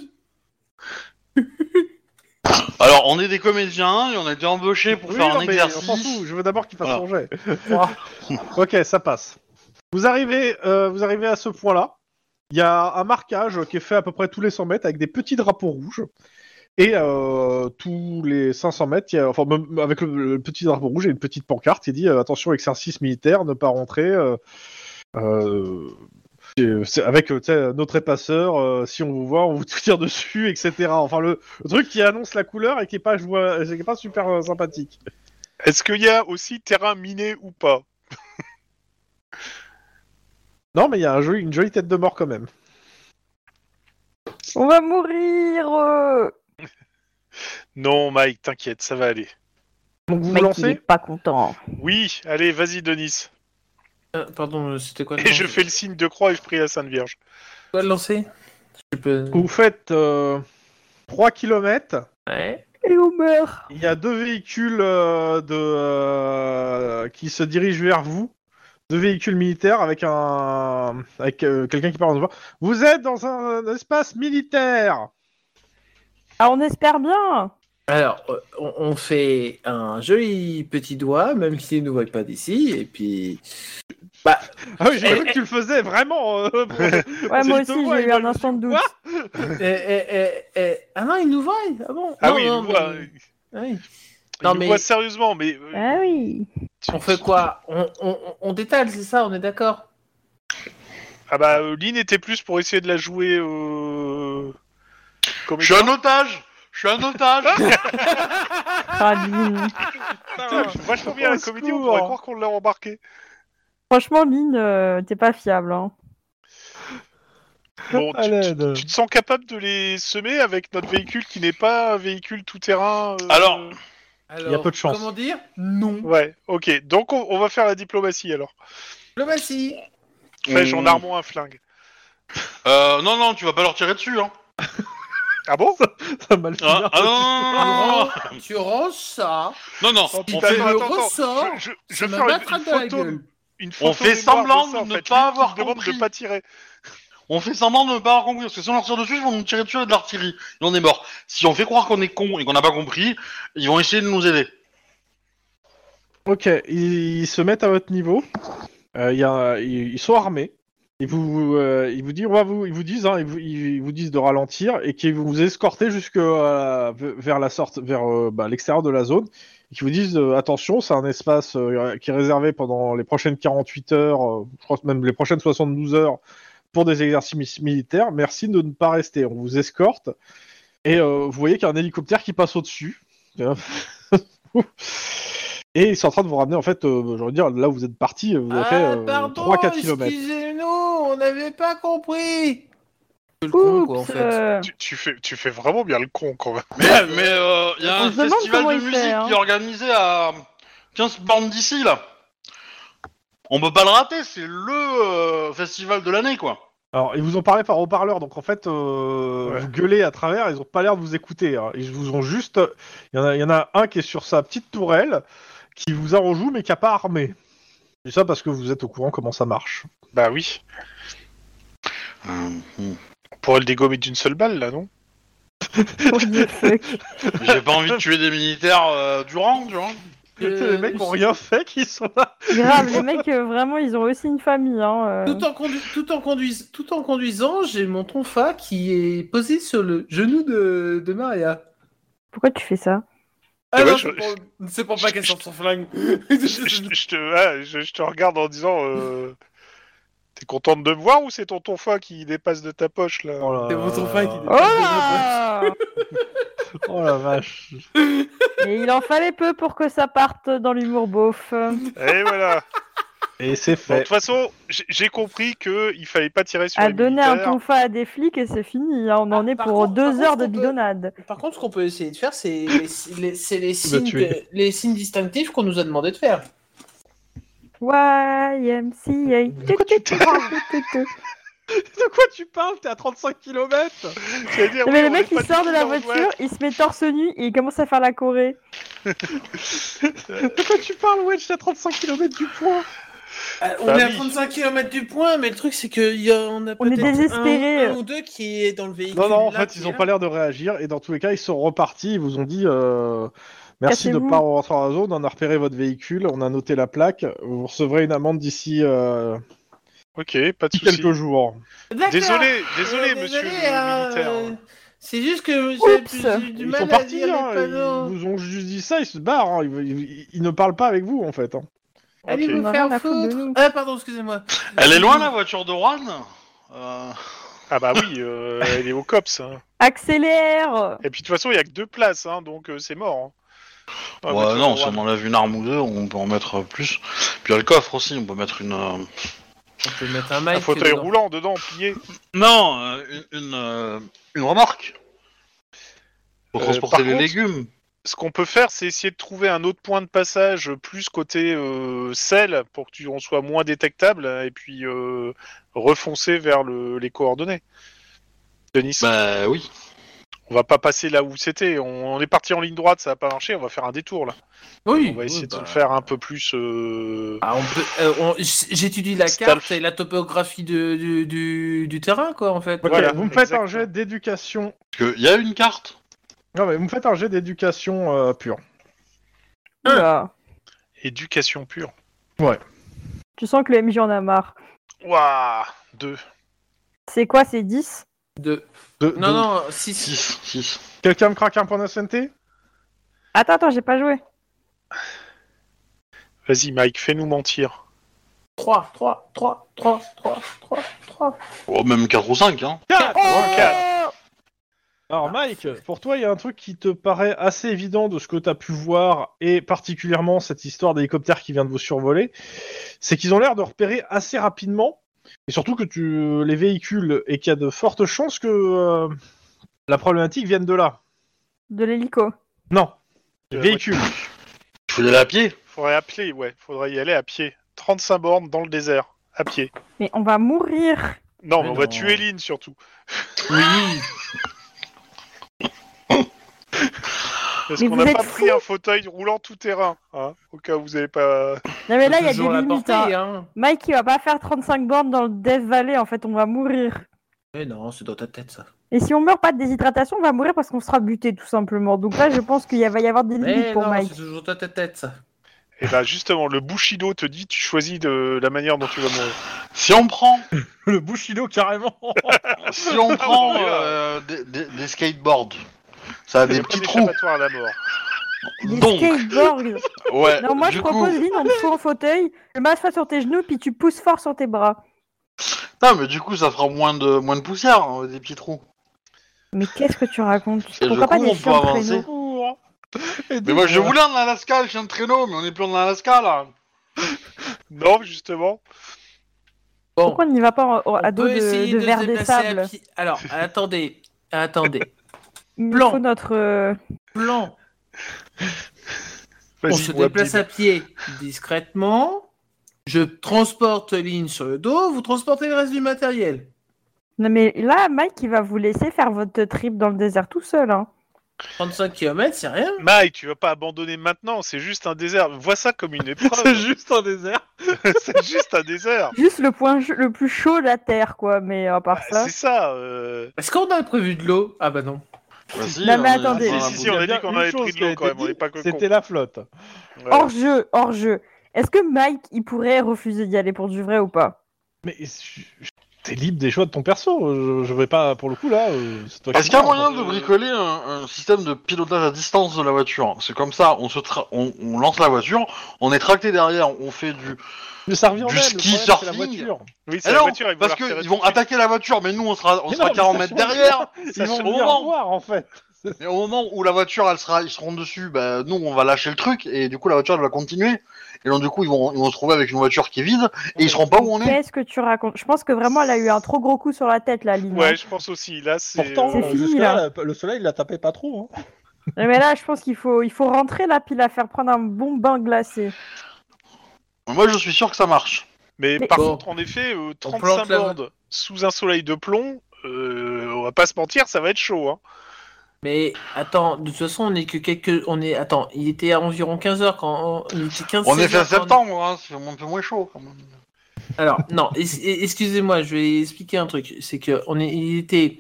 Alors, on est des comédiens et on a été embauchés pour
Oui,
faire
non,
un
mais on
exercice.
s'en fout, je veux d'abord qu'il fasse
Voilà.
son jet. ok, ça passe. Vous arrivez, euh, vous arrivez à ce point-là. Il y a un marquage qui est fait à peu près tous les 100 mètres avec des petits drapeaux rouges. Et euh, tous les 500 mètres, il y a- enfin, même avec le, le petit drapeau rouge, il y a une petite pancarte qui dit euh, attention exercice militaire, ne pas rentrer. euh, euh, C'est- c'est avec euh, tu sais, notre épasseur, euh, si on vous voit, on vous tire dessus, etc. Enfin, le, le truc qui annonce la couleur et qui est pas, joua- qui est pas super euh, sympathique.
Est-ce qu'il y a aussi terrain miné ou pas
Non, mais il y a un joli- une jolie tête de mort quand même.
On va mourir euh.
Non, Mike, t'inquiète, ça va aller.
Donc vous vous
Mike, il est
lancez
pas content.
Oui, allez, vas-y, Denis.
Ah, Pardon, euh, c'était quoi le
Et je
lancer
fais le signe de croix et je prie la Sainte Vierge.
Quoi le lancer Je peux.
Vous faites euh, 3 km.
Ouais.
Et on meurt.
Il y a deux véhicules euh, de, euh, qui se dirigent vers vous. Deux véhicules militaires avec un avec euh, quelqu'un qui parle en devant. Vous êtes dans un, espace militaire.
Ah, on espère bien.
Alors, euh, on, on fait un joli petit doigt, même s'il ne nous voit pas d'ici, et puis. Bah,
Ah oui, j'ai
Eh,
cru que tu le faisais vraiment. euh, pour-
Ouais, moi
J'ai
aussi,
deux voix,
j'ai eu
il
un
m'a-
instant de doute.
eh, eh, eh, eh, Ah non, il nous voit Ah bon
Ah
Non,
oui,
non,
il
mais-
nous voit, il-
oui.
il
Non,
nous
mais-
voit sérieusement, mais... euh,
Ah oui.
On fait quoi on, on, on- on détale, c'est ça, on est d'accord
Ah bah, euh, Lynn était plus pour essayer de la jouer... Euh... Comme
Je suis un otage Je suis un otage
Ah, Lynne.
Putain, je- Ah, Vachement bien
Au
la comédie, on
secours.
pourrait croire qu'on l'a embarqué.
Franchement, Lynn, euh, t'es pas fiable. Hein.
Bon,
À
tu, tu-
l'aide.
tu te sens capable de les semer avec notre véhicule qui n'est pas un véhicule tout-terrain euh,
Alors-
Alors,
y a peu de chance.
Comment dire Non.
Ouais, ok. Donc, on, on va faire la diplomatie, alors.
Diplomatie
Fais, j'en
Mm.
armant un flingue.
euh, Non, non, tu vas pas leur tirer dessus, hein
Ah bon
Ça m'a le fait.
Ah, ah, non, non,
Tu
non, non, non, non,
rends- Tu rends ça
non, non,
Oh,
on
putain,
fait,
non,
le
attends, attends.
ressort,
Je, je, je
Je
vais
me
faire une,
mettre
une
dans la
photo,
gueule.
une photo
Ah. fait
mémoire
semblant
ça, en
de ne
fait.
pas
Lui,
avoir
il demande de
compris.
pas tirer.
on fait semblant de ne pas avoir compris, parce que si on leur tire dessus, ils vont nous tirer dessus avec de l'artillerie, et on est mort. Si on fait croire qu'on est con et qu'on n'a pas compris, ils vont essayer de nous aider.
Ok, ils, ils se mettent à votre niveau. Euh, il y a- ils, ils sont armés. Ils vous, euh, ils vous disent, on va vous, ils vous disent, hein, ils, vous, ils vous disent de ralentir et qu'ils vont vous escorter jusque euh, v- vers la sorte, vers euh, bah, l'extérieur de la zone. Et qui vous disent euh, attention, c'est un espace euh, qui est réservé pendant les prochaines 48 heures, euh, je crois que même les prochaines 72 heures pour des exercices mi- militaires. Merci de ne pas rester. On vous escorte et euh, vous voyez qu'il y a un hélicoptère qui passe au-dessus. Et ils sont en train de vous ramener, en fait, euh, j'ai envie de dire, là où vous êtes parti, vous avez fait
Ah,
euh,
pardon,
3-4 km.
excusez-nous, on n'avait pas compris Je suis le con, quoi, en
Oups.
fait.
euh,
Tu, tu fais, tu fais vraiment bien le con, quand même.
Mais mais, euh, il y a
On
un
se demande
festival
comment
de
il fait,
musique
hein.
qui est organisé à 15 bornes d'ici, là. On peut pas le rater, c'est le euh, festival de l'année, quoi.
Alors, ils vous ont parlé par haut-parleur, donc en fait, euh,
Ouais.
vous gueulez à travers, ils ont pas l'air de vous écouter. hein. Ils vous ont juste. Il y, en a- il y en a un qui est sur sa petite tourelle, qui vous enjoue, mais qui a pas armé. C'est ça parce que vous êtes au courant comment ça marche.
Bah oui. On pourrait le dégommer d'une seule balle, là, non
pour dire fuck.
J'ai pas envie de tuer des militaires euh, du rang, tu vois.
Euh,
les mecs ont rien fait, qui sont là.
Grave, les mecs, euh, vraiment, ils ont aussi une famille. Hein, euh.
Tout en, condu- tout, en conduis- tout en conduisant, j'ai mon tonfa qui est posé sur le genou de, de Maria.
Pourquoi tu fais ça
Ah
Ouais,
non,
je-
c'est pour- c'est pour, pas qu'elle sorte son flingue.
je, je- je te, ah, je- je te regarde en disant... euh, T'es contente de me voir ou c'est ton tonfa qui dépasse de ta poche, là
Oh là
C'est mon tonfa qui-
Oh là
Oh la vache.
Et il en fallait peu pour que ça parte dans l'humour beauf.
Et Eh, voilà
Et c'est
Bon, De
fait.
toute façon, j'ai- j'ai compris que il fallait pas tirer sur
À
les
donner un
militaires.
tonfa à des flics et c'est fini. hein. On en
Ah,
est
par
pour
contre- par
deux
contre,
heures de
on peut-
bidonnade.
Par contre, ce qu'on peut essayer de faire, c'est les, les- c'est les
vas
signes,
tuer.
que- les signes distinctifs qu'on nous a demandé de faire.
YMCA.
Ah
De quoi tu parles T'es à 35 km
C'est-à-dire,
Non, mais
oui,
le
on
mec,
est
il
pas
sort
du
de la
tout dans le
voiture, il se met torse nu et il commence à faire la Corée.
De quoi tu parles, ouais, je suis à 35 km du point
Euh, on
Bah
est à
oui.
35 km du point, mais le truc, c'est qu'on a
On est
peut-être
désespérés.
Un, un ou deux qui est dans le véhicule.
Non, non, en
là,
fait,
qui
ils
est
ont
là.
pas l'air de réagir, et dans tous les cas, ils sont repartis, ils vous ont dit euh, merci de
Cassez-vous.
ne pas rentrer dans la zone, on a repéré votre véhicule, on a noté la plaque, vous recevrez une amende d'ici euh,
Ok, pas de soucis.
quelques jours.
D'accord.
Désolé, désolé,
Euh,
monsieur le
euh,
militaire.
C'est juste que
Oups.
j'ai- j'ai eu du
Ils
mal
sont
à
partis,
lire les
hein,
panneaux.
ils vous ont juste dit ça, ils se barrent, hein, ils, ils- ils ne parlent pas avec vous en fait. hein.
Allez
Ok.
On
vous
a rien à
faire
foutre de
foutre.
nous.
Ah, pardon, excusez-moi.
Elle est loin, la voiture de Juan Euh,
Ah bah oui, euh, elle est au COPS. hein.
Accélère
Et puis de toute façon, il y a que deux places, hein, donc euh, c'est mort. hein. Ah,
ouais,
bah, tu
non,
vas
si on
voir.
enlève une arme ou deux, on peut en mettre plus. Puis il y a le coffre aussi, on peut mettre une. euh,
On peut mettre un
Ah,
Un
mic.
fauteuil
dedans.
roulant dedans, plié.
Non, euh, une, une, euh, une remorque. Pour
Euh,
transporter
par
les
contre-
légumes.
Ce qu'on peut faire, c'est essayer de trouver un autre point de passage euh, plus côté euh, selle pour que tu on soit moins détectable hein, et puis euh, refoncer vers le- les coordonnées. Denis,
Bah oui.
on va pas passer là où c'était. On, on est parti en ligne droite, ça a pas marché. On va faire un détour là.
Oui.
On va essayer
oui,
de
bah.
le faire un peu plus. euh,
Ah, on peut- euh, on- J'étudie la
Stealth.
carte et la topographie de- du, du- du terrain, quoi, en fait.
Ok,
Voilà,
vous me faites
exactement.
un jet d'éducation.
Parce qu'il y a une carte.
Non, mais vous me faites un jet d'éducation euh, pure.
Ah.
Oula.
Éducation pure.
Tu sens que le MJ en a marre.
Waouh, deux.
C'est quoi, c'est 10
De...
De-
Non,
de-
non, 6.
6. 6.
Quelqu'un me craque un point d'ancienneté
Attends, attends, j'ai pas joué.
Vas-y, Mike, fais-nous mentir.
3, 3, 3, 3, 3, 3, 3.
Oh, même 4 ou 5, hein.
Oh,
Ah,
Alors Mike, pour toi, il y a un truc qui te paraît assez évident de ce que tu as pu voir, et particulièrement cette histoire d'hélicoptère qui vient de vous survoler, c'est qu'ils ont l'air de repérer assez rapidement, et surtout que tu les véhicules, et qu'il y a de fortes chances que euh, la problématique vienne de là.
De l'hélico.
Non, les
Euh,
véhicules.
Il faut y aller à pied.
Faudrait appeler, ouais. Faudrait y aller à pied. 35 bornes dans le désert, à pied.
Mais on va mourir
Non,
Mais
mais on va
non.
tuer Lynn surtout.
Oui.
Parce
Mais
qu'on
vous
n'a
êtes
pas
fous.
pris un fauteuil roulant tout terrain, hein, au cas où vous n'avez pas.
Non mais là, il y a des limites.
portée,
hein.
hein.
Mike, il va pas faire 35 bornes dans le Death Valley, en fait, on va mourir.
Mais non, c'est dans ta tête, ça.
Et si on meurt pas de déshydratation, on va mourir parce qu'on sera buté, tout simplement. Donc là, je pense qu'il y a- va y avoir des limites
Mais
pour
Eh non,
Mike.
c'est toujours dans ta tête, ça.
Et bah justement, le Bushido te dit, tu choisis de la manière dont tu vas mourir.
Si on prend,
Le Bushido carrément
si on prend
Ah, ouais.
euh, des, des- des skateboards, ça a
Il y
des
a pas
petits trous.
d'échappatoire à la mort.
Des
Donc,
skateboards
ouais.
Non, moi
du
je
coup-
propose, Lynn, on te fout en fauteuil, le masque soit sur tes genoux, puis tu pousses fort sur tes bras.
Non, mais du coup, ça fera moins de moins de poussière, hein, des petits trous.
Mais qu'est-ce que tu racontes
Et
Pourquoi
du
pas
coup,
des
on peut
chiens de
avancer.
traîneau
Mais moi, je voulais en Alaska, le chien de traîneau, mais on est plus en Alaska là.
Non, justement.
Bon,
Pourquoi on n'y va pas en- en- à
on
dos
peut
de,
essayer
de
se
verre des
déplacer à
sables
pied. Alors, attendez, attendez.
Il
Plan.
faut notre... euh,
Plan,
Vas-y,
on se
Wabib.
déplace à pied discrètement. Je transporte Lynn sur le dos, vous transportez le reste du matériel.
Non mais là, Mike, il va vous laisser faire votre trip dans le désert tout seul. Hein.
35 km, c'est rien.
Mike, tu vas pas abandonner maintenant, c'est juste un désert. Vois ça comme une
C'est
épreuve.
juste un désert.
c'est juste un désert.
Juste le point ch- le plus chaud de la Terre, quoi, mais à part
Bah,
ça...
C'est ça. euh,
Est-ce qu'on a prévu de l'eau Ah bah non.
Bah, si,
Non, mais
on est-
attendez.
on est-
Si, si, si, on a dit qu'on
Une
avait
chose
pris de
qui a
l'eau,
été
quand même, on
dit,
est pas que
C'était la flotte.
ouais.
Hors jeu, hors jeu. Est-ce que Mike, il pourrait refuser d'y aller pour du vrai ou pas
Mais je- je- t'es libre des choix de ton perso. Je, je vais pas pour le coup là. euh, c'est toi qui
Est-ce qu'il y a
parles.
moyen de bricoler un, un système de pilotage à distance de la voiture C'est comme ça, on, se tra- on, on lance la voiture, on est tracté derrière, on fait du.
Mais ça revient en
Du
même, le
ski
problème, c'est la
surfing.
voiture.
Oui,
Eh
c'est la
non,
voiture, ils vont
parce
la retirer
qu'ils
tout
vont
de suite.
attaquer la voiture, mais nous on sera, on
Mais
sera
non, mais
40
ça
mètres
change
derrière.
Ils vont
au
venir
moment.
voir en fait.
Et au moment où la voiture, elle sera, ils seront dessus, bah, nous on va lâcher le truc et du coup la voiture elle va continuer. Et donc du coup ils vont, ils vont se trouver avec une voiture qui est vide et ils seront pas où on est.
Qu'est-ce que tu racontes Je pense que vraiment, elle a eu un trop gros coup sur la tête, la hein. Lynn.
Ouais, je pense aussi. Là, c'est.
Pourtant,
C'est
euh,
euh,
fini,
jusque-là, le soleil il la tapait pas trop. hein.
Ouais, Mais là, je pense qu'il faut, il faut rentrer là, puis la faire prendre un bon bain glacé.
Moi je suis sûr que ça marche.
Mais
Mais-
par
Bon.
contre, en effet, euh,
On plante
35
la-
bandes sous un soleil de plomb, euh, on va pas se mentir, ça va être chaud. Hein.
Mais attends, de toute façon, on est que quelques. On est... Attends, il était à environ 15h quand. Il était 15
On est
16
fin
heures quand on-
septembre, hein, c'est un peu moins chaud quand même.
Alors, non, es- excusez-moi, je vais expliquer un truc. C'est que on est, il était,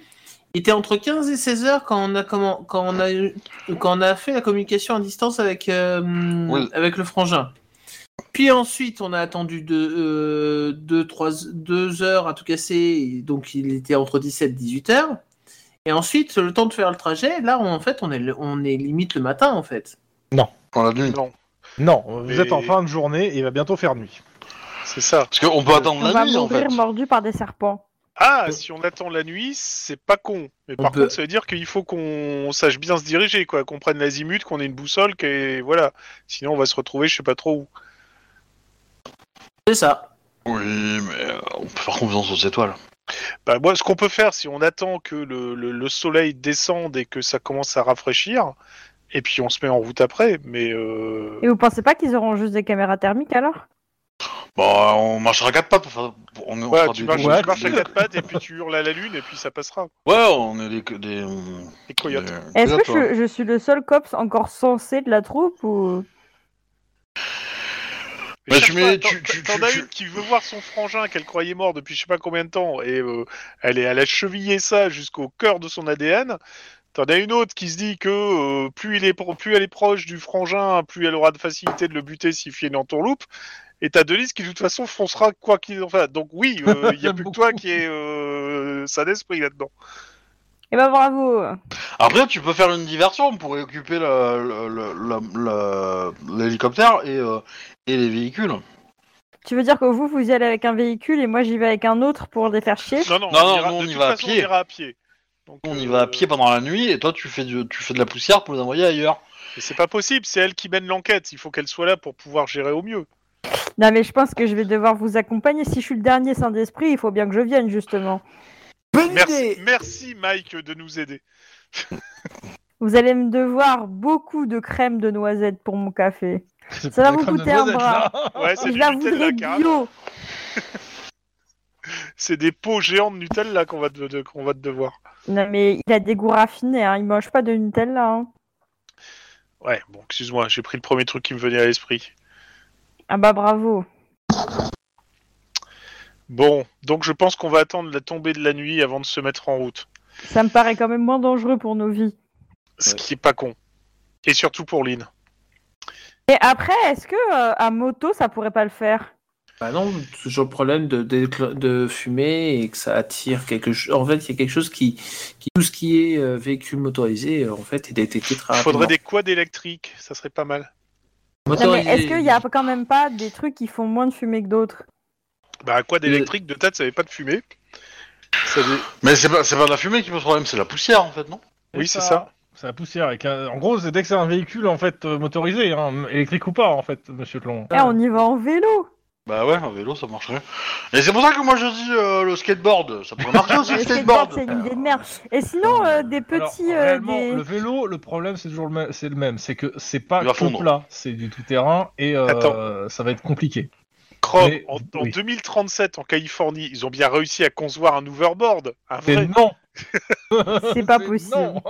il était entre 15 et 16 heures quand on a comment, quand on a eu- quand on a fait la communication à distance avec euh,
Oui.
avec le frangin. Puis ensuite, on a attendu deux, euh, deux, trois, deux heures à tout casser, et donc il était entre 17 et 18 heures. Et ensuite, le temps de faire le trajet, là, on- en fait, on est, le- on est limite le matin, en fait.
Dans la nuit.
Non,
Non, vous
Mais-
êtes en fin de journée et il va bientôt faire nuit.
c'est ça.
Parce qu'on peut attendre
On
la
va
nuit en fait.
mourir mordu par des serpents.
Ah, si on attend la nuit, c'est pas con. Mais par
On peut-
contre, ça veut dire qu'il faut qu'on sache bien se diriger, quoi, qu'on prenne l'azimut, qu'on ait une boussole, que voilà. Sinon, on va se retrouver, je sais pas trop où.
C'est ça.
Oui, mais euh, on peut faire confiance aux étoiles.
Bah, moi, ce qu'on peut faire, si on attend que le, le- le soleil descende et que ça commence à rafraîchir, et puis on se met en route après. Mais euh,
Et vous pensez pas qu'ils auront juste des caméras thermiques alors
Bah, on marchera quatre pas pour faire. pour- On, on
ouais,
fera
tu
des-
marches,
ouais.
tu marches à quatre pattes et puis tu hurles à la lune et puis ça passera.
Ouais, on est des. des,
Les coyotes.
des-
Est-ce que
coyotes, ouais.
je, je suis le seul cops encore censé de la troupe ou
Bah, tu
cherche
mets-
pas,
tu-
t'en-
tu-
t'en
tu-
as
tu-
une qui veut voir son frangin qu'elle croyait mort depuis je sais pas combien de temps et euh, elle, est, elle a chevillé ça jusqu'au cœur de son ADN. T'en as une autre qui se dit que euh, plus, il est pro- plus elle est proche du frangin, plus elle aura de facilité de le buter s'il fait une entourloupe. Et t'as Denise qui de toute façon foncera quoi qu'il en fasse. Donc oui, il y a plus que toi qui est euh, sain d'esprit là-dedans.
Eh ben bravo.
Après, tu peux faire une diversion, on pourrait occuper la- la- la- la- la- l'hélicoptère et, euh, et les véhicules.
Tu veux dire que vous, vous y allez avec un véhicule et moi j'y vais avec un autre pour les faire chier
Non, non,
Non, non,
ira-
nous, on
de
y
toute
va à
façon,
pied.
on ira à pied. Donc,
On y
euh,
va à pied pendant la nuit et toi, tu fais, du- tu fais de la poussière pour les envoyer ailleurs.
mais C'est pas possible, c'est elle qui mène l'enquête. Il faut qu'elle soit là pour pouvoir gérer au mieux.
Non mais je pense que je vais devoir vous accompagner. Si je suis le dernier saint d'esprit, il faut bien que je vienne justement.
Bonne
Merci,
idée
merci Mike de nous aider.
Vous allez me devoir beaucoup de crème de noisette pour mon café. Ça va vous coûter un bras.
Ouais, c'est
Je
du
la voudrais
Nutella, carrément.
bio.
C'est des pots géants de Nutella qu'on va, te- de- qu'on va te devoir.
Non mais il a des goûts raffinés, hein. il mange pas de Nutella. Hein.
Ouais, bon, excuse-moi, j'ai pris le premier truc qui me venait à l'esprit.
Ah bah bravo.
Bon, donc je pense qu'on va attendre la tombée de la nuit avant de se mettre en route.
Ça me paraît quand même moins dangereux pour nos vies.
Ce qui est pas con. Et surtout pour Lynn.
Et après, est-ce que euh, à moto ça pourrait pas le faire
Bah non, toujours le problème de, décl- de fumer et que ça attire quelque chose. En fait, il y a quelque chose qui, qui- Tout ce qui est euh, véhicule motorisé, euh, en fait, est détecté très
Il
rapidement.
faudrait des quads électriques, ça serait pas mal.
Non, mais
Motorisé.
Est-ce qu'il y a quand même pas des trucs qui font moins de fumée que d'autres
Bah, un quad
Le-
électrique, de tête, ça avait pas de fumée. Ça avait-
Mais c'est pas, c'est pas de la fumée qui pose problème, c'est la poussière en fait, non
Oui, c'est ça.
C'est la poussière. avec un- En gros, c'est dès que c'est un véhicule en fait euh, motorisé, hein, électrique ou pas, en fait, Monsieur Tlon.
Eh, on y va en vélo
Bah ouais, un vélo ça marcherait. Et c'est pour ça que moi je dis euh, le skateboard, ça pourrait marcher aussi
Le
le
skateboard,
skateboard.
c'est une idée de merde. Et sinon, euh, des
Alors,
petits. euh,
réellement,
des-
le vélo, le problème, c'est toujours le même. C'est le même, c'est que c'est pas
Il va
tout
fondre.
plat, c'est du tout terrain et euh,
Attends.
ça va être compliqué.
Chrome,
Mais-
en, en
oui.
2037, en Californie, ils ont bien réussi à concevoir un hoverboard. Un
Mais
vrai.
non.
C'est pas
Mais
possible.
non.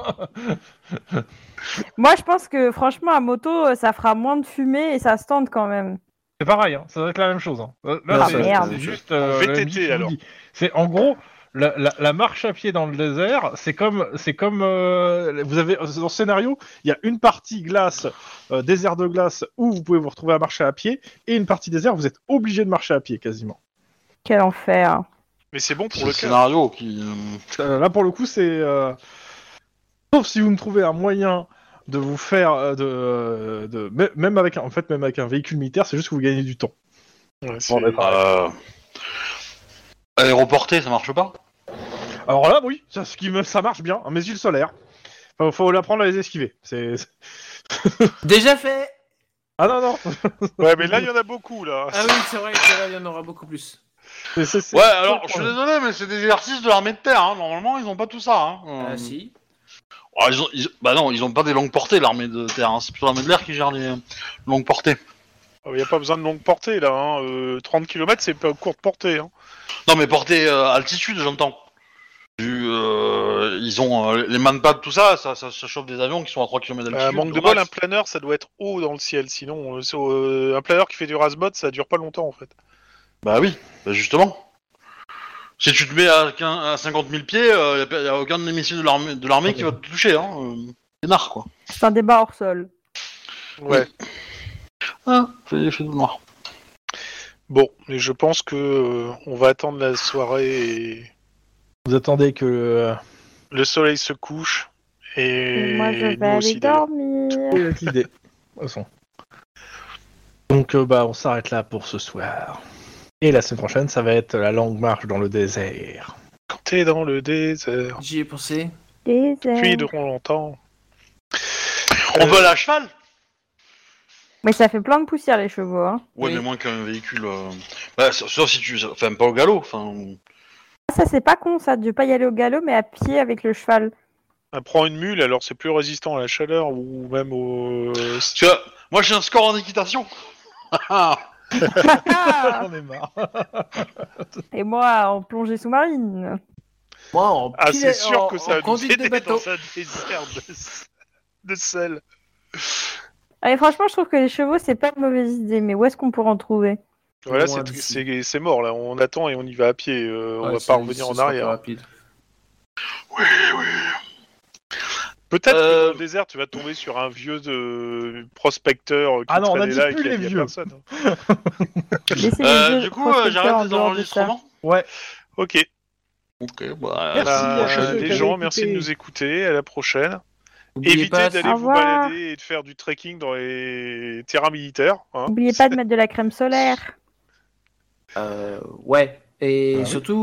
Moi, je pense que franchement, à moto, euh, ça fera moins de fumée et ça se tente quand même.
C'est pareil, hein, ça doit être la même chose. hein. Euh, là,
Ah,
c'est-
merde.
c'est juste. euh,
En
le
VTT,
midi qui vous
alors.
dit. C'est en gros. La, la- la marche à pied dans le désert, c'est comme, c'est comme, euh, vous avez dans le scénario, il y a une partie glace, euh, désert de glace où vous pouvez vous retrouver à marcher à pied, et une partie désert, vous êtes obligé de marcher à pied quasiment.
Quel enfer.
Mais c'est bon
C'est
pour
le
le cœur.
scénario qui. euh,
Euh, là pour le coup, c'est euh, sauf si vous me trouvez un moyen de vous faire, euh, de, de- mê- même avec, un- en fait, même avec un véhicule militaire, c'est juste que vous gagnez du temps.
Ouais, c'est-
Bon, bah,
euh, Aéroporté, ça marche pas
Alors là, oui, ça, ce qui me- ça marche bien, mes huiles solaires. Faut, faut l'apprendre à les esquiver. C'est... c'est-
Déjà fait
Ah non, non
Ouais, mais là, il y en a beaucoup, là.
Ah oui, c'est vrai, c'est vrai, il y en aura beaucoup plus.
c'est- c'est- c'est-
Ouais,
c'est
alors
le
je suis
problème.
désolé, mais c'est des exercices de l'armée de terre, hein. normalement ils ont pas tout ça. Hein. Euh,
Hmm.
Ah si.
ah, ils ont- ils- Bah non, ils ont pas des longues portées l'armée de terre, hein. c'est plutôt l'armée de l'air qui gère les euh, longues portées.
Il n'y Ah, a pas besoin de longue portée là, hein. Euh, 30 km c'est pas courte portée. Hein.
Non, mais portée euh, altitude, j'entends. Du, euh, ils ont euh, les manpads, tout ça, ça, ça, ça chauffe des avions qui sont à 3 km
Euh,
d'altitude.
manque de
au max.
bol, un planeur ça doit être haut dans le ciel, sinon euh, c'est, euh, un planeur qui fait du rasbot ça dure pas longtemps en fait. hein.
Bah oui, bah justement. Si tu te mets à, 15 à 50 000 pieds, euh, y a, y a aucun des missiles de l'armée de l'armée qui va te toucher, hein. euh, C'est nard, quoi.
C'est un débat hors sol.
Ouais.
Ah, fait, fait de noir.
Bon, mais je pense que euh, on va attendre la soirée et
Vous attendez que. euh,
le soleil se couche et
Moi, je
nous
vais aller
aussi, d'ailleurs.
dormir.
avec l'idée. Au son. Donc, euh, bah, on s'arrête là pour ce soir. Et la semaine prochaine, ça va être la longue marche dans le désert.
Porté dans le désert.
J'y ai pensé.
Désert.
Puis durant longtemps. Euh,
On vole à cheval
Mais ça fait plein de poussière, les chevaux. Hein.
Ouais,
Oui.
mais moins qu'un véhicule. euh, Bah, sa- sauf si tu. Enfin, pas au galop. Enfin,
Ah, Ça, c'est pas con, ça, de pas y aller au galop, mais à pied avec le cheval.
On prend une mule, alors c'est plus résistant à la chaleur ou même au. euh,
tu vois, moi j'ai un score en équitation. Euh,
Ah
ai marre.
Et moi, en plongée sous-marine.
Moi, en
Ah, c'est
pila-
sûr
euh, en-
que ça
en
a dû
conduite de
t'aider
bateau.
dans un désert de, de sel.
Ah, mais franchement, je trouve que les chevaux, c'est pas une mauvaise idée, mais où est-ce qu'on pourrait en trouver
Voilà,
Loin
c'est-
d'ici.
c'est c'est mort là. On attend et on y va à pied. euh, on
Ouais,
va
ça-
pas revenir
ce
en
sera plus
arrière. hein.
rapide.
Peut-être que
Euh,
dans le désert, tu vas tomber sur un vieux de... prospecteur euh, qui
Ah non, on a
traînait
dit
là et
plus
qui a
les
dit à
vieux.
personne. hein.
Laissez les
Euh,
deux
du coup, euh,
prospecteurs en
j'arrête les
dehors de ça.
enregistrements.
Ok.
Ok, bah.
Merci,
à la
Bah,
euh,
prochaine.
les
J'avais
gens,
écouté.
merci de nous écouter. À la prochaine.
N'oubliez
Évitez
pas,
d'aller
Au
vous
revoir.
balader et de faire du trekking dans les terrains militaires. hein.
N'oubliez pas de mettre de la crème solaire.
Ah
euh, ouais. Et surtout,